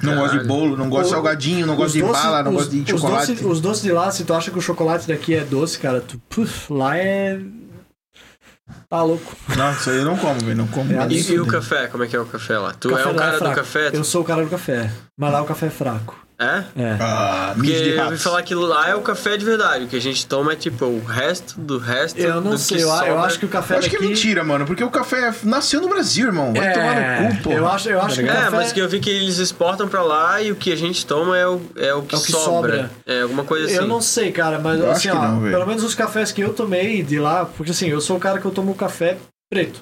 Não Caralho. gosto de bolo, não gosto de Ou- salgadinho, não gosto Os de doces- bala, não os- gosto de os chocolate. doces- Os doces de lá, se tu acha que o chocolate daqui é doce, cara, tu. puf, lá é. Tá louco. Não, isso aí eu não como, velho. Não como. É, nada E, disso, e o né? café? Como é que é o café lá? Tu O café é o lá cara do fraco. café? tu- Eu sou o cara do café. Mas lá o café é fraco. É? É. Ah, Porque mijo de eu ouvi ratos. falar que lá é o café de verdade. O que a gente toma é tipo o resto do resto. Eu não do sei, que eu, eu sobra. tá acho que o café Eu acho que é daqui- mentira, mano, porque o café nasceu no Brasil, irmão. Vai É, tomar no cu, Tá pô. eu acho- eu acho que É, o café- mas que eu vi que eles exportam pra lá e o que a gente toma é o, é o, que, É o que sobra. sobra. É alguma coisa assim. Eu não sei, cara, mas Eu assim, acho que ó, não, velho. pelo menos os cafés que eu tomei de lá, porque assim, eu sou o cara que eu tomo café preto.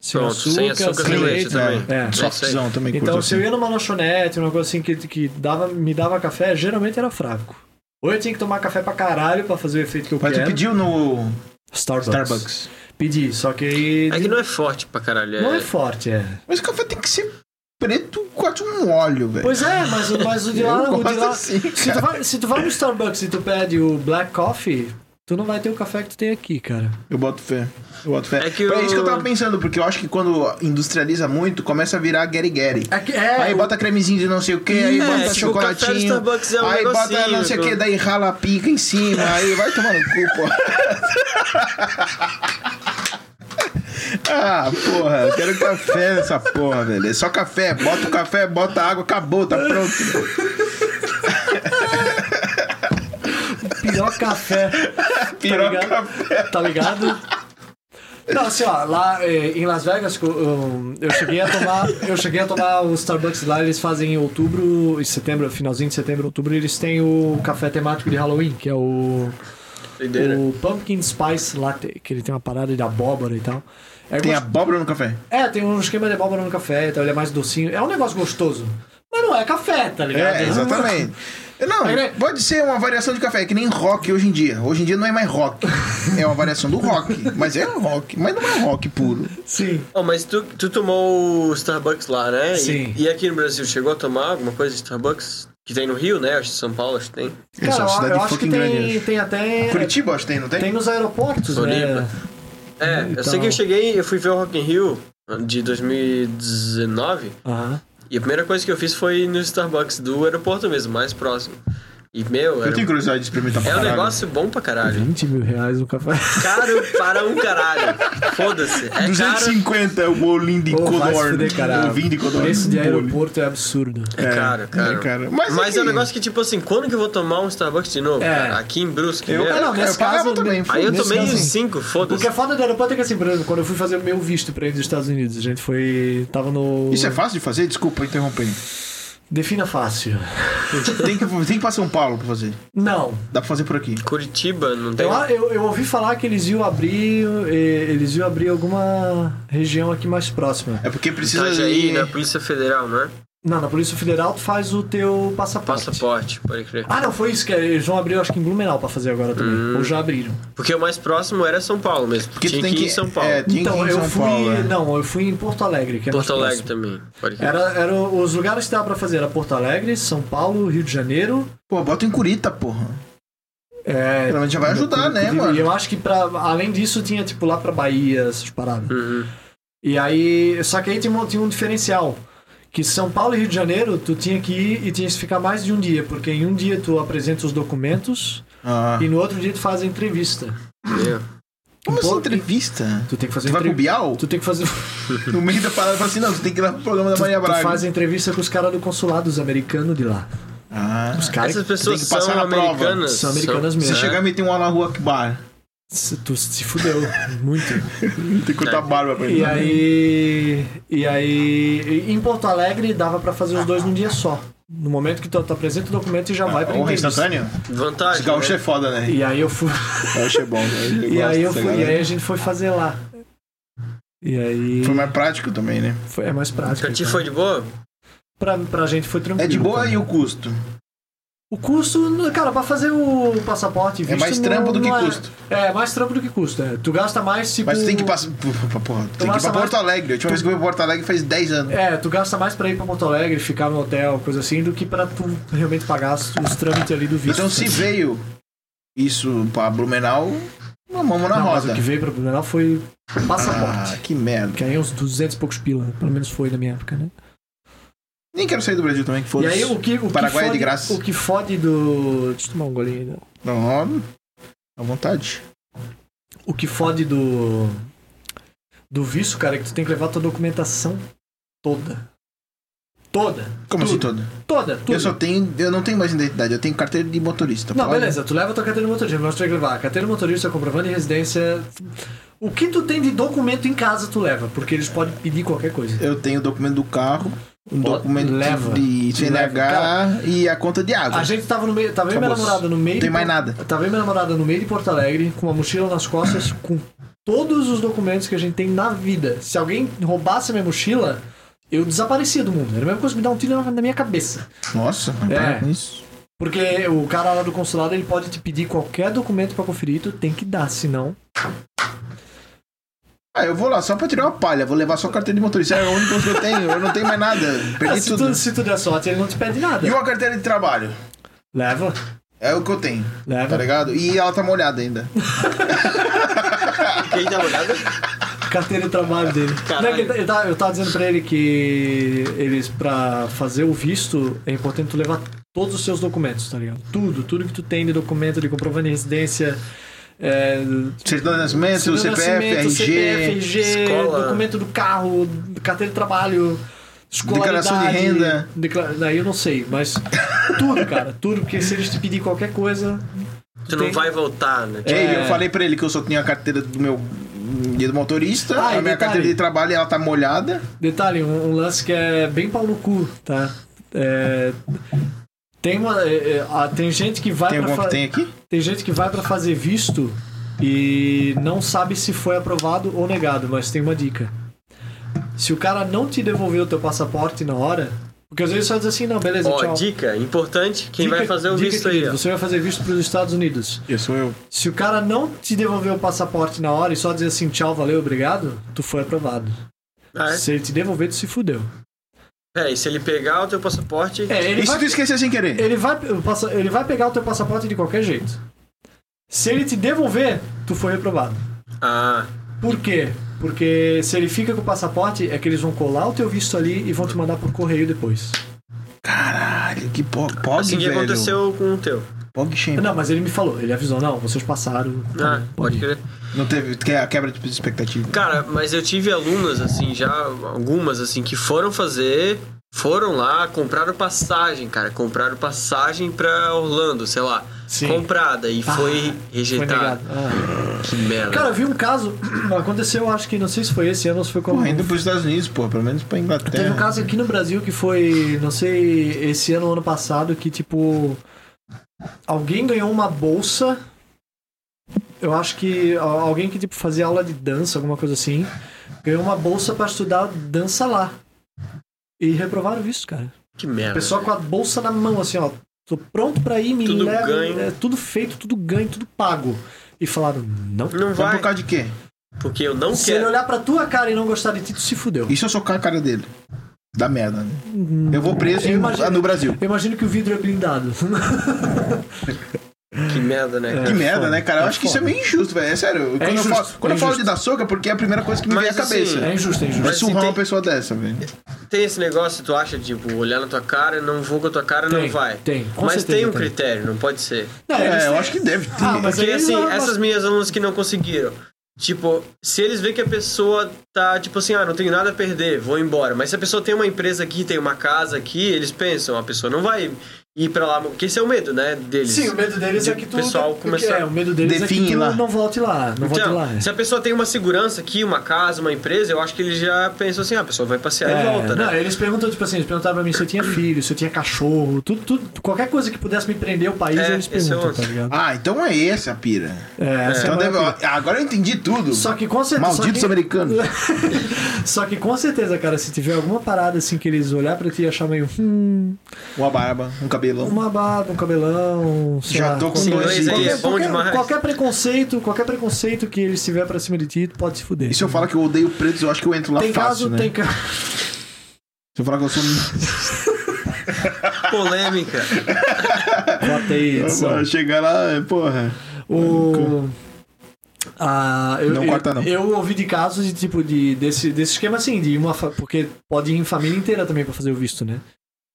Sem Pronto, açúcar, sem açúcar, sem leite né? também. É. É. Softzão também curto Então, se eu assim. ia numa lanchonete, uma coisa assim que, que dava, me dava café, geralmente era fraco. Ou eu tinha que tomar café pra caralho pra fazer o efeito que eu Mas tu quero. pediu no Starbucks. Starbucks. Pedi, só que aí. É que não é forte pra caralho. É... não é forte, é. Mas o café tem que ser preto, quase um óleo, velho. Pois é, mas, mas o de Eu lá. O de gosto lá tá assim, se, tu cara. vai, se tu vai no Starbucks e tu pede o Black Coffee, tu não vai ter o café que tu tem aqui, cara. Eu boto fé. Eu boto fé. É É, que o- isso que eu tava pensando, porque eu acho que quando industrializa muito, começa a virar Gary Gary. É que- é, aí o- bota cremezinho de não sei o que, aí É, bota tipo, o café do chocolatinho. Starbucks é um aí bota negocinho, tipo. não sei o que, pô. daí rala a pica em cima, aí vai tomar no cu, [LAUGHS] pô. Ah, porra, eu quero café nessa porra, velho. É só café, bota o café, bota a água, acabou, tá pronto. pior [LAUGHS] café. Tá Pior ligado? café. Tá ligado? Não, assim, ó, lá eh, em Las Vegas, eu- eu, eu cheguei a tomar. Eu cheguei a tomar o Starbucks lá, eles fazem em outubro e setembro, finalzinho de setembro, outubro, eles têm o café temático de Halloween, que é o. Doideira. O Pumpkin Spice Latte, que ele tem uma parada de abóbora e tal. É Tem gostoso. abóbora no café. É, tem um esquema de abóbora no café, então ele é mais docinho. É um negócio gostoso. Mas não é café, tá ligado? né? É, exatamente. Não, Aí, né? pode ser uma variação de café, é que nem rock hoje em dia. Hoje em dia não é mais rock. É uma variação do rock. Mas é rock, mas não é rock puro. [LAUGHS] Sim. Oh, mas tu, tu tomou o Starbucks lá, né? E- Sim. E, aqui no Brasil, chegou a tomar alguma coisa de Starbucks? Que tem no Rio, né? Acho que São Paulo, acho que tem. Cara, Essa é uma eu- cidade eu acho que fucking grande, tem, acho. tem até. Curitiba, acho que tem, não tem? Tem nos aeroportos, Floripa. né? É, eu Então. sei que eu cheguei, eu fui ver o Rock in Rio de 2019. Aham. E a primeira coisa que eu fiz foi no Starbucks do aeroporto mesmo, mais próximo. E, meu, Eu era, tenho curiosidade de experimentar pra é um caralho. negócio bom pra caralho. 20 mil reais no café. Caro para um caralho. Foda-se. É caro. 250 é o bolinho de Ô, vai se Codorn. fuder, cara. O vinho de Codorn. Um Preço de Bolo. aeroporto é absurdo. É caro, cara. é caro. Mas Mas é um aqui- negócio que, tipo assim, quando que eu vou tomar um Starbucks de novo? É. cara? Aqui em Brusque, né? Eu, não, nesse eu pagava caso, é também. Aí eu nesse tomei caso, uns sim. cinco, O que foda-se. é foda do aeroporto é que assim, por exemplo, quando eu fui fazer o meu visto pra ir dos Estados Unidos, a gente foi. Tava no. Isso é fácil de fazer? Desculpa, interromper. Defina fácil. tem, que, tem que ir pra São Paulo pra fazer. Não, Dá pra fazer por aqui. Curitiba, não tem. Eu, Então, eu, eu ouvi falar que eles iam abrir. eh, Eles iam abrir alguma região aqui mais próxima. É porque precisa Itajaí, ir... na Polícia Federal, né? Não, na Polícia Federal tu faz o teu passaporte. Passaporte, pode crer. Ah, não, foi isso que eles vão abrir, eu acho que em Blumenau pra fazer agora também. Hum. Ou já abriram. Porque o mais próximo era São Paulo mesmo. Porque tu Tinha tem que ir que- em São Paulo. é, Tinha que então, ir em eu São fui. Paulo, é. Não, eu fui em Porto Alegre, que é mais Porto Alegre próximo. também, pode crer. Era, era os lugares que dava pra fazer era Porto Alegre, São Paulo, Rio de Janeiro. Pô, bota em Curita, porra. É, Pelo menos já vai ajudar, né, mano? E eu acho que pra, além disso tinha tipo lá pra Bahia, essas paradas. Uhum. E aí. Só que aí tinha um, tinha um diferencial. Que São Paulo e Rio de Janeiro, tu tinha que ir e tinha que ficar mais de um dia, porque em um dia tu apresenta os documentos Ah. e no outro dia tu faz a entrevista. Meu. Como assim, Pô, entrevista? Tu tem que fazer Tu vai pro entrevista. Bial? Tu tem que fazer. No meio da parada, fala assim, não, tu tem que ir lá pro programa da [LAUGHS] Maria tu Braga. faz a entrevista com os caras do consulado, os americanos de lá. Ah. Os caras Essas que pessoas tem que são passar na prova. americanas. são americanas Se mesmo. chegar e meter um Allahu Akbar. Se- Tu se fudeu muito. Tem que cortar a barba pra ele. E aí. E aí. e Em Porto Alegre dava pra fazer os dois num dia só. No momento que tu, tu apresenta o documento e já vai pra Honra entrevista. instantâneo? Vantagem. Esse gaúcho né? é foda, Ah, um né? E aí eu [LAUGHS] fui. Gaúcho é bom. né? E gosto aí, eu dessa fui, e galera. aí a gente foi fazer lá. E aí. Foi mais prático também, né? foi- é mais prático. Pra ti então. foi de boa? pra, pra gente foi tranquilo. É de boa cara. e o custo? O custo, cara, pra fazer o passaporte e É visto mais não- trampo do que não é- custo. É, é mais trampo do que custo. é. Tu gasta mais, tipo... Mas tu tem que passar. pô, pô, Porra, tu tem que ir Nossa, pra mas- Porto Alegre. A última vez que eu fui pra Porto Alegre faz 10 anos. É, tu gasta mais pra ir pra Porto Alegre, ficar no hotel, coisa assim, do que pra tu realmente pagar os, os trâmites ali do visto. Então se veio isso pra Blumenau, uma mão na Não, mas roda. O que veio pra Blumenau foi passaporte. Ah, que merda. Que aí é uns 200 e poucos pila, pelo menos foi na minha época, né? Nem quero sair do Brasil também, que E foda-se. aí o que, o que Paraguai é de fode- graça. O que fode do. Deixa eu tomar um golinho ainda. Não, à vontade. O que fode do. Do visto, cara, é que tu tem que levar tua documentação toda. Toda. Como assim tudo. toda? Toda, tudo. Eu só tenho. Eu não tenho mais identidade, eu tenho carteira de motorista. Não, Olha, beleza, tu leva tua carteira de motorista, mas tu tem que levar a carteira de motorista, comprovando de residência. O que tu tem de documento em casa, tu leva, porque eles podem pedir qualquer coisa. Eu tenho o documento do carro, um Ó, documento leva. de CNH e a conta de água. A gente tava no meio. Tava eu e minha Acabou. namorada no meio. Não tem de mais Por- nada. Tava eu e minha namorada no meio de Porto Alegre, com uma mochila nas costas, [LAUGHS] com todos os documentos que a gente tem na vida. Se alguém roubasse a minha mochila, eu desaparecia do mundo. Era a mesma coisa que me dar um tiro na, na minha cabeça. Nossa, mas É. para com isso. Porque o cara lá do consulado, ele pode te pedir qualquer documento pra conferir, tu tem que dar, senão. Ah, eu vou lá só pra tirar uma palha, vou levar só a carteira de motorista, é o único que eu tenho, eu não tenho mais nada, [LAUGHS] perdi se, tudo. tu, se tu der sorte, ele não te pede nada. E uma carteira de trabalho? Leva, É o que eu tenho, tá leva. ligado? E ela tá molhada ainda. Quem dá uma olhada? carteira de trabalho dele. Caralho. Não, que ele tá- eu, tava, eu tava dizendo pra ele que eles, pra fazer o visto, é importante tu levar todos os seus documentos, tá ligado? Tudo, tudo que tu tem de documento, de comprovante de residência. É, Certidão de nascimento, certidão de CPF, nascimento, RG, CPF, RG, escola. documento do carro, carteira de trabalho, escolaridade, Declaração de renda. declara- Daí eu não sei, mas tudo, cara, tudo, porque se eles te pedir qualquer coisa, Tu não Tem- vai voltar, né? Ei, É. eu falei pra ele que eu só tinha a carteira do meu de motorista, Ah, a e minha detalhe. carteira de trabalho ela tá molhada. Detalhe, um, um lance que é bem pau no cu, tá? É, tem uma, é, é, ah, tem gente que vai Tem pra alguma fa- que tem aqui? tem gente que vai para fazer visto e não sabe se foi aprovado ou negado, mas tem uma dica. Se o cara não te devolver o teu passaporte na hora, porque às vezes só diz assim, não, beleza, Tipo, Ó, tchau. dica importante, quem Dica- vai fazer o dica, visto aí, querido, ó. Você vai fazer visto para os Estados Unidos. Eu sou eu. Se o cara não te devolver o passaporte na hora e só dizer assim, tchau, valeu, obrigado, tu foi aprovado. Ah, é? Se ele te devolver, tu se fudeu. Peraí, se ele pegar o teu passaporte, É, ele e se vai tu esquecer sem querer? Ele vai, o passa- ele vai pegar o teu passaporte de qualquer jeito. Se ele te devolver, tu foi reprovado. ah, Por quê? Porque se ele fica com o passaporte, é que eles vão colar o teu visto ali e vão te mandar por correio depois. Caralho, que po- pog, assim que velho. aconteceu com o teu. Pog shame. Não, mas ele me falou, ele avisou, não, vocês passaram. tá Ah, pode ir. crer. Não teve que- a quebra de expectativa. Cara, mas eu tive alunas, assim, já algumas, assim, que foram fazer, foram lá, compraram passagem, cara, compraram passagem pra Orlando, sei lá, Sim. Ah, comprada e foi Foi rejeitada. negado. Ah. Que merda. Cara, eu vi um caso, [CLEARS THROAT] aconteceu, acho que não sei se foi esse ano ou se foi quando. Porra, indo pros Estados Unidos, porra, pelo menos pra Teve Inglaterra. um caso aqui no Brasil que foi, não sei, esse ano ou ano passado, que tipo. Alguém ganhou uma bolsa. Eu acho que a- alguém que tipo fazia aula de dança, alguma coisa assim, ganhou uma bolsa pra estudar dança lá. E reprovaram isso, cara. que merda. A pessoa com a bolsa na mão, assim, ó. Tô pronto pra ir, me Tudo leva. ganho. É, tudo feito, tudo ganho, tudo pago. E falaram, não. Não Mas vai, por causa de quê? porque eu não Se ele quero. olhar pra tua cara e não gostar de ti, tu se fudeu. E se eu socar a cara dele? Dá merda, né? Eu vou preso Hum. Eu em- imagino. no Brasil. Eu imagino que o vidro é blindado. Que merda, né? cara? Que merda, foda. né, cara? Eu É acho que isso é foda. meio injusto, velho. É sério. quando eu injusto, falo, quando é eu falo injusto. de dar soca, porque é a primeira coisa que me Mas vem à assim, cabeça. É injusto, é Vai injusto. Mas surrar se tem- uma pessoa dessa, velho. É, Tem esse negócio, tu acha, tipo, olhar na tua cara, não vou com a tua cara, não Tem, vai. tem, com Mas certeza tem um tem. critério, não pode ser. Não, eles É, eu têm- acho que deve ter. Ah, mas Porque eles assim, não- essas minhas alunas que não conseguiram, tipo, se eles veem que a pessoa tá, tipo assim, ah, não tenho nada a perder, vou embora. Mas se a "Ah, pessoa tem uma empresa aqui, tem uma casa aqui, eles pensam, a pessoa não vai ir pra lá. Porque esse é o medo, né? Deles. Sim, o medo deles De é que tu. o pessoal porque- começar- É, o medo deles é Define que tu lá. não volte lá. Não volte Então, lá. é. se a pessoa tem uma segurança aqui, uma casa, uma empresa, eu acho que ele já pensou assim, ah, a pessoa vai passear É, e volta, né? não, eles perguntam, tipo assim, eles perguntaram pra mim se eu tinha filho, se eu tinha cachorro, tudo, tudo, qualquer coisa que pudesse me prender o país, É, eles esse é o perguntam, tá lance. ligado? Ah, então é essa a pira. É, essa é Então a deve- maior pira. Agora eu entendi tudo. Só que com certeza. Malditos só que- americanos. [LAUGHS] só que com certeza, cara, se tiver alguma parada assim que eles olhar pra ti e achar meio. Hum, Uma barba, um cabelão. uma barba, um cabelão. sei Já lá, tô com qualquer- dois aí, é qualquer- bom qualquer- demais. Qualquer preconceito, qualquer preconceito que eles tiver pra cima de ti, tu pode se fuder. E se eu falar que eu odeio pretos, eu acho que eu entro lá tem é caso, fácil, né? tem [LAUGHS] caso. Se eu falar que eu sou... [LAUGHS] Polêmica. Bota aí, edição. Chegar lá, é, porra... O. Ah, eu, Não eu- corta, não. Eu ouvi de casos de tipo de desse, desse esquema assim, de uma fa- porque pode ir em família inteira também pra fazer o visto, né?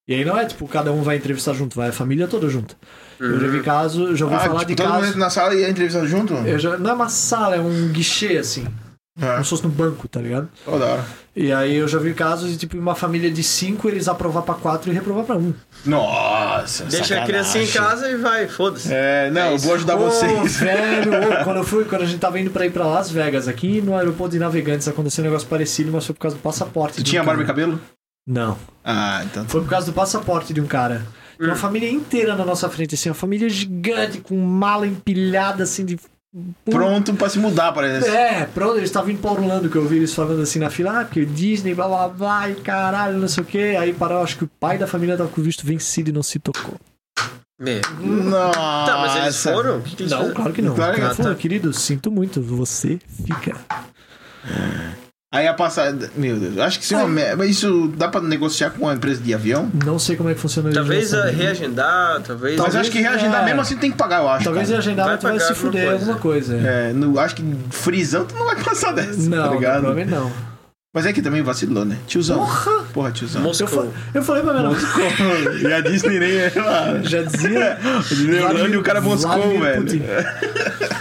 E aí não é tipo cada um vai entrevistar junto, vai a família toda junto. Eu já vi caso, já ouvi Ah, falar tipo, de todo mundo caso. entra na sala e é entrevistado junto? Eu já, não é uma sala, é um guichê assim, É, como se fosse no banco, tá ligado? ó, da hora. E aí eu já vi casos de tipo uma família de cinco eles aprovar pra quatro e reprovar pra um. Nossa, Deixa a sacanagem. criancinha em casa e vai, foda-se. É, não, eu vou ajudar Ô, [LAUGHS] vocês. velho, ô, É, quando eu fui, quando a gente tava indo pra ir pra Las Vegas, aqui no aeroporto de Navegantes aconteceu um negócio parecido, mas foi por causa do passaporte. Tu de um tinha cara. barba e cabelo? Não. Ah, então... Foi por causa do passaporte de um cara. Tinha Hum. Uma família inteira na nossa frente, assim, uma família gigante, com mala empilhada, assim, de. Pronto pra se mudar, parece. É, pronto, eles estavam indo pra Orlando, que eu ouvi eles falando assim na fila, ah, porque Disney, blá blá blá, e caralho, não sei o quê. Aí parou, acho que o pai da família tava com o visto vencido e não se tocou. Meu. Nossa. Tá, mas eles foram? O que, que eles Não, fizeram? claro que não. Claro que Cara, não. falou, querido, sinto muito, você fica. Aí a passada... Meu Deus, acho que isso é uma... Ai. me- Mas isso dá pra negociar com uma empresa de avião? Não sei como é que funciona a Talvez legislação ah, dele. reagendar, talvez. Mas acho que reagendar é. mesmo assim tem que pagar, eu acho. Talvez cara. agendar, Vai mas tu vai pagar se alguma fuder coisa. alguma coisa. É, no, acho que frisão tu não vai passar dessa, Não, tá não, ligado? provavelmente não. Mas é que também vacilou, né? Tiozão. Porra! Porra, tiozão. Eu, fa- Moscou. eu falei pra minha namorada. [LAUGHS] e a Disney nem é lá. Já dizia. [LAUGHS] Leonardo e o cara moscou, Vladimir Putin. [LAUGHS] velho.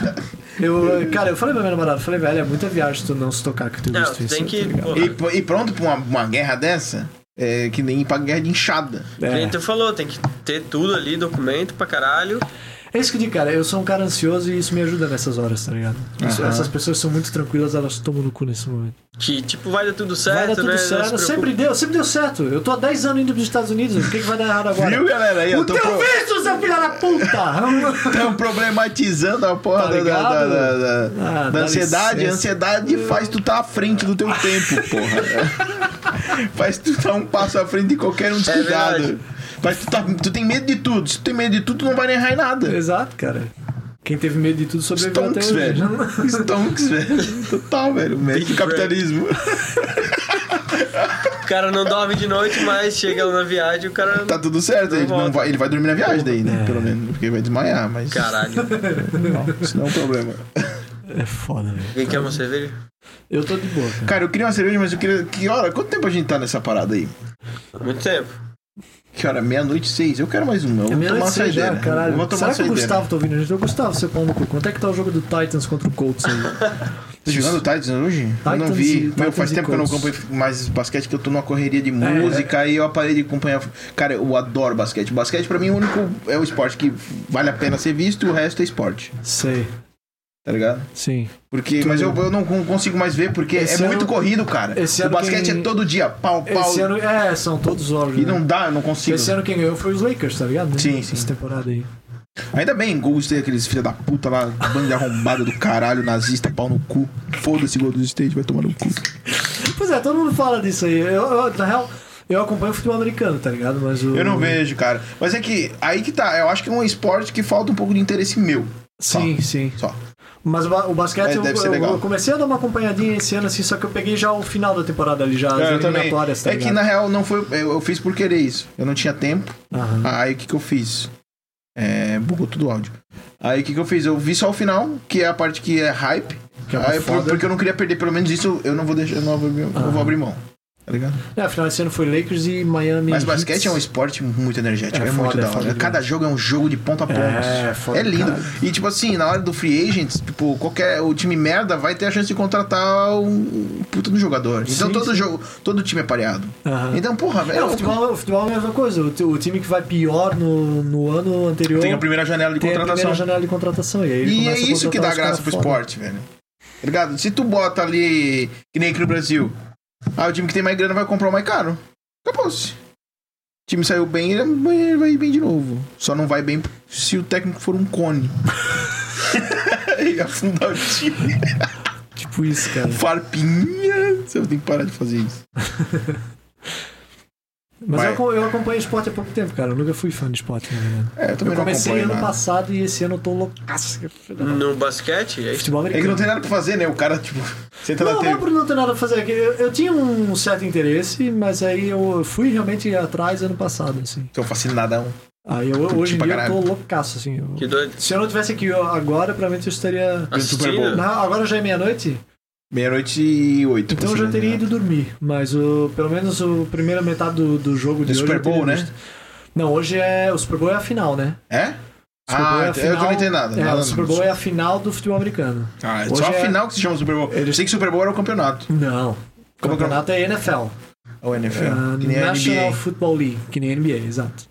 Eu, cara, eu falei pra minha namorada, eu falei, velho, é muita viagem tu não se tocar que tu Não, visto tu isso. tem que. tá ligado? Pô, E, pô- e pronto pra uma, uma guerra dessa? É que nem pra guerra de inchada. que nem é. tu falou, tem que ter tudo ali, documento pra caralho. é isso que eu digo, cara, eu sou um cara ansioso e isso me ajuda nessas horas, tá ligado? Isso- Aham. Essas pessoas são muito tranquilas, elas tomam no cu nesse momento. Que, tipo, vai dar É, tudo certo, Vai dar né? tudo Não se certo, preocupa. sempre deu, sempre deu certo. Eu tô há 10 anos indo pros Estados Unidos, o que, que vai dar errado agora? Viu, galera? Aí, O eu tô teu pro- visto, seu filho da puta! [LAUGHS] tão problematizando a porra Tá da- da, ligado? da- da- da Ah, dá ansiedade. A licença. Ah. ansiedade faz tu tá à frente do teu tempo, porra. [LAUGHS] faz tu tá um passo à frente de É qualquer um descuidado. verdade. Mas tu, tá, tu tem medo de tudo. Se tu tem medo de tudo, tu não vai nem errar em nada. Exato, cara. Quem teve medo de tudo sobreviveu Stonks, até velho. hoje. Stonks, velho. Total, velho. Medo do Big capitalismo. O cara não dorme de noite, [LAUGHS] mas chega lá na viagem o cara. Tá tudo certo. Ele, não volta. vai, ele vai dormir na viagem daí, É. né? Pelo menos. Porque vai desmaiar, mas. Caralho. Isso não é um problema. É foda, velho. Alguém quer uma cerveja? Eu tô de boa, cara. Cara, eu queria uma cerveja, mas eu queria. Que hora? Quanto tempo a gente tá nessa parada aí? Muito tempo. Que hora? Meia-noite e seis. Eu quero mais uma. Eu É vou tomar melhor uma ser já, saideira. Eu vou caralho. tomar Será uma que o saideira. Gustavo tá ouvindo a gente? Ô, Gustavo, seu pau no cu. Quanto é que tá o jogo do Titans contra o Colts [LAUGHS] aí? Tá jogando Titans hoje? eu não Titans e- vi. Meu, Titans faz e tempo que eu não Colts. É, acompanho mais basquete, que eu tô numa correria de música e eu parei de acompanhar. Cara, eu adoro basquete. Basquete, pra mim, o único é o esporte que vale a pena ser visto, o resto é esporte. Sei, Tá ligado? sim. Porque, mas eu, eu não con- consigo mais ver porque Esse é ano- muito corrido, cara. esse o ano basquete quem- é todo dia, pau, pau. Esse ano, é, são todos órgãos. E não dá, eu não consigo. Esse ano quem ganhou foi os Lakers, tá ligado? né? Sim, sim. Essa temporada aí. Ainda bem, Golden State, aqueles filha da puta lá, banda de arrombada do caralho, nazista, pau no cu. Foda-se, Golden State, vai tomar no cu. Pois é, todo mundo fala disso aí. Eu, eu, na real, eu acompanho o futebol americano, tá ligado? Mas o... Eu não vejo, cara. Mas é que, aí que tá, eu acho que é um esporte que falta um pouco de interesse meu. Sim, sim. Só. Mas o, ba- o basquete, É, eu, deve ser eu- legal. eu comecei a dar uma acompanhadinha esse ano, assim, só que eu peguei já o final da temporada ali, já as É, eu também. eliminatórias, tá É que na ligado? real não foi. Eu, eu fiz por querer isso. Eu não tinha tempo. Aham. Aí o que, que eu fiz? É, bugou todo o áudio. Aí o que, que eu fiz? Eu vi só o final, que é a parte que é hype. Que é uma Aí, por- foda. Ah. porque eu não queria perder pelo menos isso, eu não vou deixar, eu não vou, abrir- eu não vou abrir mão. Tá ligado? É, afinal, esse ano foi Lakers e Miami. Mas Heat. basquete é um esporte muito energético, É é, muito foda, é da foda hora. demais. Cada jogo é um jogo de ponta a ponta. É, foda É lindo. caralho. E tipo assim, na hora do free agent, tipo, qualquer o time merda vai ter a chance de contratar um puta do jogador. Então Sim, todo sim. jogo, todo time é pareado. Aham. Então, porra, É, velho. o futebol, o futebol é a mesma coisa. O, ti- o time que vai pior no, no ano anterior Tem a primeira janela de tem a contratação. primeira janela de contratação. E, aí ele E é começa a isso que contratar dá os graça caras pro foda. esporte, velho. Tá ligado? Se tu bota ali, que nem aqui no Brasil, ah, o time que tem mais grana vai comprar o mais caro. Acabou-se. O time saiu bem, ele vai ir bem de novo. Só não vai bem se o técnico for um cone. [LAUGHS] e afundar o time. Tipo isso, cara. Farpinha. Você tem que parar de fazer isso. Mas Vai. eu, aco- eu acompanho esporte há pouco tempo, cara. Eu nunca fui fã de esporte, né, na verdade. É, eu também Eu não comecei acompanho ano nada. passado e esse ano eu tô loucaço. No basquete, é isso. Futebol É que americano. não tem nada pra fazer, né? O cara, tipo, senta na Não, TV. não, por não ter nada a fazer. Eu, eu tinha um certo interesse, mas aí eu fui realmente atrás ano passado, assim. Tô fascinadão. Aí eu, hoje em pra dia eu caralho. tô loucaço, assim. Eu- Que doido. Se eu não tivesse aqui eu- agora, provavelmente eu estaria. Assistindo? Não, agora já é meia-noite, Meia-noite e oito. assim, né? então eu já teria ido dormir. Mas o, pelo menos a primeira metade do, do jogo de No hoje. Super eu teria Bowl, né? visto. Não, hoje é. O Super Bowl é a final, né? É? O Super Bowl Ah, é a eu não entendo nada. É, nada o Super Bowl é a final do futebol americano. Ah, é Hoje só a é- final que se chama Super Bowl. Eu Eles- sei que Super Bowl era o campeonato. Não. O Como que é? campeonato é NFL. O NFL. Ah, que nem a National NBA. Football League, que nem a NBA, exato.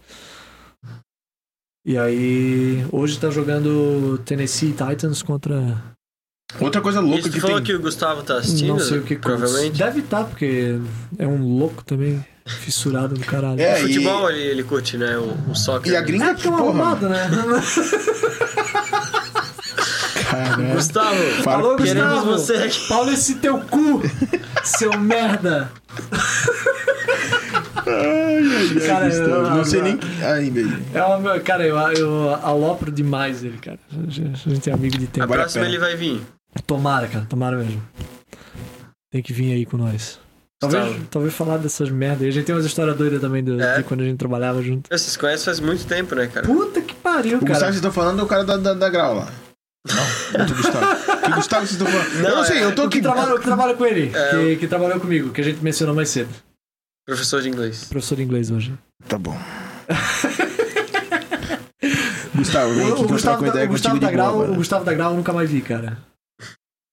E aí, hoje tá jogando Tennessee Titans contra. Outra coisa louca Isso tu que falou tem. que o Gustavo tá assistindo? não sei o que Colts. Provavelmente. Deve estar, porque é um louco também, fissurado do caralho. É, O futebol ele, ele curte, né? O, o soccer. E a né? gringa, É porque é uma porra. arrumada, né? Cara, Gustavo, Fala- Alô, queremos Tá Gustavo! você aqui. Paulo, esse teu cu, seu merda! Cara, Gustavo, eu- não sei eu- nem. Ai, velho. É uma, cara, eu, eu alopro demais ele, cara. A gente a gente é amigo de A tempo. Agora- a próxima pena. ele vai vir. Tomara, cara, tomara mesmo. Tem que vir aí com nós. Gustavo. Talvez, talvez falar dessas merdas. aí. A gente tem umas histórias doidas também do, É. de quando a gente trabalhava junto. Vocês conhecem faz muito tempo, né, cara? Puta que pariu, O Gustavo que vocês cara. estão falando é o cara da, da, da grau lá. Não, é outro Gustavo. [LAUGHS] Que Gustavo vocês estão falando? eu não Não, sei, é- eu tô O que, aqui. trabalha, o que trabalha com ele, É, que, que trabalhou comigo, que a gente mencionou mais cedo. Professor de inglês. Professor de inglês hoje. Tá bom. Gustavo, vem aqui O, o trocar Gustavo, uma da, ideia o, Gustavo contigo de né? da Grau, boa o agora. Gustavo da Grau eu nunca mais vi, cara.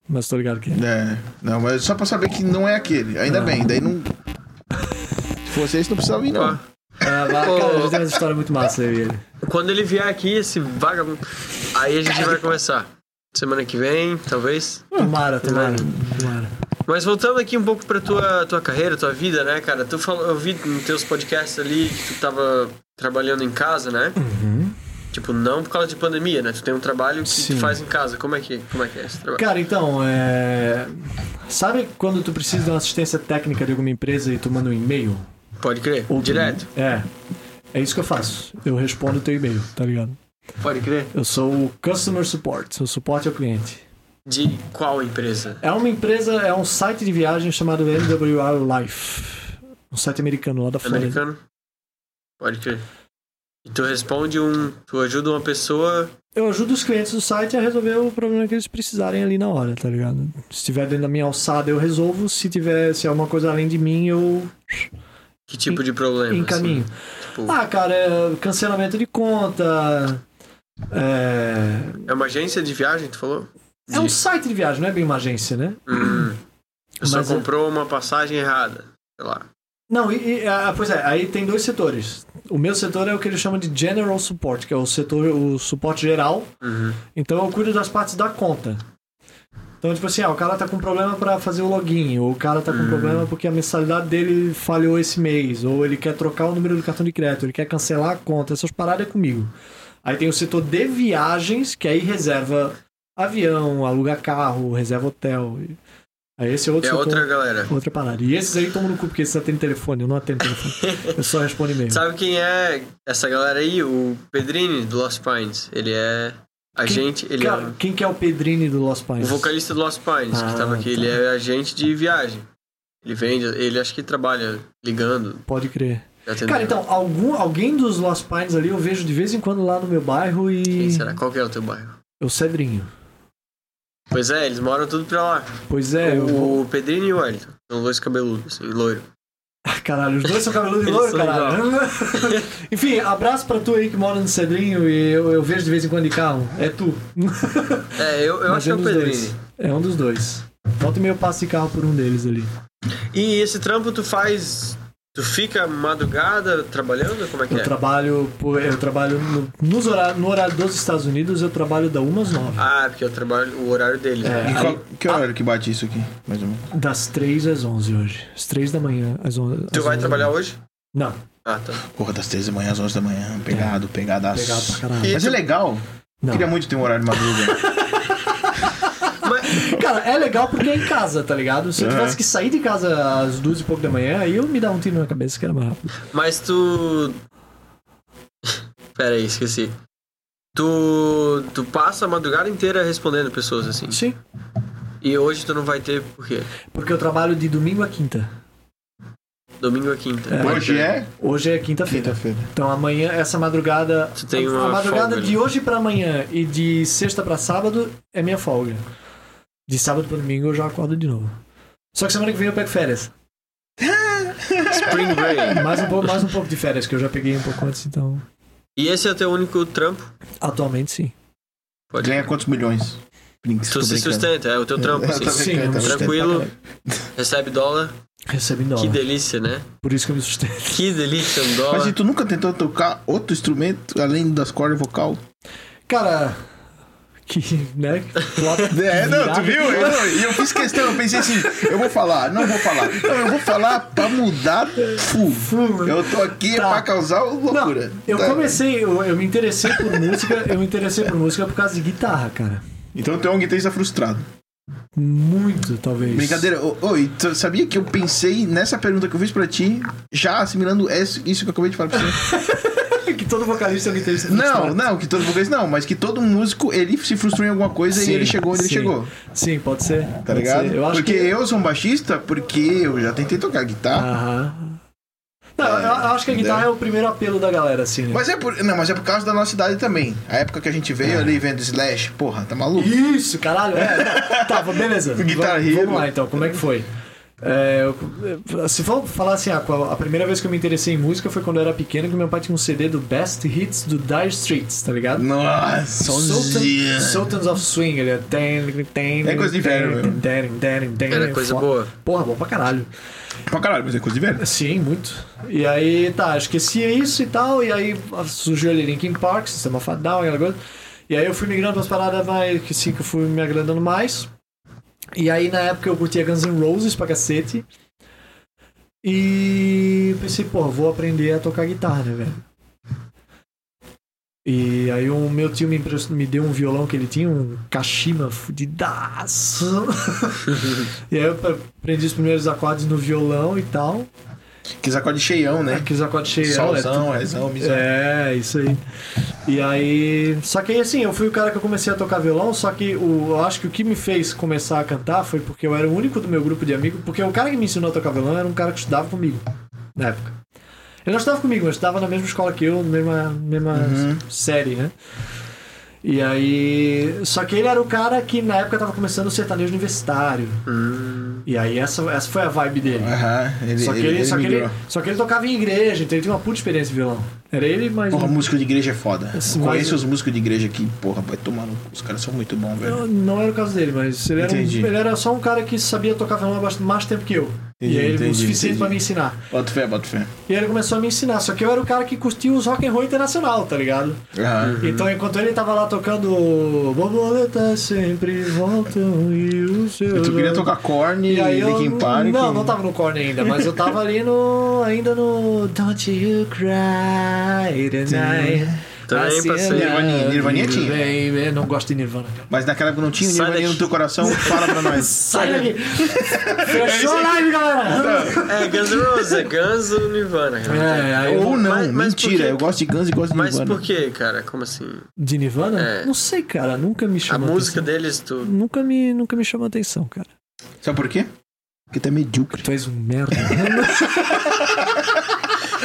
Mas tô ligado que é. É, não, mas só pra saber que não é aquele. Ainda bem, daí não. Se fosse esse, não precisava vir, não. Ah, mas, cara, a gente tem uma história muito massa aí. Ele. Quando ele vier aqui, esse vagabundo. Aí a gente vai começar. Semana que vem, talvez. Tomara, tomara, tomara. Mas voltando aqui um pouco pra tua, tua carreira, tua vida, né, cara? Tu falou, eu vi nos teus podcasts ali que tu tava trabalhando em casa, né? Tipo, não por causa de pandemia, né? Tu tem um trabalho que Sim. tu faz em casa. Como é que, como é, que é esse trabalho? Cara, então, é... Sabe quando tu precisa de uma assistência técnica de alguma empresa e tu manda um e-mail? Pode crer? Ou- Direto? É. É isso que eu faço. Eu respondo o teu e-mail, tá ligado? Pode crer? Eu sou o Customer Support, o suporte ao cliente. De qual empresa? É uma empresa, é um site de viagem chamado MWR Life. Um site americano lá da Flórida. Americano? Pode crer. E tu responde um. Tu ajuda uma pessoa. Eu ajudo os clientes do site a resolver o problema que eles precisarem ali na hora, tá ligado? Se tiver dentro da minha alçada, eu resolvo. Se tiver, se é alguma coisa além de mim, eu Que tipo de problema? assim? encaminho. Tipo, Ah, cara, é cancelamento de conta. É... É uma agência de viagem, tu falou? é um site de viagem, não é bem uma agência, né? Hum. A pessoa Mas é- comprou uma passagem errada. Sei lá. Não, e, e, ah, pois é, aí tem dois setores. O meu setor é o que eles chamam de general support, que é o setor, o suporte geral. Uhum. Então eu cuido das partes da conta. Então, tipo assim, ah, o cara tá com problema pra fazer o login, ou o cara tá com Uhum. problema porque a mensalidade dele falhou esse mês, ou ele quer trocar o número do cartão de crédito, ele quer cancelar a conta, essas paradas é comigo. Aí tem o setor de viagens, que aí reserva avião, aluga carro, reserva hotel. e- Aí esse é outro É setor. outra galera. Outra parada. E esses aí tomam no cu, porque esses atendem telefone, eu não atendo telefone. [LAUGHS] Eu só respondo e-mail. Sabe quem é essa galera aí? O Pedrini do Lost Pines. Ele é agente, ele Cara, é quem que é o Pedrini do Lost o Pines? vocalista do Lost Pines Ah, que tava aqui. tá. Ele é agente de viagem. Ele vende, ele acho que trabalha ligando, Pode crer. atendendo. Cara, então, algum, alguém dos Lost Pines ali eu vejo de vez em quando lá no meu bairro e. Quem será? Qual que é o teu bairro? O Cedrinho. Pois é, eles moram tudo pra lá. Pois é, eu vou. o Pedrinho e o Wellington. São dois cabeludos, assim, loiro. Ah, [LAUGHS] Caralho, os dois são cabeludos e Eles louro, são caralho. [LAUGHS] Enfim, abraço pra tu aí que mora no Cedrinho e eu, eu vejo de vez em quando de carro. É tu. É, eu, eu Mas acho que é um o dos Pedrini. dois. É um dos dois. Volta e meio passo de carro por um deles ali. E esse trampo tu faz. Tu fica madrugada trabalhando? Como é que Eu é? trabalho, por- eu trabalho no, nos hora- no horário dos Estados Unidos, eu trabalho da 1 às 9. Ah, porque eu trabalho o horário deles. E né? qual- que ah. horário que bate isso aqui, mais ou menos? Das 3 às 11 hoje. Às 3 da manhã, às 11. Tu vai trabalhar hoje? Não, Ah, tá. Porra, das 3 da manhã às 11 da manhã. Pegado, pegadaço. É. pegado pra caralho. E- Mas é legal. Não. Queria muito ter um horário [LAUGHS] de madruga. Mas, Cara, é legal porque é em casa, tá ligado? Se eu É. tivesse que sair de casa às duas e pouco da manhã, aí eu me dá um tiro na cabeça que era mais rápido. mas tu. Pera aí, esqueci. Tu, tu passa a madrugada inteira respondendo pessoas assim. Sim. E hoje tu não vai ter por quê? Porque eu trabalho de domingo a quinta. Domingo a quinta. É. Hoje é Hoje é quinta-feira. quinta-feira. Então amanhã, essa madrugada. Tu tem a uma madrugada folga, de né? hoje pra amanhã e de sexta pra sábado é minha folga. De sábado pra domingo eu já acordo de novo. Só que semana que vem eu pego férias. é Spring Break. Mais um pouco, mais um pouco de férias, que eu já peguei um pouco antes, então. E esse é teu único trampo? Atualmente sim. Pode. Ganha quantos milhões? Brinks, Tu tô se brincando. sustenta, é o teu trampo, Eu assim. tô Sim, brincando, eu me tá sustento Tranquilo. pra caralho. Recebe dólar. Recebo em Que dólar. delícia, né? Por isso que eu me sustento. Que delícia um Mas dólar. e tu nunca tentou tocar outro instrumento além das cordas vocal? Cara. Que, né? Plot [LAUGHS] É, não, virado. tu viu? Eu, não, e eu fiz questão, eu pensei assim, eu vou falar, não vou falar. Não, eu vou falar pra mudar Fu, fu. né? Eu tô aqui Tá. pra causar Não, loucura. eu Tá. comecei, eu, eu me interessei por música, eu me interessei por música por causa de guitarra, cara. Então tu é um guitarrista frustrado. Muito, talvez. Brincadeira. Ô, Oi, tu sabia que eu pensei nessa pergunta que eu fiz pra ti, já assimilando esse- isso que eu acabei [LAUGHS] de falar pra você? que todo vocalista é um guitarrista. não, frustrado. não, que todo mundo não, mas que todo músico ele se frustrou em alguma coisa Sim, e ele chegou onde sim. ele chegou. Sim, pode ser. Tá ligado? Eu acho porque que. eu sou um baixista porque eu já tentei tocar guitarra. Aham. Não, eu, eu acho que a né? guitarra é. o primeiro apelo da galera, assim, né? Mas é por. Não, mas é por causa da nossa idade também. A época que a gente veio ali vendo Slash, porra, tá maluco? Isso, caralho, é. Tá, [LAUGHS] beleza. Guitar Vamos- Hero. Vamos lá então, como é que foi? É, eu- se for falar assim, ah, qual- a primeira vez que eu me interessei em música foi quando eu era pequeno, que meu pai tinha um CD do Best Hits do Dire Straits, tá ligado? Nossa, Sultan- sonzinha. Sultans of Swing, ele é. ten- ten- É coisa de ten- velho, meu. ten- ten- ten- Era coisa foda. boa. Porra, bom pra caralho. Pra caralho, mas é coisa de velho. Sim, muito. E aí, tá, esqueci isso e tal, e aí surgiu ali Linkin Park, Sistema Fadal, aquela coisa. E aí eu fui migrando para as paradas mais, que sim, que eu fui me agradando mais. E aí, na época, eu curtia Guns N' Roses pra cacete. E pensei, pô, vou aprender a tocar guitarra, né, velho? E aí o meu tio me, emprest- me deu um violão que ele tinha, um Kashima fudidaço. [LAUGHS] e aí eu aprendi os primeiros acordes no violão e tal. Que sacode cheião, né? Aqueles acordes cheios. Solzão, rezão, é, mizão. é, isso aí. E aí. Só que aí assim, eu fui o cara que eu comecei a tocar violão, só que o, eu acho que o que me fez começar a cantar foi porque eu era o único do meu grupo de amigos, porque o cara que me ensinou a tocar violão era um cara que estudava comigo na época. Ele não estudava comigo, mas estudava na mesma escola que eu, mesma, mesma Uhum. série, né? E aí. Só que ele era o cara que na época tava começando o sertanejo universitário. Hum. E aí essa, essa foi a vibe dele. Aham, ele, Só que ele, ele, só, ele que ele, migrou. só que ele tocava em igreja, então ele tinha uma puta experiência de violão. Era ele, um. mas. Porra, músico de igreja é foda. Esse Eu Conheço mais- os músicos de igreja aqui, porra, vai tomar no cu. Os caras são muito bons, velho. não, não era o caso dele, mas ele era, um- Entendi. ele era só um cara que sabia tocar violão há bastante- mais tempo que eu. e Entendi, aí ele o entendi, suficiente entendi. pra me ensinar. Bota fé, bota fé. E aí ele começou a me ensinar, só que eu era o cara que curtia os rock and roll internacional, tá ligado? Aham. Então enquanto ele tava lá tocando borboletas sempre voltam e o seu Eu queria tocar Korn E aí eu, Linkin Park. não, não tava no corner ainda, mas eu tava ali no. ainda no. Don't you cry tonight. Também I see passei. a Nirvana- love Nirvana you, tinha. baby. Não gosto de Nirvana, cara. Mas naquela época não tinha Sai ninguém daqui. no teu coração. Fala pra nós. Sai daqui! Fechou a live, galera! É Guns N' Roses, é Guns ou Nirvana. cara. É, aí eu- Ou não, Mas- mas por mentira. quê? Eu gosto de Guns e gosto de Mas Nirvana. por que, cara? Como assim? De Nirvana? É. Não sei, cara. Nunca me A chamou música atenção. deles, tu. Nunca me, nunca me chamou atenção, cara. Sabe por quê? Porque tu é medíocre. Tu és um merda.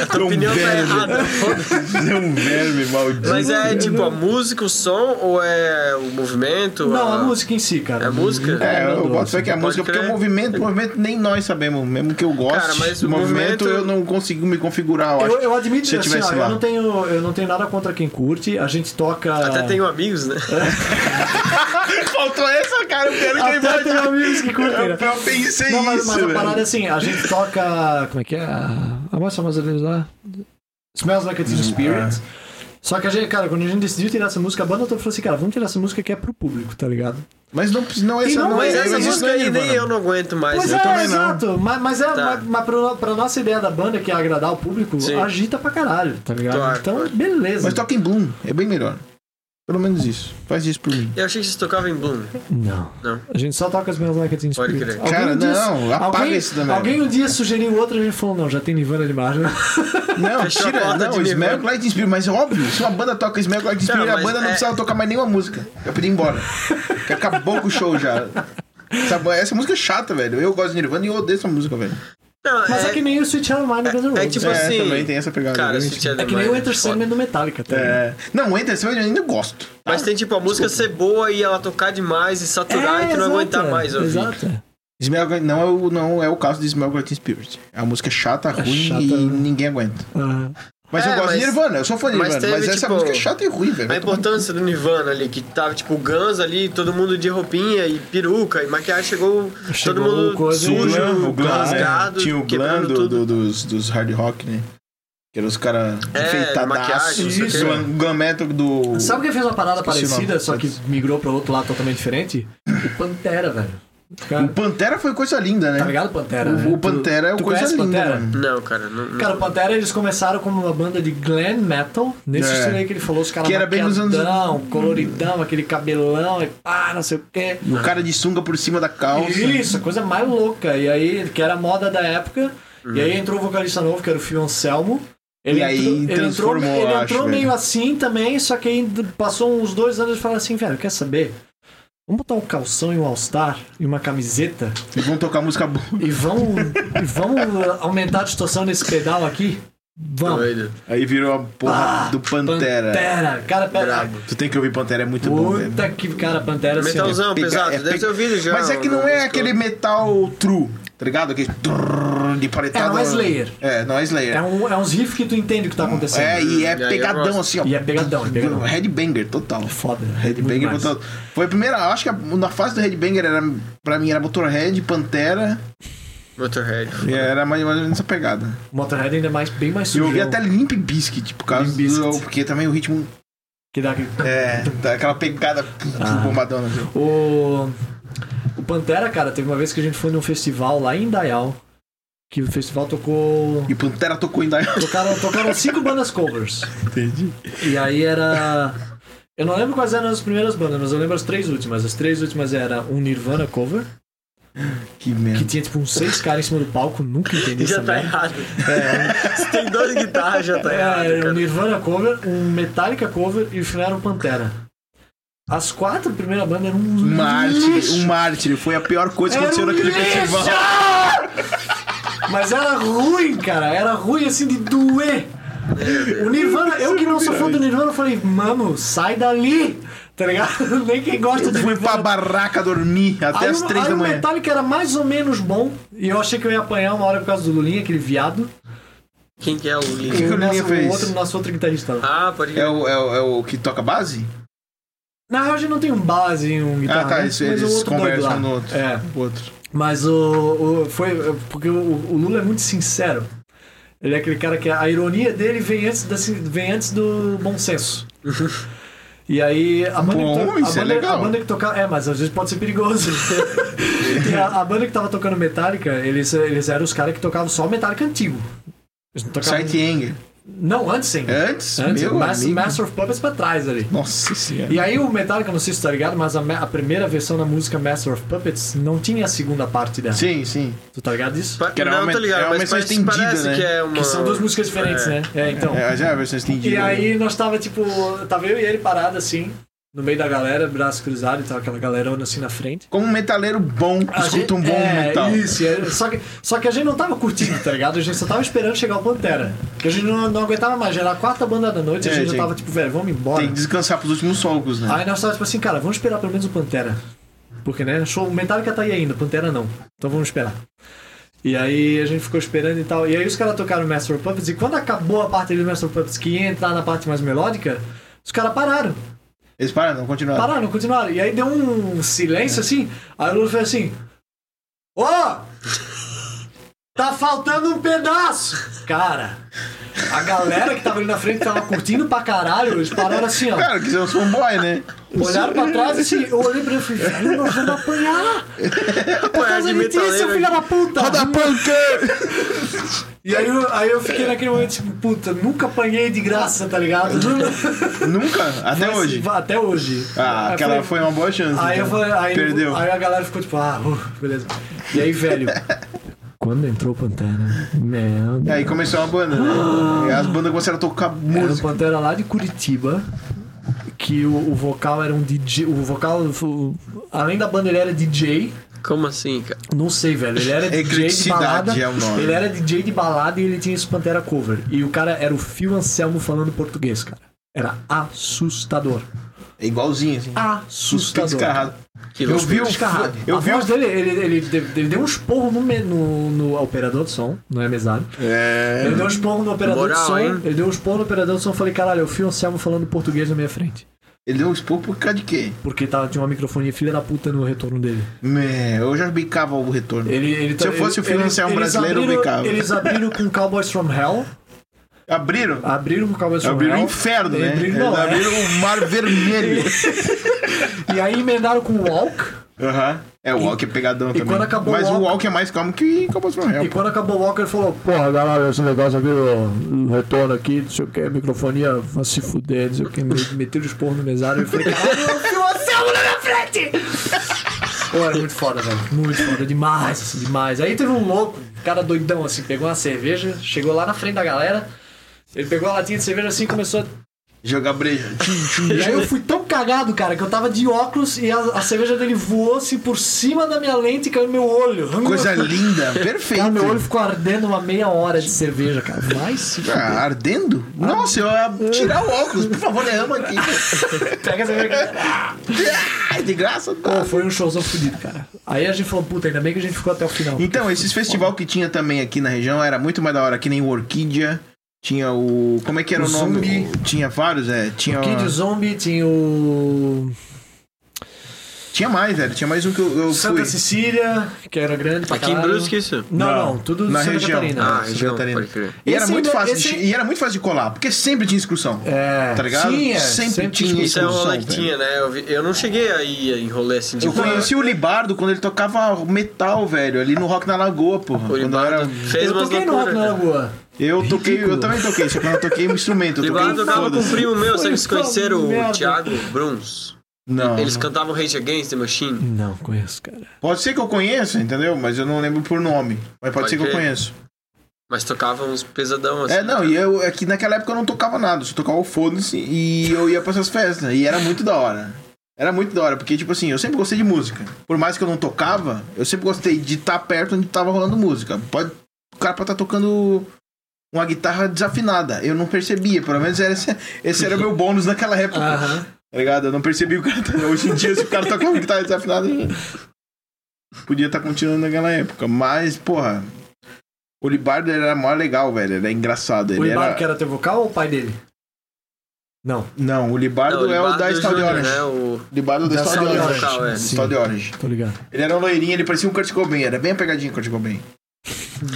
A tua opinião tá [LAUGHS] errada. foda-se. É um verme maldito. Mas é tipo a música, o som ou é o movimento? [LAUGHS] não, a música em si, cara. assim. É a música? É, eu boto fé que é a Pode música, porque o crer. movimento, o movimento nem nós sabemos, mesmo que eu goste. Cara, mas do o movimento, movimento- eu não consigo me configurar, eu acho. Eu, eu admito se que eu assim, ó, tivesse eu lá. não, tenho, eu não tenho nada contra quem curte. A gente toca. Até tenho amigos, né? É, [LAUGHS] Faltou essa, cara, eu quero que Até tenho eu amigos que curtem. né? eu, eu pensei Não, mas, isso, mas a velho. parada é assim, a gente toca. Como é que é? A a moça mais ou menos lá. Smells Like a Uhum. Teen Spirit. Ah. Só que a gente, cara, quando a gente decidiu tirar essa música, a banda toda falou assim, cara, vamos tirar essa música que é pro público, tá ligado? Mas não, não E essa não, não, Mas é essa isso música não é aí nem Nirvana. eu não aguento mais. né? Pois eu é, também não. exato. Mas, mas é, Tá. mas, mas pro- pra nossa ideia da banda, que é agradar o público, Sim. agita pra caralho, tá ligado? Claro, então, claro. tá- beleza. Mas toca em Bloom, é bem melhor. Pelo menos isso. Faz isso por mim. é. Eu achei que vocês tocavam em Bloom. Não. Não. A gente só toca as mesmas like a Teen Pode Spirit. crer. Alguém Cara, um dia- não, apaga alguém, isso também. Alguém um dia sugeriu outra e a gente falou, não, já tem Nirvana demais, né? [LAUGHS] Não, Fechou a tira, porta não, de Smack Nirvana. Light Spirit, mas é óbvio, se uma banda toca Smack Light Spirit, a mas banda não é- precisava tocar mais nenhuma música. Eu pedi ir embora. Porque acabou com o show já. Essa, essa música é chata, velho. Eu gosto de Nirvana e eu odeio essa música, velho. Não, Mas é, é, que nem o Sweet Child Mine do Guns N' é Roses. tipo né, É, assim. também tem essa pegada, Cara, realmente. se tiver É que nem o demais, Enter foda. Sandman do Metallica, tá? ligado? É. Não, Enter Sandman eu ainda gosto. Mas tem tipo a música ser boa e ela tocar demais e saturar e tu É, não É, exato, aguentar mais ouvir. Exato. Smack Light- não, é o, não é o caso de Smack Light Spirit. É uma música chata, ruim chata, e né? ninguém aguenta. Aham. Mas É, eu gosto mas- de Nirvana, eu sou fã de mas Nirvana, mas, teve, essa tipo, música é chata e ruim, velho. A Vai tomar no importância do Nirvana ali, que tava tipo Guns ali, todo mundo de roupinha e peruca e maquiagem, chegou, Chegou todo mundo o coisa, Tinha sujo, Glam, rasgado, é. Tinha o Glam quebrando do- tudo. do- dos, dos hard rock, né? Que eram os caras É, maquiagem, é. não sei o enfeitadaços. quê. O Glam metal do... Sabe quem fez uma parada Esqueci o nome. parecida, só que migrou pra outro lado totalmente diferente? O Pantera, velho. O Cara, Pantera foi coisa linda, né? tá ligado, Pantera? O- né? o Pantera é tu, uma tu coisa conhece linda, Pantera? mano. Não, cara, não. não. Cara, o Pantera eles começaram como uma banda de glam metal, nesse É. estilo aí que ele falou, os caras Que era bem nos anos- maquiadão, coloridão, aquele cabelão e pá, não sei o quê. E o cara de sunga por cima da calça. Isso, a coisa mais louca. E aí, que era a moda da época. E aí entrou o vocalista novo, que era o Phil Anselmo. Ele Uhum. E aí entrou, ele entrou, transformou, ele eu acho, né? entrou meio velho. assim também, só que aí passou uns dois anos e falou assim, velho, quer saber? Vamos botar um calção e um all-star e uma camiseta E vão tocar música boa. e [LAUGHS] vamos, e vamos aumentar a distorção nesse pedal aqui? Vamos. Doido. Aí virou a porra Ah, do Pantera. Pantera, cara, pera. Brabo. Tu tem que ouvir Pantera, é muito bom, velho. Puta que cara, Pantera assim, ó. Metalzão, Pega- pesado, é deve pe- ter ouvido já. Mas é que não uma é música. aquele metal true, tá ligado? Aquele trrr de paletada. É, não é Slayer. É, não é Slayer. É, um, é uns riffs que tu entende o que tá acontecendo. É, e é Hum, E aí eu pegadão gosto. assim, ó. E é pegadão, é [LAUGHS] pegadão. Headbanger, total. Foda. Headbanger muito botou. Foi a primeira, acho que a- na fase do Headbanger era, pra mim era Motorhead, Pantera, Motorhead. e era mais, mais ou menos essa pegada. Motorhead ainda é mais, bem mais E sujo. eu ouvi até Limp Bizkit, por causa Limp Bizkit. do. Porque também o ritmo Que dá aquele... é. daquela pegada ah. bombadona. assim. O... o Pantera, cara, teve uma vez que a gente foi num festival lá em Dayal. Que o festival tocou... E Pantera tocou em Dire Tocaram, tocaram cinco bandas covers. Entendi. E aí era... Eu não lembro quais eram as primeiras bandas, mas eu lembro as três últimas. As três últimas era um Nirvana cover, Que que merda. tinha tipo uns seis caras em cima do palco, nunca entendi Já essa tá né? merda. errado. [LAUGHS] Se tem duas guitarras, já tá errado. É, um cara. Nirvana cover, um Metallica cover e o final era um Pantera. As quatro primeiras bandas eram um Um mártir, um mártir. Foi a pior coisa que Era aconteceu um naquele lixo! festival. Mas era ruim, cara. Era ruim assim de doer. O Nirvana, eu que não sou fã do Nirvana, eu falei, mano, sai dali. Tá ligado? [LAUGHS] Nem quem gosta de Fui pra Nirvana. barraca dormir até Aí, as o- três aí da o manhã. Metallica era mais ou menos bom. E eu achei que eu ia apanhar uma hora por causa do Lulinha, aquele viado. Quem que é o que Link? o E o Lulinha nosso, fez? o outro, nosso outro guitarrista. lá. Ah, pode É o, é, o, é o que toca base? Na real, a gente não tem um base e um guitarra. ah, tá. né? Isso, Mas o eles outro doido lá. conversam no outro. É. O outro. Mas o, o- foi porque o, o Lula é muito sincero. Ele é aquele cara que a ironia dele vem antes, da, sin- vem antes do bom [LAUGHS] senso. E aí a banda, Bom, que to- a, isso é banda, legal. a banda que tocava. É, mas às vezes pode ser [LAUGHS] perigoso. E a, a banda que tava tocando Metallica, eles, eles eram os caras que tocavam só Metallica antigo. Eles não tocavam. Sight Anger. Não, antes ainda. Antes, Antes, É, meu Mas- amigo. Master of Puppets pra trás ali. Nossa senhora. E aí o Metallica, não sei se tá ligado, mas a, me- a primeira versão da música Master of Puppets não tinha a segunda parte dela. Sim, sim. Tu tá ligado disso? Pa- Que era não, uma- tô era ligado, uma mas versão parece, estendida, parece né? que é uma. Que são duas músicas diferentes, É. né? É, então. É, já é a versão estendida. E aí nós tava tipo. Tava eu e ele parado assim. no meio da galera, braço cruzado e tal, aquela galerona assim na frente. Como um metaleiro bom, A gente- escuta um bom é, metal. Isso, e aí- só, que, só que a gente não tava curtindo, tá ligado? A gente só tava esperando chegar o Pantera. Porque a gente não, não aguentava mais, já era a quarta banda da noite, e a É, gente já gente. tava tipo, velho, vamos embora. Tem que descansar pros últimos solcos, né? Aí nós tava tipo assim, cara, vamos esperar pelo menos o Pantera. Porque, né, show, o Metallica tá aí ainda, o Pantera não. Então vamos esperar. E aí a gente ficou esperando e tal. E aí os caras tocaram Master of Puppets, e quando acabou a parte ali do Master of Puppets, que ia entrar na parte mais melódica, os caras pararam. Eles pararam, não continuaram. Pararam, continuaram. E aí deu um silêncio assim. Aí o Lula fez assim: Ô! tá faltando um pedaço! Cara, a galera que tava ali na frente tava curtindo pra caralho, eles pararam assim, ó. Cara, que são os fanboy, né? Olharam pra trás e assim, eu olhei pra ele e falei, velho, nós vamos apanhar! é Por causa de de ti, seu metaleiro filho da puta! Roda punk! E aí eu, aí eu fiquei naquele momento, tipo, puta, nunca apanhei de graça, tá ligado? Nunca? Até Mas, hoje. Até hoje. Ah, Aí aquela foi- foi uma boa chance. Aí, eu então. falei, aí, Perdeu. aí a galera ficou tipo, ah, uh, beleza. E aí, velho. Quando entrou o Pantera, E merda. Aí começou a banda, né? E as bandas começaram a tocar Ah. Era um música. Pantera lá de Curitiba. Que o, o vocal era um DJ. O vocal. o- além da banda, ele era DJ. Como assim, cara? Não sei, velho. Ele [LAUGHS] era DJ de Eclecticidade balada. é o nome. Ele era DJ de balada e ele tinha esse Pantera cover. E o cara era o Phil Anselmo falando português, cara. Era assustador. É igualzinho, assim. Tudo Assustador. descarrado. Que Eu louco. vi o. Descarrado. Eu a vi o. voz dele, ele, ele, ele deu um esporro no, me- no, no operador de som, não é mesário. É. Ele deu um esporro no operador de Moral, som. hein? Ele deu um esporro no operador de som. Eu falei, caralho, eu fui Anselmo falando português na minha frente. Ele deu um expor por causa de quê? Porque tava, tinha uma microfonia filha da puta no retorno dele. Mé, É, eu já bicava o retorno. Ele, ele, tá, Se eu ele- fosse o Phil eles- Anselmo eles brasileiro, eu abriram- brincava. Eles abriram com Cowboys from Hell. Abriram? Abriram com Cowboys from Abriram Hell. o Tá inferno, né? Abriram, não, Eles é. abriram o mar vermelho. E aí emendaram com Walk. [LAUGHS] Aham. É, o Walk é pegadão também. quando acabou Mas o o Walk- Walk é mais calmo que Cowboys from Hell. E quando acabou o Walker, ele falou: Porra, galera, esse negócio aqui, o, o retorno aqui, não sei o que, microfonia, vai se fuder, não sei o que, me- meteram os porros no mesário. Eu falei: Caralho, eu fui o Anselmo na minha frente! Pô, era muito foda, velho. Muito foda, demais, assim, demais. Aí teve um louco, um cara doidão, assim, pegou uma cerveja, chegou lá na frente da galera. Ele pegou a latinha de cerveja assim e começou a [LAUGHS] Jogar breja. e aí eu fui tão cagado, cara, que eu tava de óculos e a, a cerveja dele voou assim por cima da minha lente e caiu no meu olho. Coisa linda, perfeito. Cara, meu olho ficou ardendo uma meia hora de cerveja, cara. Vai se Ah, ardendo? Nossa, eu ia tirar o óculos. Por favor, derrama [LAUGHS] aqui. [LAUGHS] Pega a cerveja. [LAUGHS] aqui. Ah, de graça. tá. Pô, foi um showzão fudido, cara. Aí a gente falou, puta, ainda bem que a gente ficou até o final. Então, esses festival que tinha também aqui na região era muito mais da hora. Que nem o Orquídea. Tinha o... Como é que era O o, nome? Zumbi. Tinha vários, é. Tinha, Kid Zombie tinha o. tinha mais, velho. Tinha mais um que eu, eu Santa fui. Cecília, que era grande pra Aqui em caralho. Brusque, isso? Não, não, tudo na Santa região. Catarina. Ah, Santa região, Catarina. pode crer. E era Esse muito ainda- fácil, esse- de, e era muito fácil de colar, porque sempre tinha excursão. É, Tá ligado? sim, é, sempre, sempre tinha Isso é um excursão. rolê que velho. tinha, né? Eu, vi- eu não cheguei aí em rolê assim de Eu falar. conheci o Libardo quando ele tocava metal, velho, ali no Rock na Lagoa, porra. O Quando eu era- Libardo fez Eu umas toquei no Rock loucuras. na Lagoa. Eu toquei, eu também toquei, só que eu não toquei um instrumento, eu toquei Libardo um tocava com um foda-se. primo meu, vocês Foi conheceram só merda. o Thiago Bruns? Não, Eles não. cantavam Rage Against the Machine. Não, conheço, cara. pode ser que eu conheça, entendeu? Mas eu não lembro por nome. Mas pode, Pode ser que eu crer. conheço. Mas tocavam uns pesadão assim. É, não, e eu, é que naquela época eu não tocava nada, eu só tocava o foda-se e eu ia pra essas festas. E era muito da hora. Era muito da hora, porque, tipo assim, eu sempre gostei de música. Por mais que eu não tocava, eu sempre gostei de estar perto onde tava rolando música. Pode, o cara pode estar tocando uma guitarra desafinada. Eu não percebia, pelo menos era esse, esse era o meu bônus naquela [LAUGHS] época. Aham. Tá ligado? Eu não percebi o cara. tá- [LAUGHS] Hoje em dia, se o cara tocar uma guitarra desafinada, podia estar continuando naquela época. Mas, porra, o Libardo era mó legal, velho. Era engraçado. O Ele Ibarra, era... que é- era teu vocal ou o pai dele? Não. Não, o Libardo Não, é o Libardo da Style de Júnior, Orange. né? O... Libardo da Da Style de Style de Orange. Orange, Da é. Style de Orange. Tô ligado. Ele era um loirinho, ele parecia um Kurt Cobain. Era bem a pegadinha Kurt Cobain.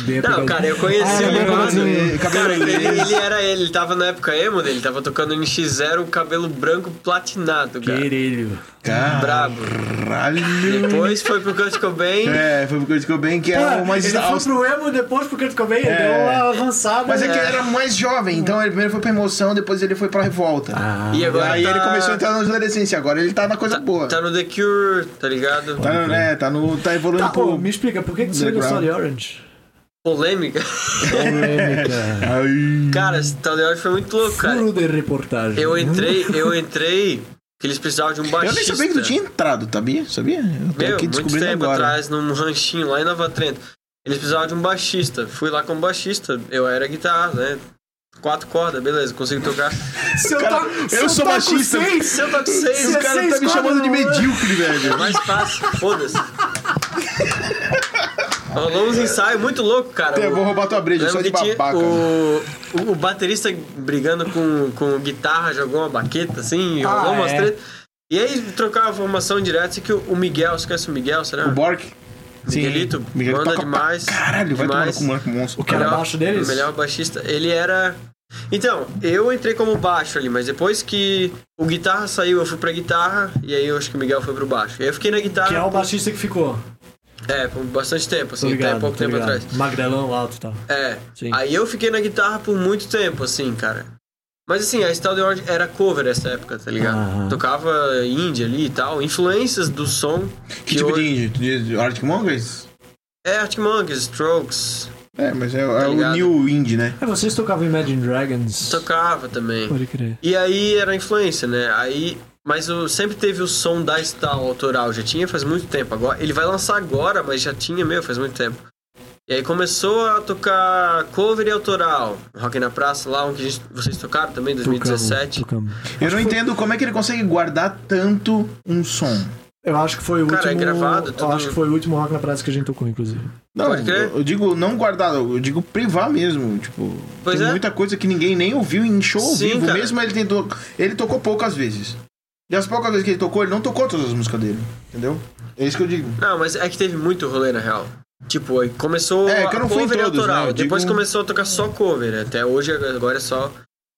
Bem Não, apagadinho. cara, eu conheci Ah, o eu lembro Libardo. dele, cabelo Cara, ele, liso. ele era ele, ele tava na época emo dele, tava tocando NX0, cabelo branco platinado, cara. Querelho. Ah. Brabo. [LAUGHS] Caralho. Depois foi pro Kurt Cobain. É, foi pro Kurt Cobain que era o mais... ele foi austero. pro emo depois porque ele ficou bem, ele deu uma avançada. É. né? Mas é que ele era mais jovem, então ele primeiro foi pra emoção, depois ele foi pra revolta. Ah, E agora Aí tá... ele começou a entrar na adolescência, agora ele tá na coisa boa. Tá no The Cure, tá ligado? Tá, né, tá, no, tá evoluindo tá, pô, pro. me explica, por que que tu saiu da Underground. Story Orange? Polêmica. Polêmica. Tá Ai. [LAUGHS] Cara, esse tal de áudio foi muito louco, cara. Furo de reportagem. Eu entrei, eu entrei Que eles precisavam de um Eu baixista. nem sabia que tu tinha entrado, sabia? Sabia? Eu tô Meu, aqui muito descobrindo tempo agora. atrás, num ranchinho lá em Nova Trento. Eles precisavam de um baixista. Fui lá como baixista. Eu era guitarra, né? Quatro cordas, beleza, consigo [LAUGHS] tocar. [LAUGHS] Se eu, Cara, to- eu se eu sou toco baixista. seis, Se eu toco seis, Se Esse cara, é cara tá seis me chamando de quadros, medíocre, velho. mais fácil. Foda-se. [LAUGHS] Rolou uns ensaios muito louco, cara. Eu vou roubar tua breja, Lembro só de que tinha babaca. né? o, o, o baterista brigando com, com guitarra, jogou uma baqueta, assim, Ah, rolou umas é. tretas. E aí trocava a formação direto, assim, que o o Miguel, você conhece o Miguel, será? O Bork. Sim, Miguelito, Miguel manda toca pra demais, Caralho, vai tomar demais. com o Marco Monstro. O que era Melhor- baixo deles? O melhor baixista. Ele era. Então, eu entrei como baixo ali, mas depois que o guitarra saiu, eu fui pra guitarra, e aí eu acho que o Miguel foi pro baixo. E aí eu fiquei na guitarra. Que é o baixista que ficou. Ah, É, por bastante tempo, Tô assim, até ligado, pouco tô tempo ligado. atrás. Magrelão alto e tal. É. Sim. Aí eu fiquei na guitarra por muito tempo, assim, cara. Mas assim, a Style the Orange era cover nessa época, tá ligado? Aham. Tocava indie ali e tal, influências do som. Que tipo hoje- de índio? Tu diz Arctic Monkeys? É, Arctic Monkeys, Strokes, É, mas é, é o Tá ligado? New Indie, né? É, vocês tocavam Imagine Dragons. tocava também. Pode crer. E aí era influência, né? Aí, mas o, sempre teve o som da Stal autoral, já tinha faz muito tempo. Agora, ele vai lançar agora, mas já tinha, meu, faz muito tempo. E aí começou a tocar cover e autoral. Rock na Praça, lá, um que a gente- vocês tocaram também, 2017. Tocamos, Eu não entendo como é que ele consegue guardar tanto um som. Eu acho que foi o Cara, é último. gravado, tudo- Eu acho que foi o último rock na praça que a gente tocou, inclusive. Não, Pode crer. eu, eu digo não guardar, eu digo privar mesmo. Tipo, Pois tem é. muita coisa que ninguém nem ouviu em show ao Sim, vivo. cara. Mesmo ele tentou. Ele tocou poucas vezes. E as poucas vezes que ele tocou, ele não tocou todas as músicas dele. Entendeu? É isso que eu digo. Não, mas é que teve muito rolê na real. Tipo, aí começou É, a que eu não fui em cover e todos, autoral. né? Eu Depois digo- começou a tocar só cover. né? Até hoje, agora é só,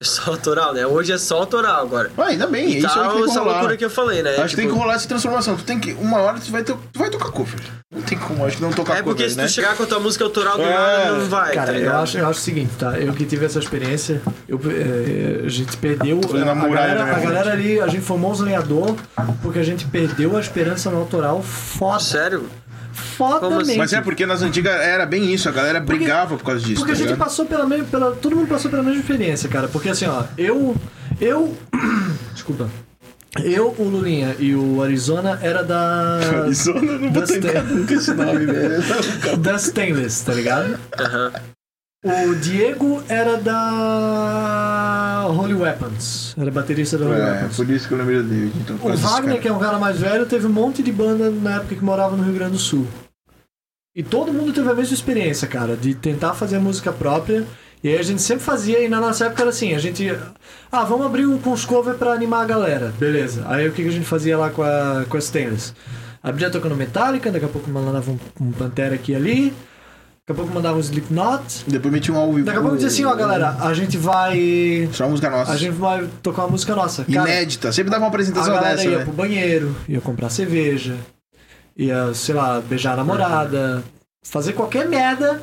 é só autoral, né? Hoje é só autoral agora. Ah, ainda bem, é isso aí que tem que essa rolar. loucura que eu falei, né? Acho que tem que Tipo, rolar essa transformação. Tu tem que. Uma hora tu vai, to- tu vai tocar cover. Não tem como, acho que não tocar É porque cover, se tu né? chegar com a tua música autoral do É. nada, não vai, Cara, tá eu, ligado? acho, né? eu acho o seguinte, tá? Eu que tive essa experiência, eu, eh, a gente perdeu. fazendo uma A muralha na galera, minha a frente. galera ali, a gente formou uns lenhador, porque a gente perdeu a esperança no autoral foda. Sério? Como Fodamente. assim? Mas é porque nas antigas era bem isso, a galera brigava por causa disso. Porque a tá gente ligado? passou pela mesma. Pela, todo mundo passou pela mesma experiência, cara. Porque assim, ó, eu. Eu. [CLEARS THROAT] Desculpa. Eu, o Lulinha e o Arizona era [LAUGHS] da. Arizona, eu não Das botei terras. nunca esse [LAUGHS] nome, velho. É, da Stainless, tá ligado? Aham. O Diego era da. Holy Weapons. Era baterista da Holy É, Weapons. por isso que eu lembrei dele. Então, por O causa desse Wagner, cara. que é um cara mais velho, teve um monte de banda na época que morava no Rio Grande do Sul. E todo mundo teve a mesma experiência, cara, de tentar fazer música própria. E aí a gente sempre fazia, e na nossa época era assim, a gente. Ah, vamos abrir um com os cover pra animar a galera. Beleza. Aí o que que a gente fazia lá com, a, com as Stainless? Abria tocando Metallica, daqui a pouco mandava um, um Pantera aqui e ali. Daqui a pouco mandava um Slipknot. Depois meti um ao vivo. Daqui a pouco dizia assim, ó galera, a gente vai. Só música nossa. A gente vai tocar uma música nossa. Cara, Inédita. Sempre dava uma a apresentação galera dessa, ia né? pro banheiro, ia comprar cerveja, ia, sei lá, beijar a namorada, fazer qualquer merda,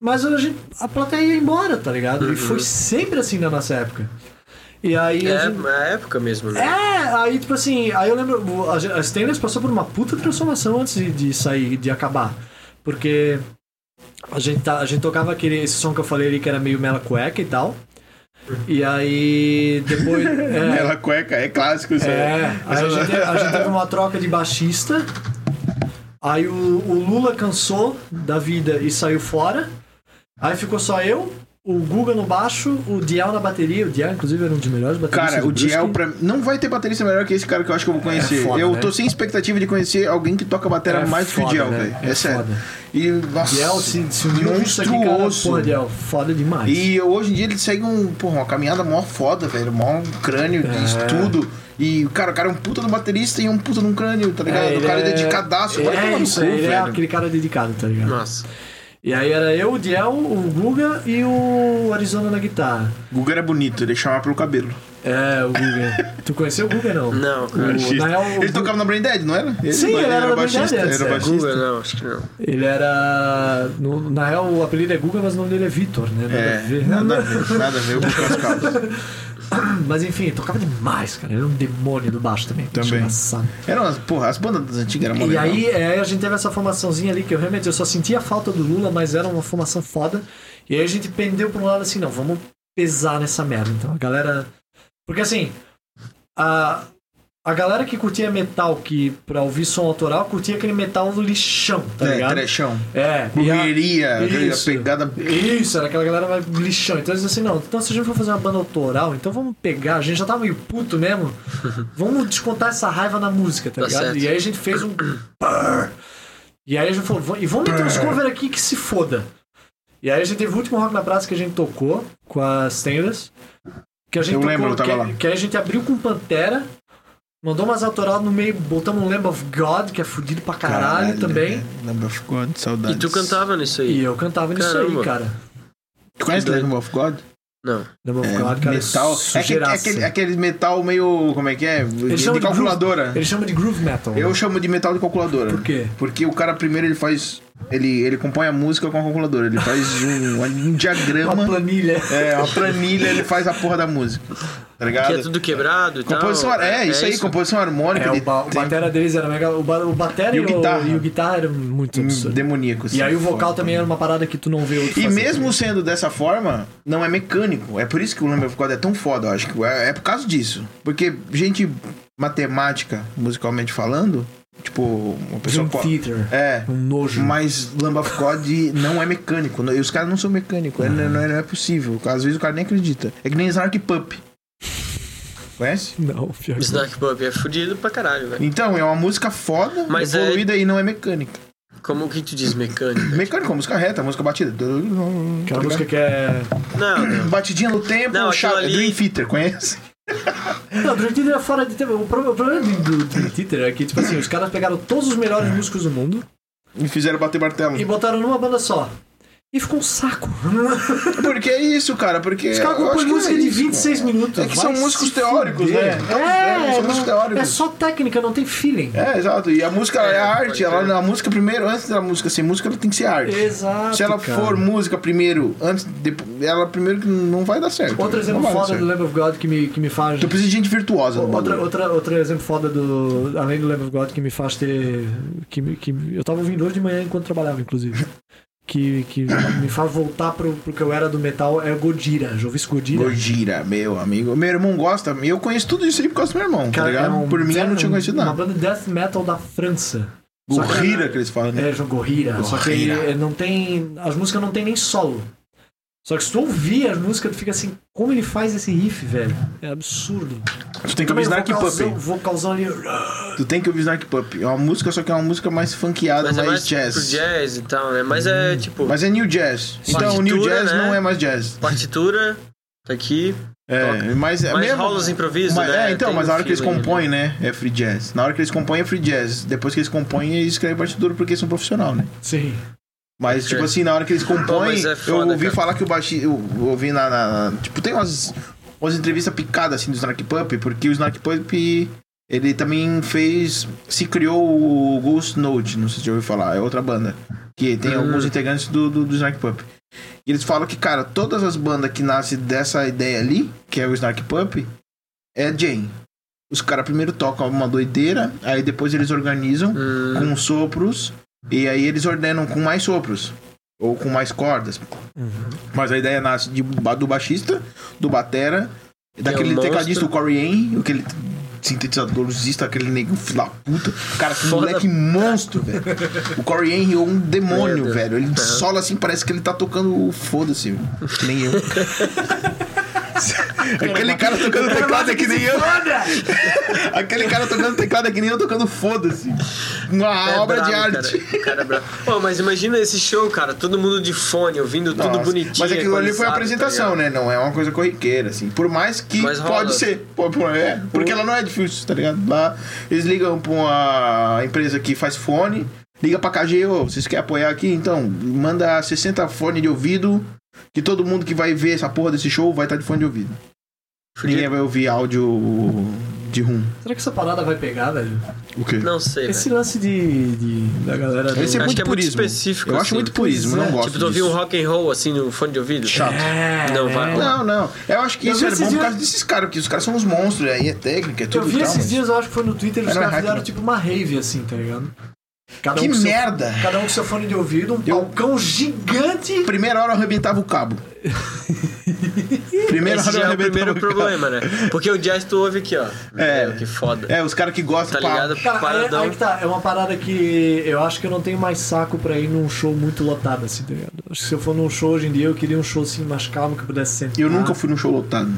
mas a, gente, a plateia ia embora, tá ligado? E Uhum. foi sempre assim na nossa época. E aí a É, gente... na época mesmo, É, né? aí tipo assim, aí eu lembro, o- a, gen- a Stainless passou por uma puta transformação antes de, de sair, de acabar. Porque a gente, tá- a gente tocava aquele, esse som que eu falei ali que era meio mela cueca e tal. E aí [LAUGHS] depois. é, Ela cueca, é clássico isso é, aí. aí a gente, a gente teve uma troca de baixista. Aí o, o Lula cansou da vida e saiu fora. Aí ficou só eu, o Guga no baixo, o Diel na bateria. O Diel, inclusive, era um dos melhores bateristas. Cara, do o Brusque. Diel, pra... não vai ter baterista melhor que esse cara que eu acho que eu vou conhecer. foda, eu né? tô sem expectativa de conhecer alguém que toca batera É mais que o foda, Diel, né? velho. É, É sério. foda. E, nossa, Diel, se, se um dia eu vi isso aqui, cara, monstruoso. porra, Diel, foda demais. E hoje em dia ele segue um, porra, uma caminhada mó foda, velho. Mó um crânio É. de estudo. E, cara, o cara é um puta do baterista e é um puta de um crânio, tá ligado? É, o ele cara é é- dedicadaço. ele Vai É, tomar no isso, cu, ele é velho. aquele cara dedicado, tá ligado? Nossa. E aí era eu, o Diel, o Guga e o Arizona na guitarra. Guga era bonito, ele chamava pelo cabelo. É, o [LAUGHS] Guga. tu conheceu o Guga, não? Não, cara. O- na real, o ele Guga- tocava na Brain Dead, não era? Ele, Sim, ele era da Brain Dead antes, Era é. baixista. Google, não, acho que não. Ele era. no- na real, o apelido é Guga, mas o nome dele é Vitor, né? Nada a É, ver. nada a ver, nada a ver com as calças. [COUGHS] Mas enfim, tocava demais, cara. Era um demônio do baixo também. Também. Tinha assado. Eram as, porra, as bandas das antigas eram mó E legal. aí é, a gente teve essa formaçãozinha ali que eu realmente eu só sentia a falta do Lula, mas era uma formação foda. E aí a gente pendeu pra um lado assim, não, vamos pesar nessa merda. Então a galera. Porque assim. A... A galera que curtia metal, que pra ouvir som autoral, curtia aquele metal do lixão, tá é, ligado? trechão. É, e a- Correria, aquela Isso. pegada. Isso, era aquela galera vai lixão. Então eles assim, não, então se a gente for fazer uma banda autoral, então vamos pegar, a gente já tava meio [LAUGHS] puto mesmo, vamos descontar essa raiva na música, tá, Tá ligado? certo. E aí a gente fez um. e aí a gente falou, "Vamos- e vamos meter uns cover aqui que se foda. E aí a gente teve o último rock na praça que a gente tocou com as Stainless. Que a gente Eu tocou, lembro, eu tava que, lá. que aí a gente abriu com Pantera. Mandou umas autoral no meio, botamos um Lamb of God, que é fudido pra caralho também. é. Lamb of God, saudades. E tu cantava nisso aí? E eu cantava nisso Caramba. aí, cara. Tu conhece Lamb of God? Não. Não vou É, ficar lá, cara. metal. É aquele, é sujeiraça. aquele- aquele metal meio. Como é que é? De, chamam de de calculadora. Ele chama de groove metal. né? Eu chamo de metal de calculadora. É. Por quê? Porque o cara primeiro ele faz. Ele, ele compõe a música com a calculadora. Ele faz um, um Uma diagrama. [LAUGHS] planilha. É, uma planilha, ele faz a porra da música. Tá ligado? Que é tudo quebrado e composição, tal. é, isso aí, composição harmônica. É, o, ele ba o tem- batera deles era mega. O, ba o batera E e o o, guitarra. e o guitarra eram muito absurdos. demoníaco. assim. é E aí o vocal Foda. também era uma parada que tu não vê outro E fazer. né? mesmo sendo dessa forma, não é mecânico. É por isso que o Lamb of God é tão foda, eu acho que é, é por causa disso. Porque gente matemática, musicalmente falando, tipo, uma pessoa Dream co- um Theater. É. Um nojo. Mas Lamb of God não é mecânico. E os caras não são mecânicos. Não, não é- não é possível. Às vezes o cara nem acredita. É que nem Snark Pup. Conhece? Não, pior que Snack Pub é fudido pra caralho, velho. Então, é uma música foda, Mas é- evoluída e não é mecânica. Como que tu diz mecânica? Mecânica, é música reta, música batida. Aquela música que é. Não, não. Batidinha no tempo, Não, não, aquilo chave, é ali- Dream Theater, conhece? Não, Dream Theater é fora de tempo. O pro- o problema do do Dream Theater é que, tipo assim, os caras pegaram todos os melhores É. músicos do mundo Me fizeram bater martelo. e botaram numa banda só. E ficou um saco. Por que isso, cara? Porque. Os caras eu acho compõem que não música é de isso, 26 cara. minutos. É que são Vai músicos se teóricos, fuder. né? É, É, são músicos não- teóricos. é só técnica, não tem feeling. É, exato. E a música é, É, a pode arte. Ela, crer. a música primeiro, antes da música ser música, ela tem que ser arte. Exato. Se ela cara. for música primeiro, antes, depois, ela primeiro que não vai dar certo. Outro exemplo não vai dar foda certo. do Lamb of God que me, que me faz. Tu precisa de gente virtuosa. no Outra, bagulho. outra, outro exemplo foda do. Além do Lamb of God que me faz ter. Que, me- que, eu tava ouvindo hoje de manhã enquanto trabalhava, inclusive. Que, que me faz voltar pro, pro que eu era do metal é Godira. Já ouvi isso Godira? Gojira, meu amigo. Meu irmão gosta. Eu conheço tudo isso aí por causa do meu irmão, tá Cara, é ligado? um- por mim, eu não é tinha um- conhecido Uma nada. banda de death metal da França. Só que- Gorrira que eles falam, né? É, João Gorrira. Só que Gorrira. ele não tem. As músicas não tem nem solo. Só que se tu ouvir as músicas, tu fica assim, como ele faz esse riff, velho? É absurdo. Tu tem que ouvir Snark vocalzão, Puppy. vocalzão ali. Tu tem que ouvir Snark Puppy. É uma música, só que é uma música mais funkeada, Mas é mais, mais jazz. pro jazz e tal, né? Mas é tipo, Mas é new jazz. Então, o new Partitura, jazz né? não é mais jazz. partitura, tá aqui. É, mas é Mas mesmo. rola os improvisos, mas- né? É, então, Tem mas a um hora que eles feeling, compõem, né? É free jazz. Na hora que eles compõem é free jazz. Depois que eles compõem, eles escrevem partitura porque eles são profissional, né? Sim. Mas, tipo assim, na hora que eles compõem, mas é eu foda, ouvi cara. falar que o baixista. Eu ouvi na, na- na- Tipo, tem umas, umas entrevistas picadas assim do Snark Pump, porque o Snark Pump. Ele também fez. Se criou o Ghost Note, não sei se já ouviu falar, é outra banda. Que tem Hum. alguns integrantes do, do, do Snark Pump. E eles falam que, cara, todas as bandas que nascem dessa ideia ali, que é o Snark Pump, é Jane. Os caras primeiro tocam uma doideira, aí depois eles organizam hum, com sopros, e aí eles ordenam com mais sopros, ou com mais cordas. Mas a ideia nasce de, ba- do baixista, do batera, daquele o monstro. tecladista, o Corey Henry, aquele sintetizadorista, aquele negro filho da puta. Cara, que Foda. moleque monstro, velho. O Corey Henry é um demônio, Deus. velho. Ele Aham. sola assim, parece que ele tá tocando o foda-se. velho. Que nem eu. [LAUGHS] Aquele cara tocando teclado é que nem eu. Aquele cara tocando teclado é que nem eu tocando foda-se. Uma É obra brabo, de arte. Cara, O cara é brabo. Pô, mas imagina esse show, cara, todo mundo de fone, ouvindo Nossa, tudo bonitinho. Mas aquilo ali foi equalizado, a apresentação, tá ligado? né? Não é uma coisa corriqueira, assim. Por mais que Mas rola. pode ser. Pô, pô, é, porque ela não é difícil, tá ligado? Lá eles ligam pra uma empresa que faz fone, liga pra KG, ô, vocês querem apoiar aqui? Então, manda 60 fone de ouvido, que todo mundo que vai ver essa porra desse show vai estar de fone de ouvido. Ninguém vai ouvir áudio de rum. Será que essa parada vai pegar, velho? O quê? Não sei, Esse velho. lance de. de- da galera. Do... É. Esse é Acho muito que é muito purismo. específico, Eu acho assim. muito purismo, Pois não é. gosto Tipo, tu ouvir um disso. rock and roll assim no fone de ouvido? Chato. É, Não, é. vai lá. Não, não. Eu acho que Eu isso vi era bom esses por dias- causa desses caras, porque os caras são uns monstros, aí é técnica, é Eu tudo vi e tal, esses mas- dias, eu acho que foi no Twitter, os Era caras hack, fizeram né? tipo uma rave assim, tá ligado? Cada Que com seu- merda! cada um com seu fone de ouvido, um Eu- balcão gigante. Primeira hora eu arrebentava [LAUGHS] o cabo. Primeira Esse hora já eu é o arrebentava primeiro o problema, né? Porque o jazz tu ouve aqui, ó. É. Meu, Que foda. cabo. É, os caras que gostam. Tá pá, ligado? Cara, é, Paradão. aí que tá, é uma parada que eu acho que eu não tenho mais saco pra ir num show muito lotado, assim, tá ligado? Acho que se eu for num show hoje em dia, eu queria um show assim mais calmo que eu pudesse sentar. Eu nunca fui num show lotado.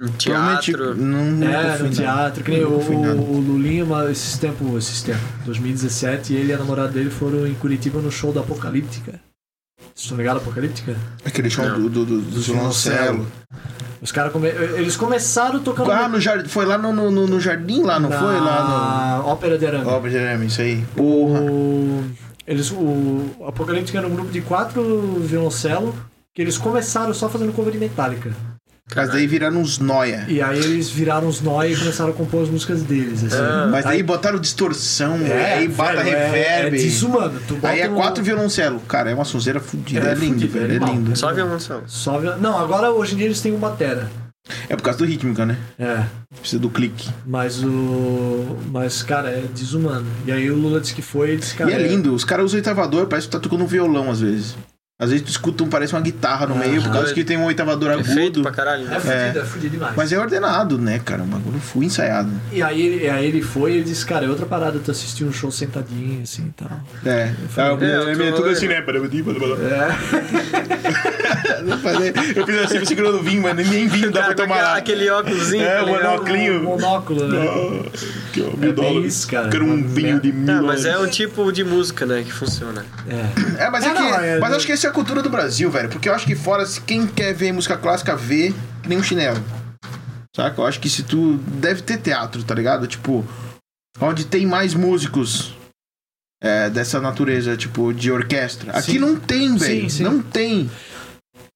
Um Provavelmente Ah. teatro. não, nunca É, fui no nada. teatro, que nem o, Nunca fui nada. o Lulinha, mas esses tempos, esses tempos, 2017, ele e a namorada dele foram em Curitiba no show da Apocalíptica. Vocês estão ligados à Apocalíptica? Aquele show Não. do, do, do, do violoncelo. Os caras come... eles começaram tocando. Ah, no jardim, foi lá no, no, no- no jardim lá, não na foi? Ah. Lá Ópera de Arame. no. Ó, Jeremy, isso aí. Porra. O, eles, o Apocalíptica era um grupo de quatro violoncelo que eles começaram só fazendo cover de Metallica. Mas daí viraram uns noia. E aí eles viraram os nós e começaram a compor as músicas deles. Assim. Ah, Mas daí botaram distorção, aí bota velho, é- reverb. É desumano. Tu bota aí é um- quatro violoncelo. Cara, é uma sonzeira fudida. É É, lindo, fudido, velho. É animal. lindo. Só violão. Só viol- Não, agora hoje em dia eles têm um batera. É por causa do rítmica, né? É. Precisa do clique. Mas o. Mas, cara, é desumano. E aí o Lula disse que foi e disse, cara. e é lindo. Os caras usam oitavador, parece que tá tocando um violão às vezes. Às vezes tu escuta, um, parece uma guitarra no meio, por causa que tem um oitavador Perfeito agudo. pra caralho. É né? fudido, é, fudido demais. Mas é ordenado, né, cara? O bagulho foi ensaiado. E aí, ele- e aí ele foi e ele disse, cara, é outra parada tu assistir um show sentadinho, assim e tal. É. É, tu- né? [LAUGHS] Não fazer- Eu fiz assim, segurando vinho, mas nem vinho dá Cara, pra com aquela- tomar. aquele óculosinho. É, tá o ligado? monoclinho. Monóculo, né? Ah, Que, ó, mil É bem dólares. isso, cara. Quero um vinho de mil Tá, mas dólares. é um tipo de música, né, que funciona. É. É, mas é, É, que. não, é- mas acho que essa é a cultura do Brasil, velho. Porque eu acho que fora, se quem quer ver música clássica, vê que nem um chinelo. Saca? Eu acho que se tu. Deve ter teatro, tá ligado? Tipo. Onde tem mais músicos. é, dessa natureza, tipo, de orquestra. Aqui Sim. não tem, velho. Sim, sim. Não tem.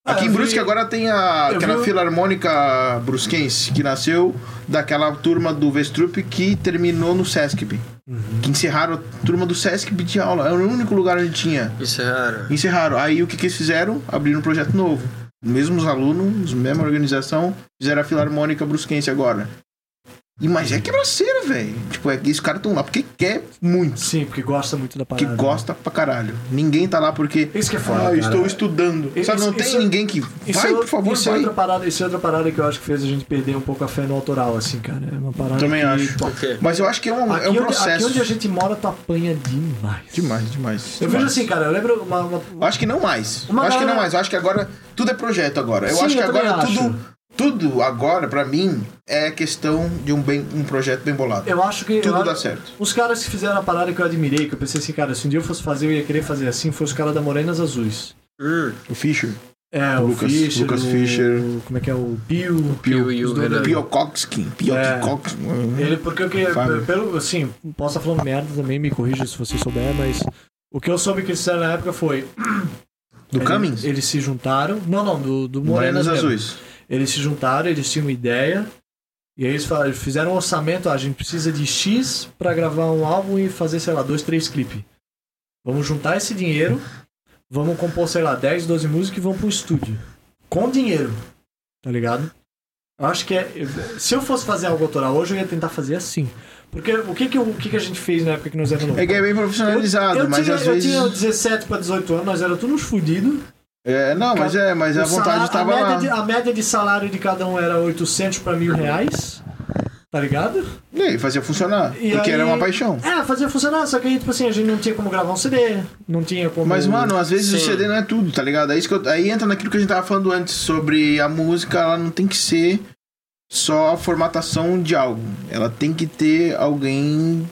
Ah, Aqui eu em vi- Brusque agora tem a, eu aquela vi um- o- filarmônica brusquense, que nasceu daquela turma do Vestrup que terminou no Sescb. Uhum. Que encerraram a turma do Sescb de aula. Era o único lugar onde tinha. Isso é raro. Encerraram. Aí o que, que eles fizeram? Abriram um projeto novo. Mesmos alunos, mesma organização, fizeram a Filarmônica Brusquense agora. E, mas é quebraceira, velho. Tipo, é, que esses caras estão lá porque quer muito. Sim, porque gosta muito da Que parada. né? gosta pra caralho. Ninguém tá lá porque. Isso que é foda, Ah, eu cara. estou estudando. Isso- Sabe, não tem isso- ninguém que. Isso vai, é, por favor, isso é, sai. outra parada, isso é outra parada que eu acho que fez a gente perder um pouco a fé no autoral, assim, cara. É uma parada Também que, acho. pô, Por quê? Mas eu acho que é aqui, um, é um onde, aqui processo. onde a gente mora, tu apanha demais. Demais, demais. Eu vejo demais. assim, cara, eu lembro uma- uma, Eu acho que não mais. Uma eu acho que não galera- mais. Eu acho que agora tudo é projeto agora. Eu Sim, acho que eu também agora acho. tudo. Tudo agora, pra mim, é questão de um, bem, um projeto bem bolado. Eu acho que. Tudo eu- dá certo. Os caras que fizeram a parada que eu admirei, que eu pensei assim, cara, se um dia eu fosse fazer, eu ia querer fazer assim, foi os caras da Morenas Azuis. Hum, O Fischer. É, o Lucas- Fischer. Lucas o- Fischer. Como é que é? O Pio. Pio e os o dois Renan. ali. Piocoxkin. É. Piocox. Ele, porque eu que. Fábio. Pelo, assim, posso estar falando merda também, me corrija se você souber, mas. O que eu soube que eles fizeram na época foi. Do eles- Cummings? Eles se juntaram. Não, não, do, do Morenas Morenas é mesmo. Azuis. Eles se juntaram, eles tinham uma ideia. E aí eles falaram- eles fizeram um orçamento, ah, a gente precisa de X pra gravar um álbum e fazer, sei lá, dois, três clipes. Vamos juntar esse dinheiro, vamos compor, sei lá, 10, 12 músicas e vamos pro estúdio. Com dinheiro, tá ligado? Eu acho que é. Se eu fosse fazer algo autoral hoje, eu ia tentar fazer assim. Porque o que, que, eu- o que, que a gente fez na época que nós éramos novos? É que é bem profissionalizado, eu, eu mas tinha, às eu vezes. tinha 17 pra 18 anos, nós era tudo uns fudidos. É, não, mas é, mas a O salário- vontade estava a média, lá. de, a média de salário de cada um era 800 pra mil reais. Tá ligado? E aí, fazia funcionar. E porque aí- era uma paixão. É, fazia funcionar, só que aí, tipo assim, a gente não tinha como gravar um CD, não tinha como. Mas, mano, às vezes o Hum, Sim. CD não é tudo, tá ligado? É isso que eu- aí entra naquilo que a gente tava falando antes sobre a música, ela não tem que ser só a formatação de algo. Ela tem que ter alguém.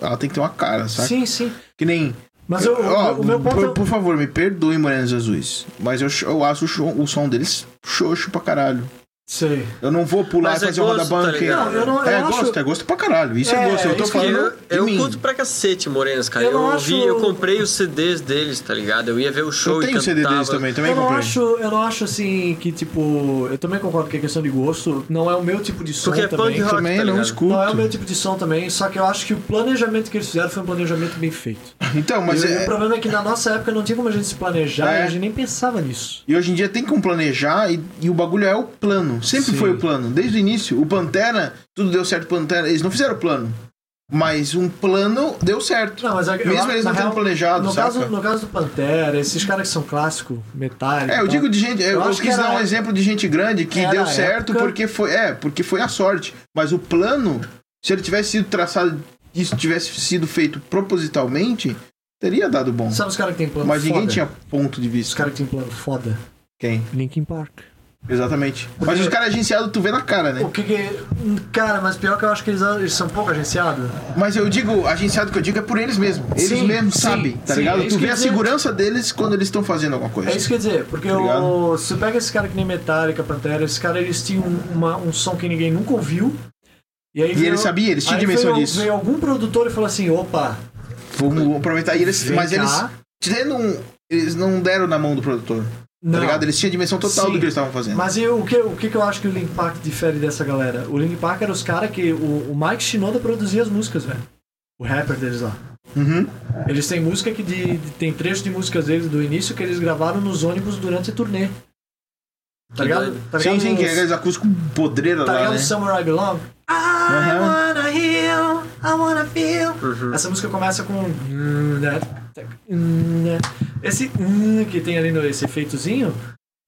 Ela tem que ter uma cara, saca? Sim, sim. Que nem. Mas eu- Ó, o, meu por, ponto. é- por favor, me perdoe, Morenos Azuis. Mas eu, cho- eu acho o, show- o som deles xoxo pra caralho. Sei. Eu não vou pular Mas e é fazer uma da gosto, tá banca. ligado? Não, eu não- eu é acho- gosto, é gosto pra caralho. Isso é, É, gosto. Eu tô isso que- falando. Eu, eu de mim. curto pra cacete Morenas, cara. Eu Eu, não ouvi, acho- eu comprei os CDs deles, tá ligado? Eu ia ver o Eu show tenho e CD cantava. deles também, também Eu não, comprei. acho, eu não acho assim que, tipo. Eu também concordo que é questão de gosto. Não é o meu tipo de som Porque é também. punk rock, Também tá não ligado? escuto. Não é o meu tipo de som também, só que eu acho que o planejamento que eles fizeram foi um planejamento bem feito. Então, mas E o- é, O problema é que na nossa época não tinha como a gente se planejar É. e a gente nem pensava nisso. E hoje em dia tem como planejar e, e o bagulho é o plano. Sempre Sim. foi o plano, desde o início. O Pantera, tudo deu certo Pantera. Eles não fizeram plano. Mas um plano deu certo. Não, mas eu- eu Mesmo acho- eles na não tendo real, planejado, no saca? caso, no caso do Pantera, esses caras que são clássico, metálico. É, eu tal. digo de gente. Eu, Eu eu acho que quis era- dar um exemplo de gente grande que era deu a certo época. porque foi. É, porque foi a sorte. Mas o plano, se ele tivesse sido traçado, isso tivesse sido feito propositalmente, teria dado bom. Sabe os caras que tem plano Mas foda? ninguém tinha ponto de Os vista. caras que tem plano foda. Quem? Linkin Park. Exatamente. Porque- Mas os caras agenciados, tu vê na cara, né? O que que. Cara, mas pior que eu acho que eles, eles são pouco agenciados. Mas eu digo, agenciado que eu digo é por eles mesmos. Eles Sim, mesmos sim, sabem, tá sim, ligado? é isso tu que vê eu a digo. segurança deles quando eles estão fazendo alguma coisa. É isso que eu ia dizer, porque Obrigado. o, se tu pega esse cara que nem Metallica, Pantera, esses caras eles tinham uma- um som que ninguém nunca ouviu. E, aí E ele sabia, eles tinham aí dimensão veio, disso. Veio algum produtor e falou assim: opa, Vamos aproveitar. E eles, vem mas eles, cá. tendo um, eles não deram na mão do produtor, Não. tá ligado? Eles tinham a dimensão total Sim. do que eles estavam fazendo. Mas e o, que, o que que eu acho que o Link Park difere dessa galera? O Link Park era os caras que. O, o Mike Shinoda produzia as músicas, velho. O rapper deles lá. Uhum. Eles têm música que de, de- tem trecho de músicas deles do início que eles gravaram nos ônibus durante a turnê. Tá Que ligado? doido. Tá sim, ligado? sim, que é aqueles acústicos podreira Tá lá, ligado né? Somewhere I Belong? I wanna heal, I wanna feel. Uhum. Essa música começa com. um, né, tac, um, né. Esse um que tem ali no, esse efeitozinho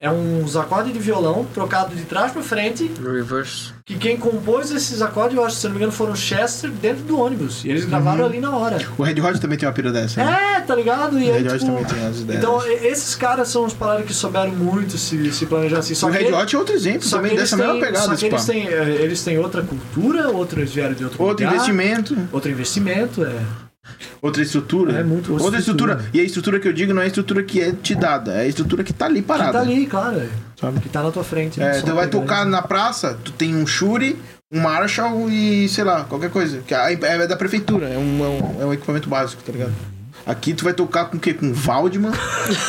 é uns acordes de violão trocado de trás pra frente. No reverse. Que quem compôs esses acordes, eu acho, se eu não me engano, foram Chester dentro do ônibus. E eles Uhum. gravaram ali na hora. O Red Hot também tem uma pira dessa, né? É, tá ligado? E O aí, Red Hot tipo, também tem as ideias. Então, e- esses caras são os paradas que souberam muito se, se planejar assim. Só o que Red Hot é outro exemplo só também que eles dessa têm- mesma pegada, Só que eles tipo. ah, têm, é, eles têm outra cultura, outros vieram de outro Outro lugar, investimento, Outro investimento, é. outra estrutura. É muito outra outra estrutura. estrutura. E a estrutura que eu digo não é a estrutura que é te dada, é a estrutura que tá ali parada. Que tá ali, claro. é. Sabe? Que tá na tua frente. né? É, Só tu vai pegar tocar e- na praça, tu tem um Shure, um Marshall e sei lá, qualquer coisa. Que aí é, da prefeitura, é um, é, um, é um equipamento básico, tá ligado? Aqui tu vai tocar com o quê? Com o [LAUGHS] Waldman,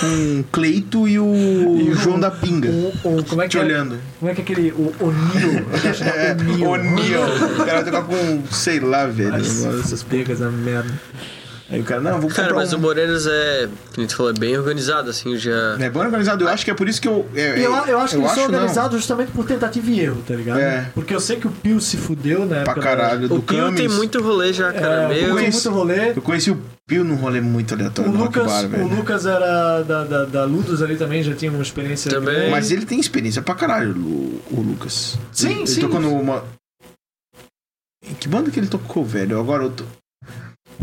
com o Cleito e o, João da Pinga. O, o- como é que te é? olhando. Como é que é aquele. O O'Neill. Eu [LAUGHS] acho que é O'Neill. O Neil. O cara vai tocar com, sei lá, velho. Nossa, Nossa. Essas pegas, a merda. Aí o cara, não, vou comprar Cara, mas um... o Morenas é, como tu falou, é bem organizado, assim, já. É bom organizado, eu acho que é por isso que eu... é- E eu, eu acho que eles são não. organizados justamente por tentativa e erro, tá ligado? É. Porque eu sei que o Pio se fudeu na Pra época. caralho, O É, do Pio Camis. tem muito rolê já, cara. É, Meio. o Pio tem muito rolê. Eu conheci o Pio num rolê muito O aleatório no Rock Lucas, Bar, velho. o Lucas era da, da, da Ludus ali também, já tinha uma experiência. Também. grande. Mas ele tem experiência pra caralho, o, o Lucas. Sim, ele, sim. Ele tocou numa. Em que banda que ele tocou, velho? Agora eu tô...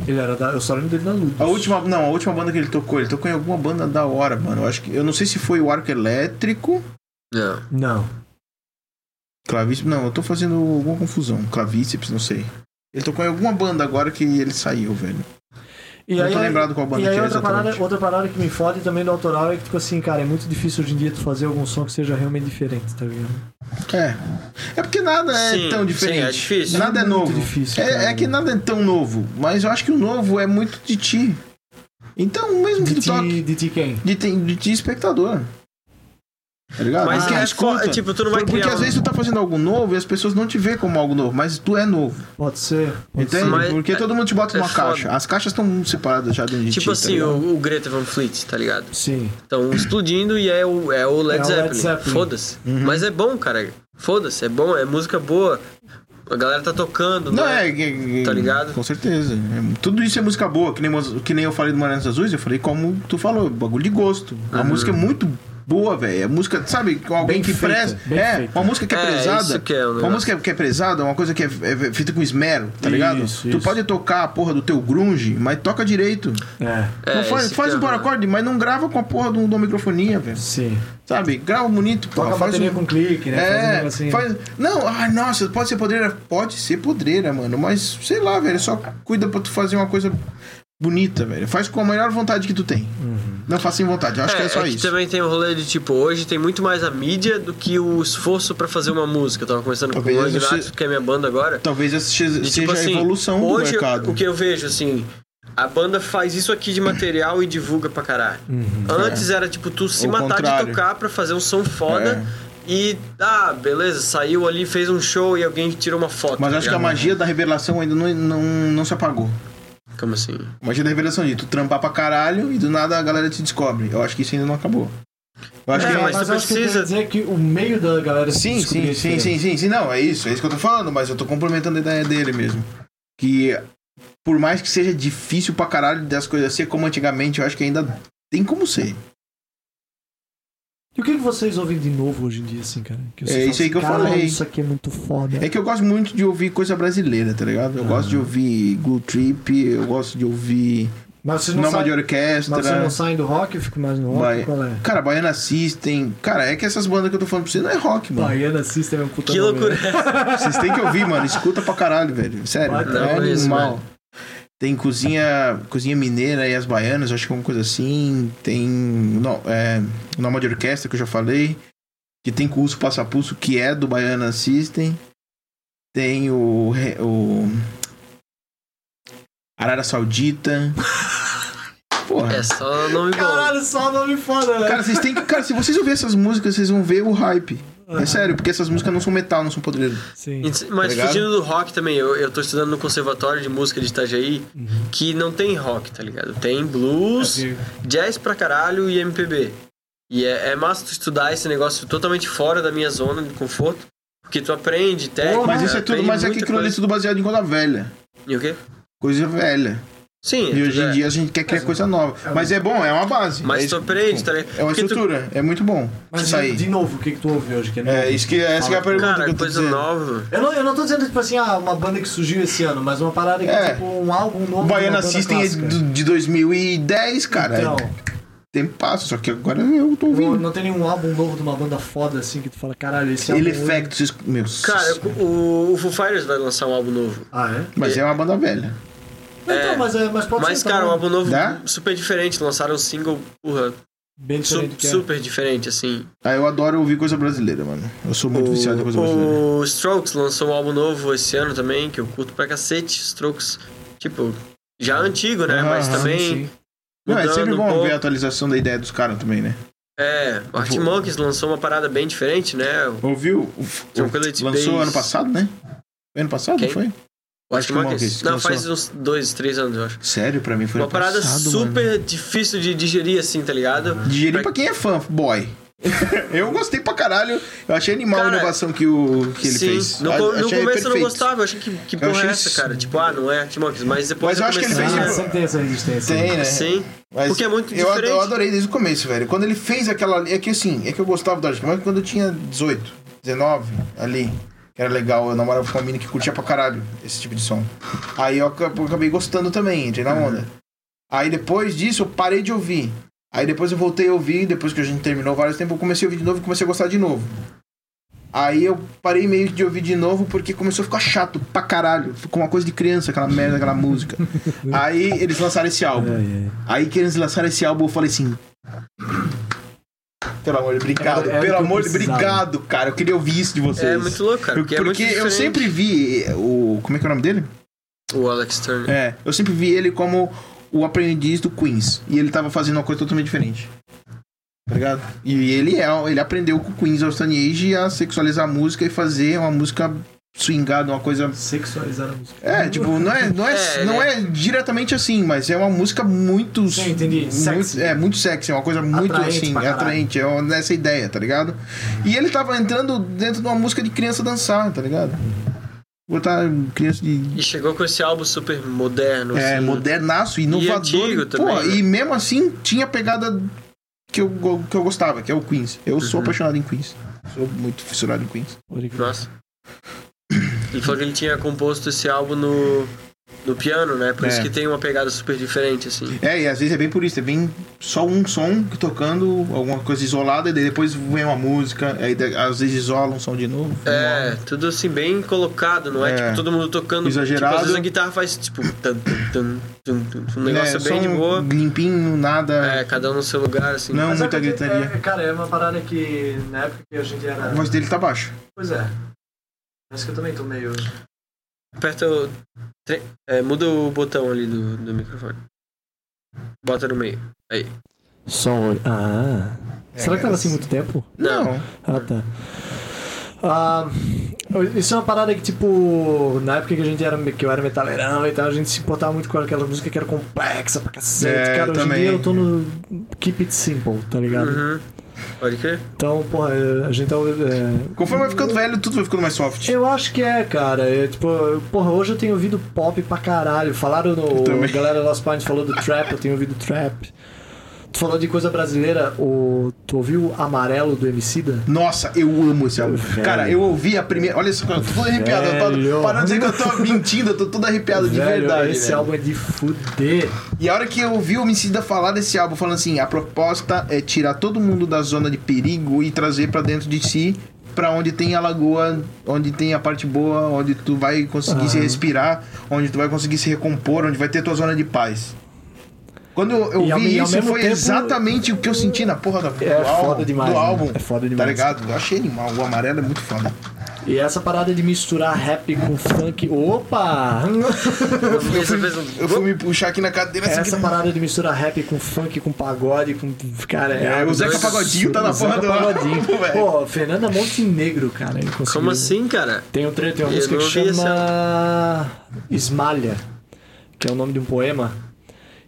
Ele era da. Eu só lembro dele na Ludus. A última. Não, a última banda que ele tocou, ele tocou em alguma banda da hora, mano. Eu acho que. Eu não sei se foi o Arco Elétrico. Não. Não. Clavíceps. Não, eu tô fazendo alguma confusão. Clavíceps, não sei. Ele tocou em alguma banda agora que ele saiu, velho. E Não aí, tô lembrado qual banda e aí que é outra, parada, exatamente. outra parada que me fode também do autoral é que, tipo assim, cara, é muito difícil hoje em dia tu fazer algum som que seja realmente diferente, tá ligado? É. É porque nada é Sim, tão sim, diferente. é difícil. Nada é, É muito novo. difícil, é, cara. é que nada é tão novo. Mas eu acho que o novo é muito de ti. Então, mesmo que De tu toque. ti, de ti quem? de, te- de, de espectador. Tá ligado? Mas Porque é, escuta. é, tipo, tu não vai Porque criar às um- vezes tu tá fazendo algo novo e as pessoas não te vê como algo novo, mas tu é novo. Pode ser. Pode Entende? ser. Mas- Porque todo mundo te bota é numa foda. caixa. As caixas estão separadas já dentro de ti, Tipo tá assim, ligado? o, o Greta Van Fleet, tá ligado? Sim. Estão explodindo e é o, é o Led É o Led Zeppelin. Zeppelin. Foda-se. Uhum. Mas é bom, cara. Foda-se, é bom, é música boa. A galera tá tocando. Não, né? é, é- é- Tá ligado? Com certeza. É, tudo isso é música boa, que nem, mo- que nem eu falei do Marianas Azuis, eu falei como tu falou, bagulho de gosto. A música é muito boa, velho. É música, sabe, com alguém Bem que feita, preza. bem É, feita. uma música que é, É, prezada. isso que é o uma negócio. música que é prezada, é uma coisa que é, é feita com esmero, tá ligado? Isso, tu isso. pode tocar a porra do teu grunge, mas toca direito. É. É, não faz esse faz que um é, paracorde, mas não grava com a porra do, do microfonia, velho. Sim. Sabe? Grava bonito, pô. Toca a faz bateria um- com clique, né? é, faz um negocinho. faz- Não, ai, nossa, pode ser podreira? Pode ser podreira, mano. Mas, sei lá, velho, só cuida pra tu fazer uma coisa bonita, velho. Faz com a maior vontade que tu tem. Uhum. Não faça sem vontade, eu acho que é só que isso. também tem um rolê de tipo, hoje tem muito mais a mídia do que o esforço pra fazer uma música. Eu tava conversando Talvez com o isso Ignacio, que é minha banda agora. Talvez essa che- E, seja tipo assim, a evolução do hoje mercado. o que eu vejo assim, a banda faz isso aqui de material e divulga pra caralho. Antes era tipo tu se O matar Uhum. É. contrário. É. de tocar pra fazer um som foda e ah, beleza, saiu ali, fez um show e alguém tirou uma foto. Mas tá acho que a ligado? magia da revelação ainda não, não, não se apagou. Como assim? A magia da revelação de tu trampar pra caralho e do nada a galera te descobre. Eu acho que isso ainda não acabou. Eu acho É, que mas mas tu eu acho que eu precisa- quero dizer que o meio da galera se Sim, descobrir sim, é sim, diferente. sim, sim, sim. Não, é isso, é isso que eu tô falando, mas eu tô complementando a ideia dele mesmo. Que por mais que seja difícil pra caralho das coisas ser como antigamente, eu acho que ainda tem como ser. E o que, que vocês ouvem de novo hoje em dia, assim, cara? Que você É fala isso aí que eu "Caralho, falei." Isso aqui é muito foda. É que eu gosto muito de ouvir coisa brasileira, tá ligado? Eu gosto de Ah. ouvir Glue Trip, eu gosto de ouvir Mas vocês não, Noma de saem, Orquestra. mas vocês não saem do rock, eu fico mais no rock. Vai. Qual é? Cara, Baiana System. Cara, é que essas bandas que eu tô falando pra você não é rock, mano. Baiana System é um puta Que nome, loucura né? é essa? Vocês têm que ouvir, mano. Escuta pra caralho, velho. Sério, Vai, é não, isso, animal. velho. Tem cozinha, cozinha mineira e as baianas, acho que é uma coisa assim. Tem no, é, Noma de Orquestra, que eu já falei. Que tem curso Passapulso, que é do Baiana System. Tem o, re- o Arara [LAUGHS] Saudita. Porra. É só nome bom. Caralho, só nome foda, né? Cara, vocês têm que. Cara, se vocês ouvirem essas músicas, vocês vão ver o hype. É sério, porque essas músicas não são metal, não são podreiro. Sim. Mas Tá ligado? fugindo do rock também, eu, eu tô estudando no Conservatório de Música de Itajaí, Uhum. que não tem rock, tá ligado? Tem blues, É, jazz pra caralho e MPB. E é, é massa tu estudar esse negócio totalmente fora da minha zona de conforto, porque tu aprende técnica. Mas isso é tudo, aprende mas é que muita aquilo ali é coisa. tudo baseado em coisa velha. E o quê? Coisa velha. Sim, E é hoje tudo, em é. dia a gente quer criar coisa nova. Mas é bom, é uma base. Mas é tu isso- aprende, tá ligado? É uma Porque tu- estrutura, é muito bom. Mas isso aí. de novo, o que, que tu ouve hoje? Que é, novo? É, isso que, essa que é a Fala. pergunta que Cara, eu tô coisa dizendo. nova. Eu não, eu não tô dizendo, tipo assim, ah, uma banda que surgiu esse ano, mas uma parada que, É. tipo, um álbum novo. O Baiana de uma banda System é clássica. do- de 2010, cara. é Então, Tem passo, só que agora eu tô não, ouvindo. não tem nenhum álbum novo de uma banda foda, assim, que tu fala, caralho, esse álbum... Ele hoje- Effects, meu. Cara, o, o Foo Fighters vai lançar um álbum novo. Ah, é? Mas é uma banda velha. Então, mas, é, mas pode Mas, ser, cara, um então, álbum novo tá Dá? super diferente. Lançaram um single, porra, bem su- diferente do que é. super diferente, assim. Ah, eu adoro ouvir coisa brasileira, mano. Eu sou muito viciado em coisa brasileira. O Strokes lançou um álbum novo esse ano também, que eu curto pra cacete. Strokes, tipo, já antigo, né? Aham, Mas aham, também. Sim. Não, é mudando sempre um bom pouco. ver a atualização da ideia dos caras também, né? É, o Arctic Monkeys lançou uma parada bem diferente, né? O Ouviu? O- Tem um o- Colette lançou Bass. ano passado, né? Foi ano passado, Quem? foi? Arctic Arctic Monkeys. Monkeys, Não, lançou. faz uns dois, três anos, eu acho. Sério, pra mim foi Uma ano parada passado, super mano. difícil de digerir, assim, tá ligado? Digerir pra quem é fã, boy. [LAUGHS] eu gostei pra caralho. Eu achei animal Cara, a inovação que, o, que ele Sim, fez. no, A- co- no achei começo eu não perfeito. gostava, eu achei que, que porra achei é essa, isso- cara? Tipo, ah, não é Arctic Monkeys, mas depois Mas eu acho que ele comecei fez a- Ah, isso. [LAUGHS] sempre tem essa resistência. Tem, né? Sim, porque é muito eu, ad- eu diferente. adorei desde o começo, velho. Quando ele fez aquela. ali- É que assim, é que eu gostava do Arctic Monkeys quando eu tinha 18, 19, ali. Que era legal, eu namorava com uma mina que curtia pra caralho esse tipo de som. Aí eu ac- eu acabei gostando também, entrei na onda. Aí depois disso eu parei de ouvir. Aí depois eu voltei a ouvir, depois que a gente terminou vários tempos, eu comecei a ouvir de novo e comecei a gostar de novo. Aí eu parei meio que de ouvir de novo porque começou a ficar chato pra caralho. Ficou uma coisa de criança, aquela merda, aquela música. Aí eles lançaram esse álbum. É, Aí que eles lançaram esse álbum, eu falei assim. Pelo amor de obrigado, Era- era o pelo que eu amor de precisava. obrigado, cara. Eu queria ouvir isso de vocês. É muito louco, cara. Eu- Porque, Porque, é muito eu diferente. sempre vi o. Como é que é o nome dele? O Alex Turner. É, eu sempre vi ele como o aprendiz do Queens. E ele tava fazendo uma coisa totalmente diferente. Tá ligado? E ele, é, ele aprendeu com o Queens ao Stone Age a sexualizar a música e fazer uma música swingada, uma coisa. Sexualizar a música. É, tipo, não é, não é, É, não é diretamente assim, mas é uma música muito. Sim, entendi. muito- Sexy. é, muito sexy, é uma coisa muito Atraente assim, pra caralho. atraente, é uma- nessa ideia, tá ligado? E ele tava entrando dentro de uma música de criança dançar, tá ligado? Botar criança de E chegou com esse álbum super moderno. é, assim. modernaço, inovador. E antigo pô, também, né? e mesmo assim tinha a pegada que eu, go- que eu gostava, que é o Queens. Eu Uhum. sou apaixonado em Queens. Sou muito fissurado em Queens. Nossa. Ele falou que ele tinha composto esse álbum no, no piano, né? Por isso É. que tem uma pegada super diferente, assim. É, e às vezes é bem por isso, é bem só um som que tocando, alguma coisa isolada, e daí depois vem uma música, aí de- às vezes isola um som de novo. É, tudo assim, bem colocado, não é? É. Tipo, todo mundo tocando. Exagerado. Tipo, às vezes a guitarra faz, tipo, tan, tan, tan, tan, tan, um um negócio é, bem som de boa. Limpinho, nada. É, cada um no seu lugar, assim. Não Mas é muita porque, gritaria. é, cara, é uma parada que na época que a gente era. A voz dele tá baixa. Pois é. Parece que eu também tô meio. Aperta o. tre- é, muda o botão ali do, do microfone. Bota no meio. Aí. Só Ah. Será que tava assim muito tempo? Não. Ah, tá. Ah, isso é uma parada que, tipo, na época que a gente era, que eu era metaleirão e tal, a gente se importava muito com aquela música que era complexa pra cacete. É, cara, eu hoje em também. dia eu tô no Keep It Simple, tá ligado? Uhum. Pode crer. Então, porra, é, a gente tá. é, Conforme vai ficando velho, tudo vai ficando mais soft. Eu acho que é, cara. É, tipo, eu- porra, hoje eu tenho ouvido pop pra caralho. Falaram no. A também. galera Lost Pines falou do trap, eu tenho ouvido trap. Tu falou de coisa brasileira, o... tu ouviu o amarelo do Emicida? Nossa, eu amo esse álbum. Velho. Cara, eu ouvi a primeira. Olha só, eu tô todo arrepiado. Eu Velho. tô... Para de dizer que eu tô mentindo, eu tô todo arrepiado de Velho, verdade. Esse velho. álbum é de fuder. E a hora que eu ouvi o Emicida falar desse álbum, falando assim, a proposta é tirar todo mundo da zona de perigo e trazer pra dentro de si, pra onde tem a lagoa, onde tem a parte boa, onde tu vai conseguir se respirar, onde tu vai conseguir se recompor, onde vai ter tua zona de paz. Quando eu, eu E ao- vi e ao isso, mesmo foi tempo- exatamente o que eu senti na porra da, É do álbum. foda demais, do né? álbum É foda Tá demais. ligado? Eu achei animal. O amarelo é muito foda. E essa parada de misturar rap com funk. Opa! Eu fez um... Eu fui me puxar aqui na cadeira assim. Essa é que- parada de misturar rap com funk, com pagode, com. Cara, é. É, o algo Zeca absurdo. Pagodinho tá na O Zeca porra do Pagodinho. álbum, [LAUGHS] velho. Pô, Fernanda Montenegro, cara. Ele conseguiu. Como assim, cara? Tem, um tre... Tem uma Eu música que não ouvi esse chama. Esmalha, que é o nome de um poema.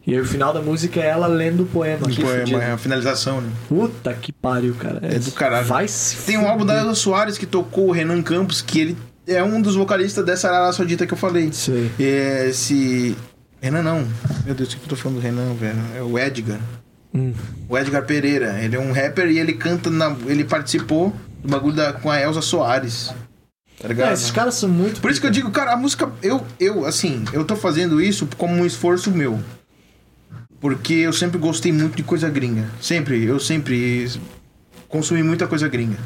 E aí o final da música é ela lendo o poema. Pô, é uma, é uma finalização, né? Puta que pariu, cara. É do caralho. Vai se Tem um álbum da fuder. Elza Soares que tocou o Renan Campos, que ele é um dos vocalistas dessa Arara Saudita que eu falei. Sei. É Esse. Renan não. Meu Deus, o que eu tô falando do Renan, velho? É o Edgar. Hum. O Edgar Pereira. Ele é um rapper e ele canta na. Ele participou do bagulho da... com a Elza Soares. Tá ligado? É, esses caras são muito. Por isso que eu digo, cara, a música. Eu, eu, assim, eu tô fazendo isso como um esforço meu. Porque eu sempre gostei muito de coisa gringa. Sempre, eu sempre consumi muita coisa gringa.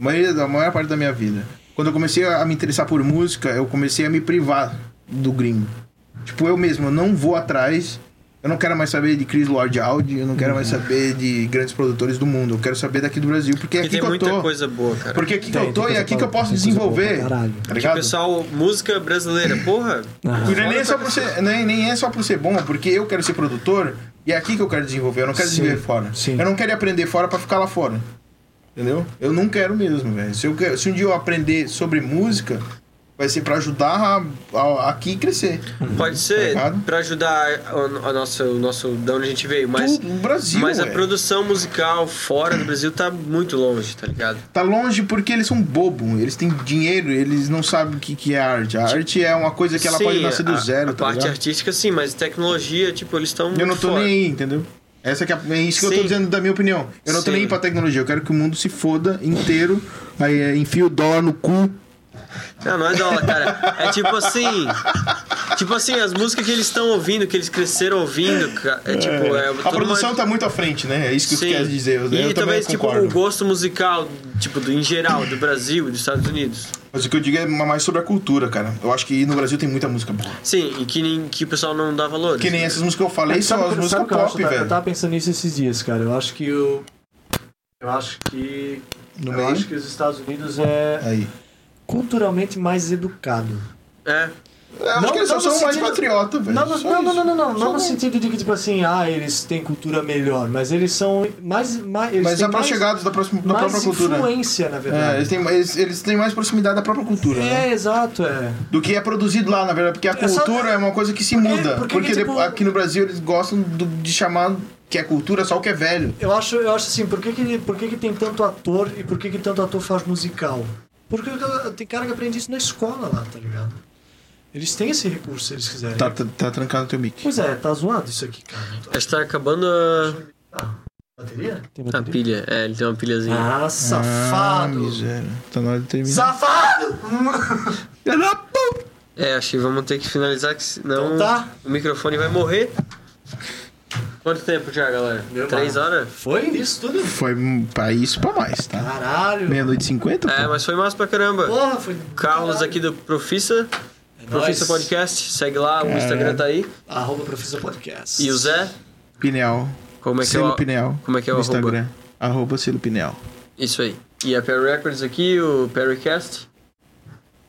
A maioria- a maior parte da minha vida. Quando eu comecei a me interessar por música, eu comecei a me privar do gringo. Tipo, eu mesmo, eu não vou atrás. Eu não quero mais saber de Chris Lord Audi, eu não quero mais saber de grandes produtores do mundo. Eu quero saber daqui do Brasil, porque é Porque aqui tem que muita eu tô. coisa boa, cara. Porque é aqui que Tem, eu tô tem e coisa aqui pra- que eu posso tem coisa boa pra desenvolver. caralho. Tá Tipo, ligado? pessoal, música brasileira, porra. Aham. E nem é, tá só por ser, nem, nem é só por ser bom, é porque eu quero ser produtor e é aqui que eu quero desenvolver. Eu não quero Sim, desenvolver fora. sim. Eu não quero ir aprender fora pra ficar lá fora. Entendeu? Eu não quero mesmo, velho. Se, eu quero- se um dia eu aprender sobre música, vai ser pra ajudar a, a- aqui crescer. Pode ser Tá ligado? pra ajudar a, a nossa, o nosso, da onde a gente veio, mas, Tudo, o Brasil, mas a velho. produção musical fora do Brasil tá muito longe, tá ligado? Tá longe porque eles são bobo, eles têm dinheiro, eles não sabem o que, que é arte. A arte é uma coisa que ela Sim, pode nascer do a- zero, A tá parte ligado? artística, sim, mas tecnologia, tipo, eles estão. Eu não tô fora. nem aí, entendeu? Essa que é, a- é isso que eu Sim. tô dizendo da minha opinião. Eu não tô Sim. nem aí pra tecnologia. Eu quero que o mundo se foda inteiro, aí é, enfia o dólar no cu. Não, não é dólar, cara. É tipo assim. tipo assim, as músicas que eles estão ouvindo, que eles cresceram ouvindo, ca- é tipo. É, a toda produção uma- tá muito à frente, né? É isso que tu Sim. quer dizer. Eu, e eu também talvez, tipo, concordo. o gosto musical, tipo, do, em geral, do Brasil e dos Estados Unidos. Mas o que eu digo é mais sobre a cultura, cara. Eu acho que no Brasil tem muita música boa. Sim, e que, nem, que o pessoal não dá valor. Que nem essas músicas que eu falei, são É, Sabe o as que- sabe músicas o que eu acho, pop, tá? velho. Eu tava pensando nisso esses dias, cara. Eu acho que o. Eu acho que. No eu meio? acho que os Estados Unidos é Aí. culturalmente mais educado. É. Eu acho Não- que eles só não no são mais sentido- patriota, velho. Não, não, Só não, não, não, isso. não, não, Só no sentido de que, tipo assim, ah, eles têm cultura melhor, mas eles são mais. mais eles Mas têm mais, aproximados da, próxima, da mais própria cultura. influência, na É, verdade. eles, têm, eles, eles têm mais proximidade da própria cultura, né? É, exato, é. do que é produzido lá, na verdade, porque a É só- cultura é uma coisa que se muda. porque Porque, que, tipo- depo- aqui no Brasil eles gostam do- de chamar que é cultura só o que é velho. Eu acho, eu acho assim, por que, que, por que, que tem tanto ator e por que, que tanto ator faz musical? Porque tem cara que aprende isso na escola lá, tá ligado? Eles têm esse recurso se eles quiserem. Tá, tá, tá trancado no teu mic. Pois é, tá zoado isso aqui, cara. Não tô- Está tá acabando a, Bateria? Tem a pilha. É, ele tem uma pilhazinha. Ah, Ah, safado! miséria. Tá na hora de terminar. safado! [LAUGHS] É, acho que vamos ter que finalizar, que senão Então tá. o microfone vai morrer. Quanto tempo já, galera? Meu Três mal. horas? Foi isso tudo? Foi hum, pra isso pra mais, tá? Caralho! Meia-noite e cinquenta? É, pô. mas foi massa pra caramba. Porra, foi. Carlos caralho. aqui do Profissa. É Profissa nóis. Podcast. Segue lá, o Instagram tá aí. Arroba Profissa Podcast. E o Zé, Pineal. como é que é Selo o... Pineal. como é que é o No Instagram. Arroba selo Pineal. Isso aí. E a Perry Records aqui, o Perrycast.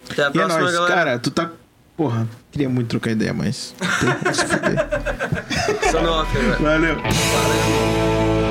Até a E é próxima, nóis, galera. cara, tu tá... Porra, queria muito trocar ideia, mas... tem que se fuder. Só no off, galera. Valeu.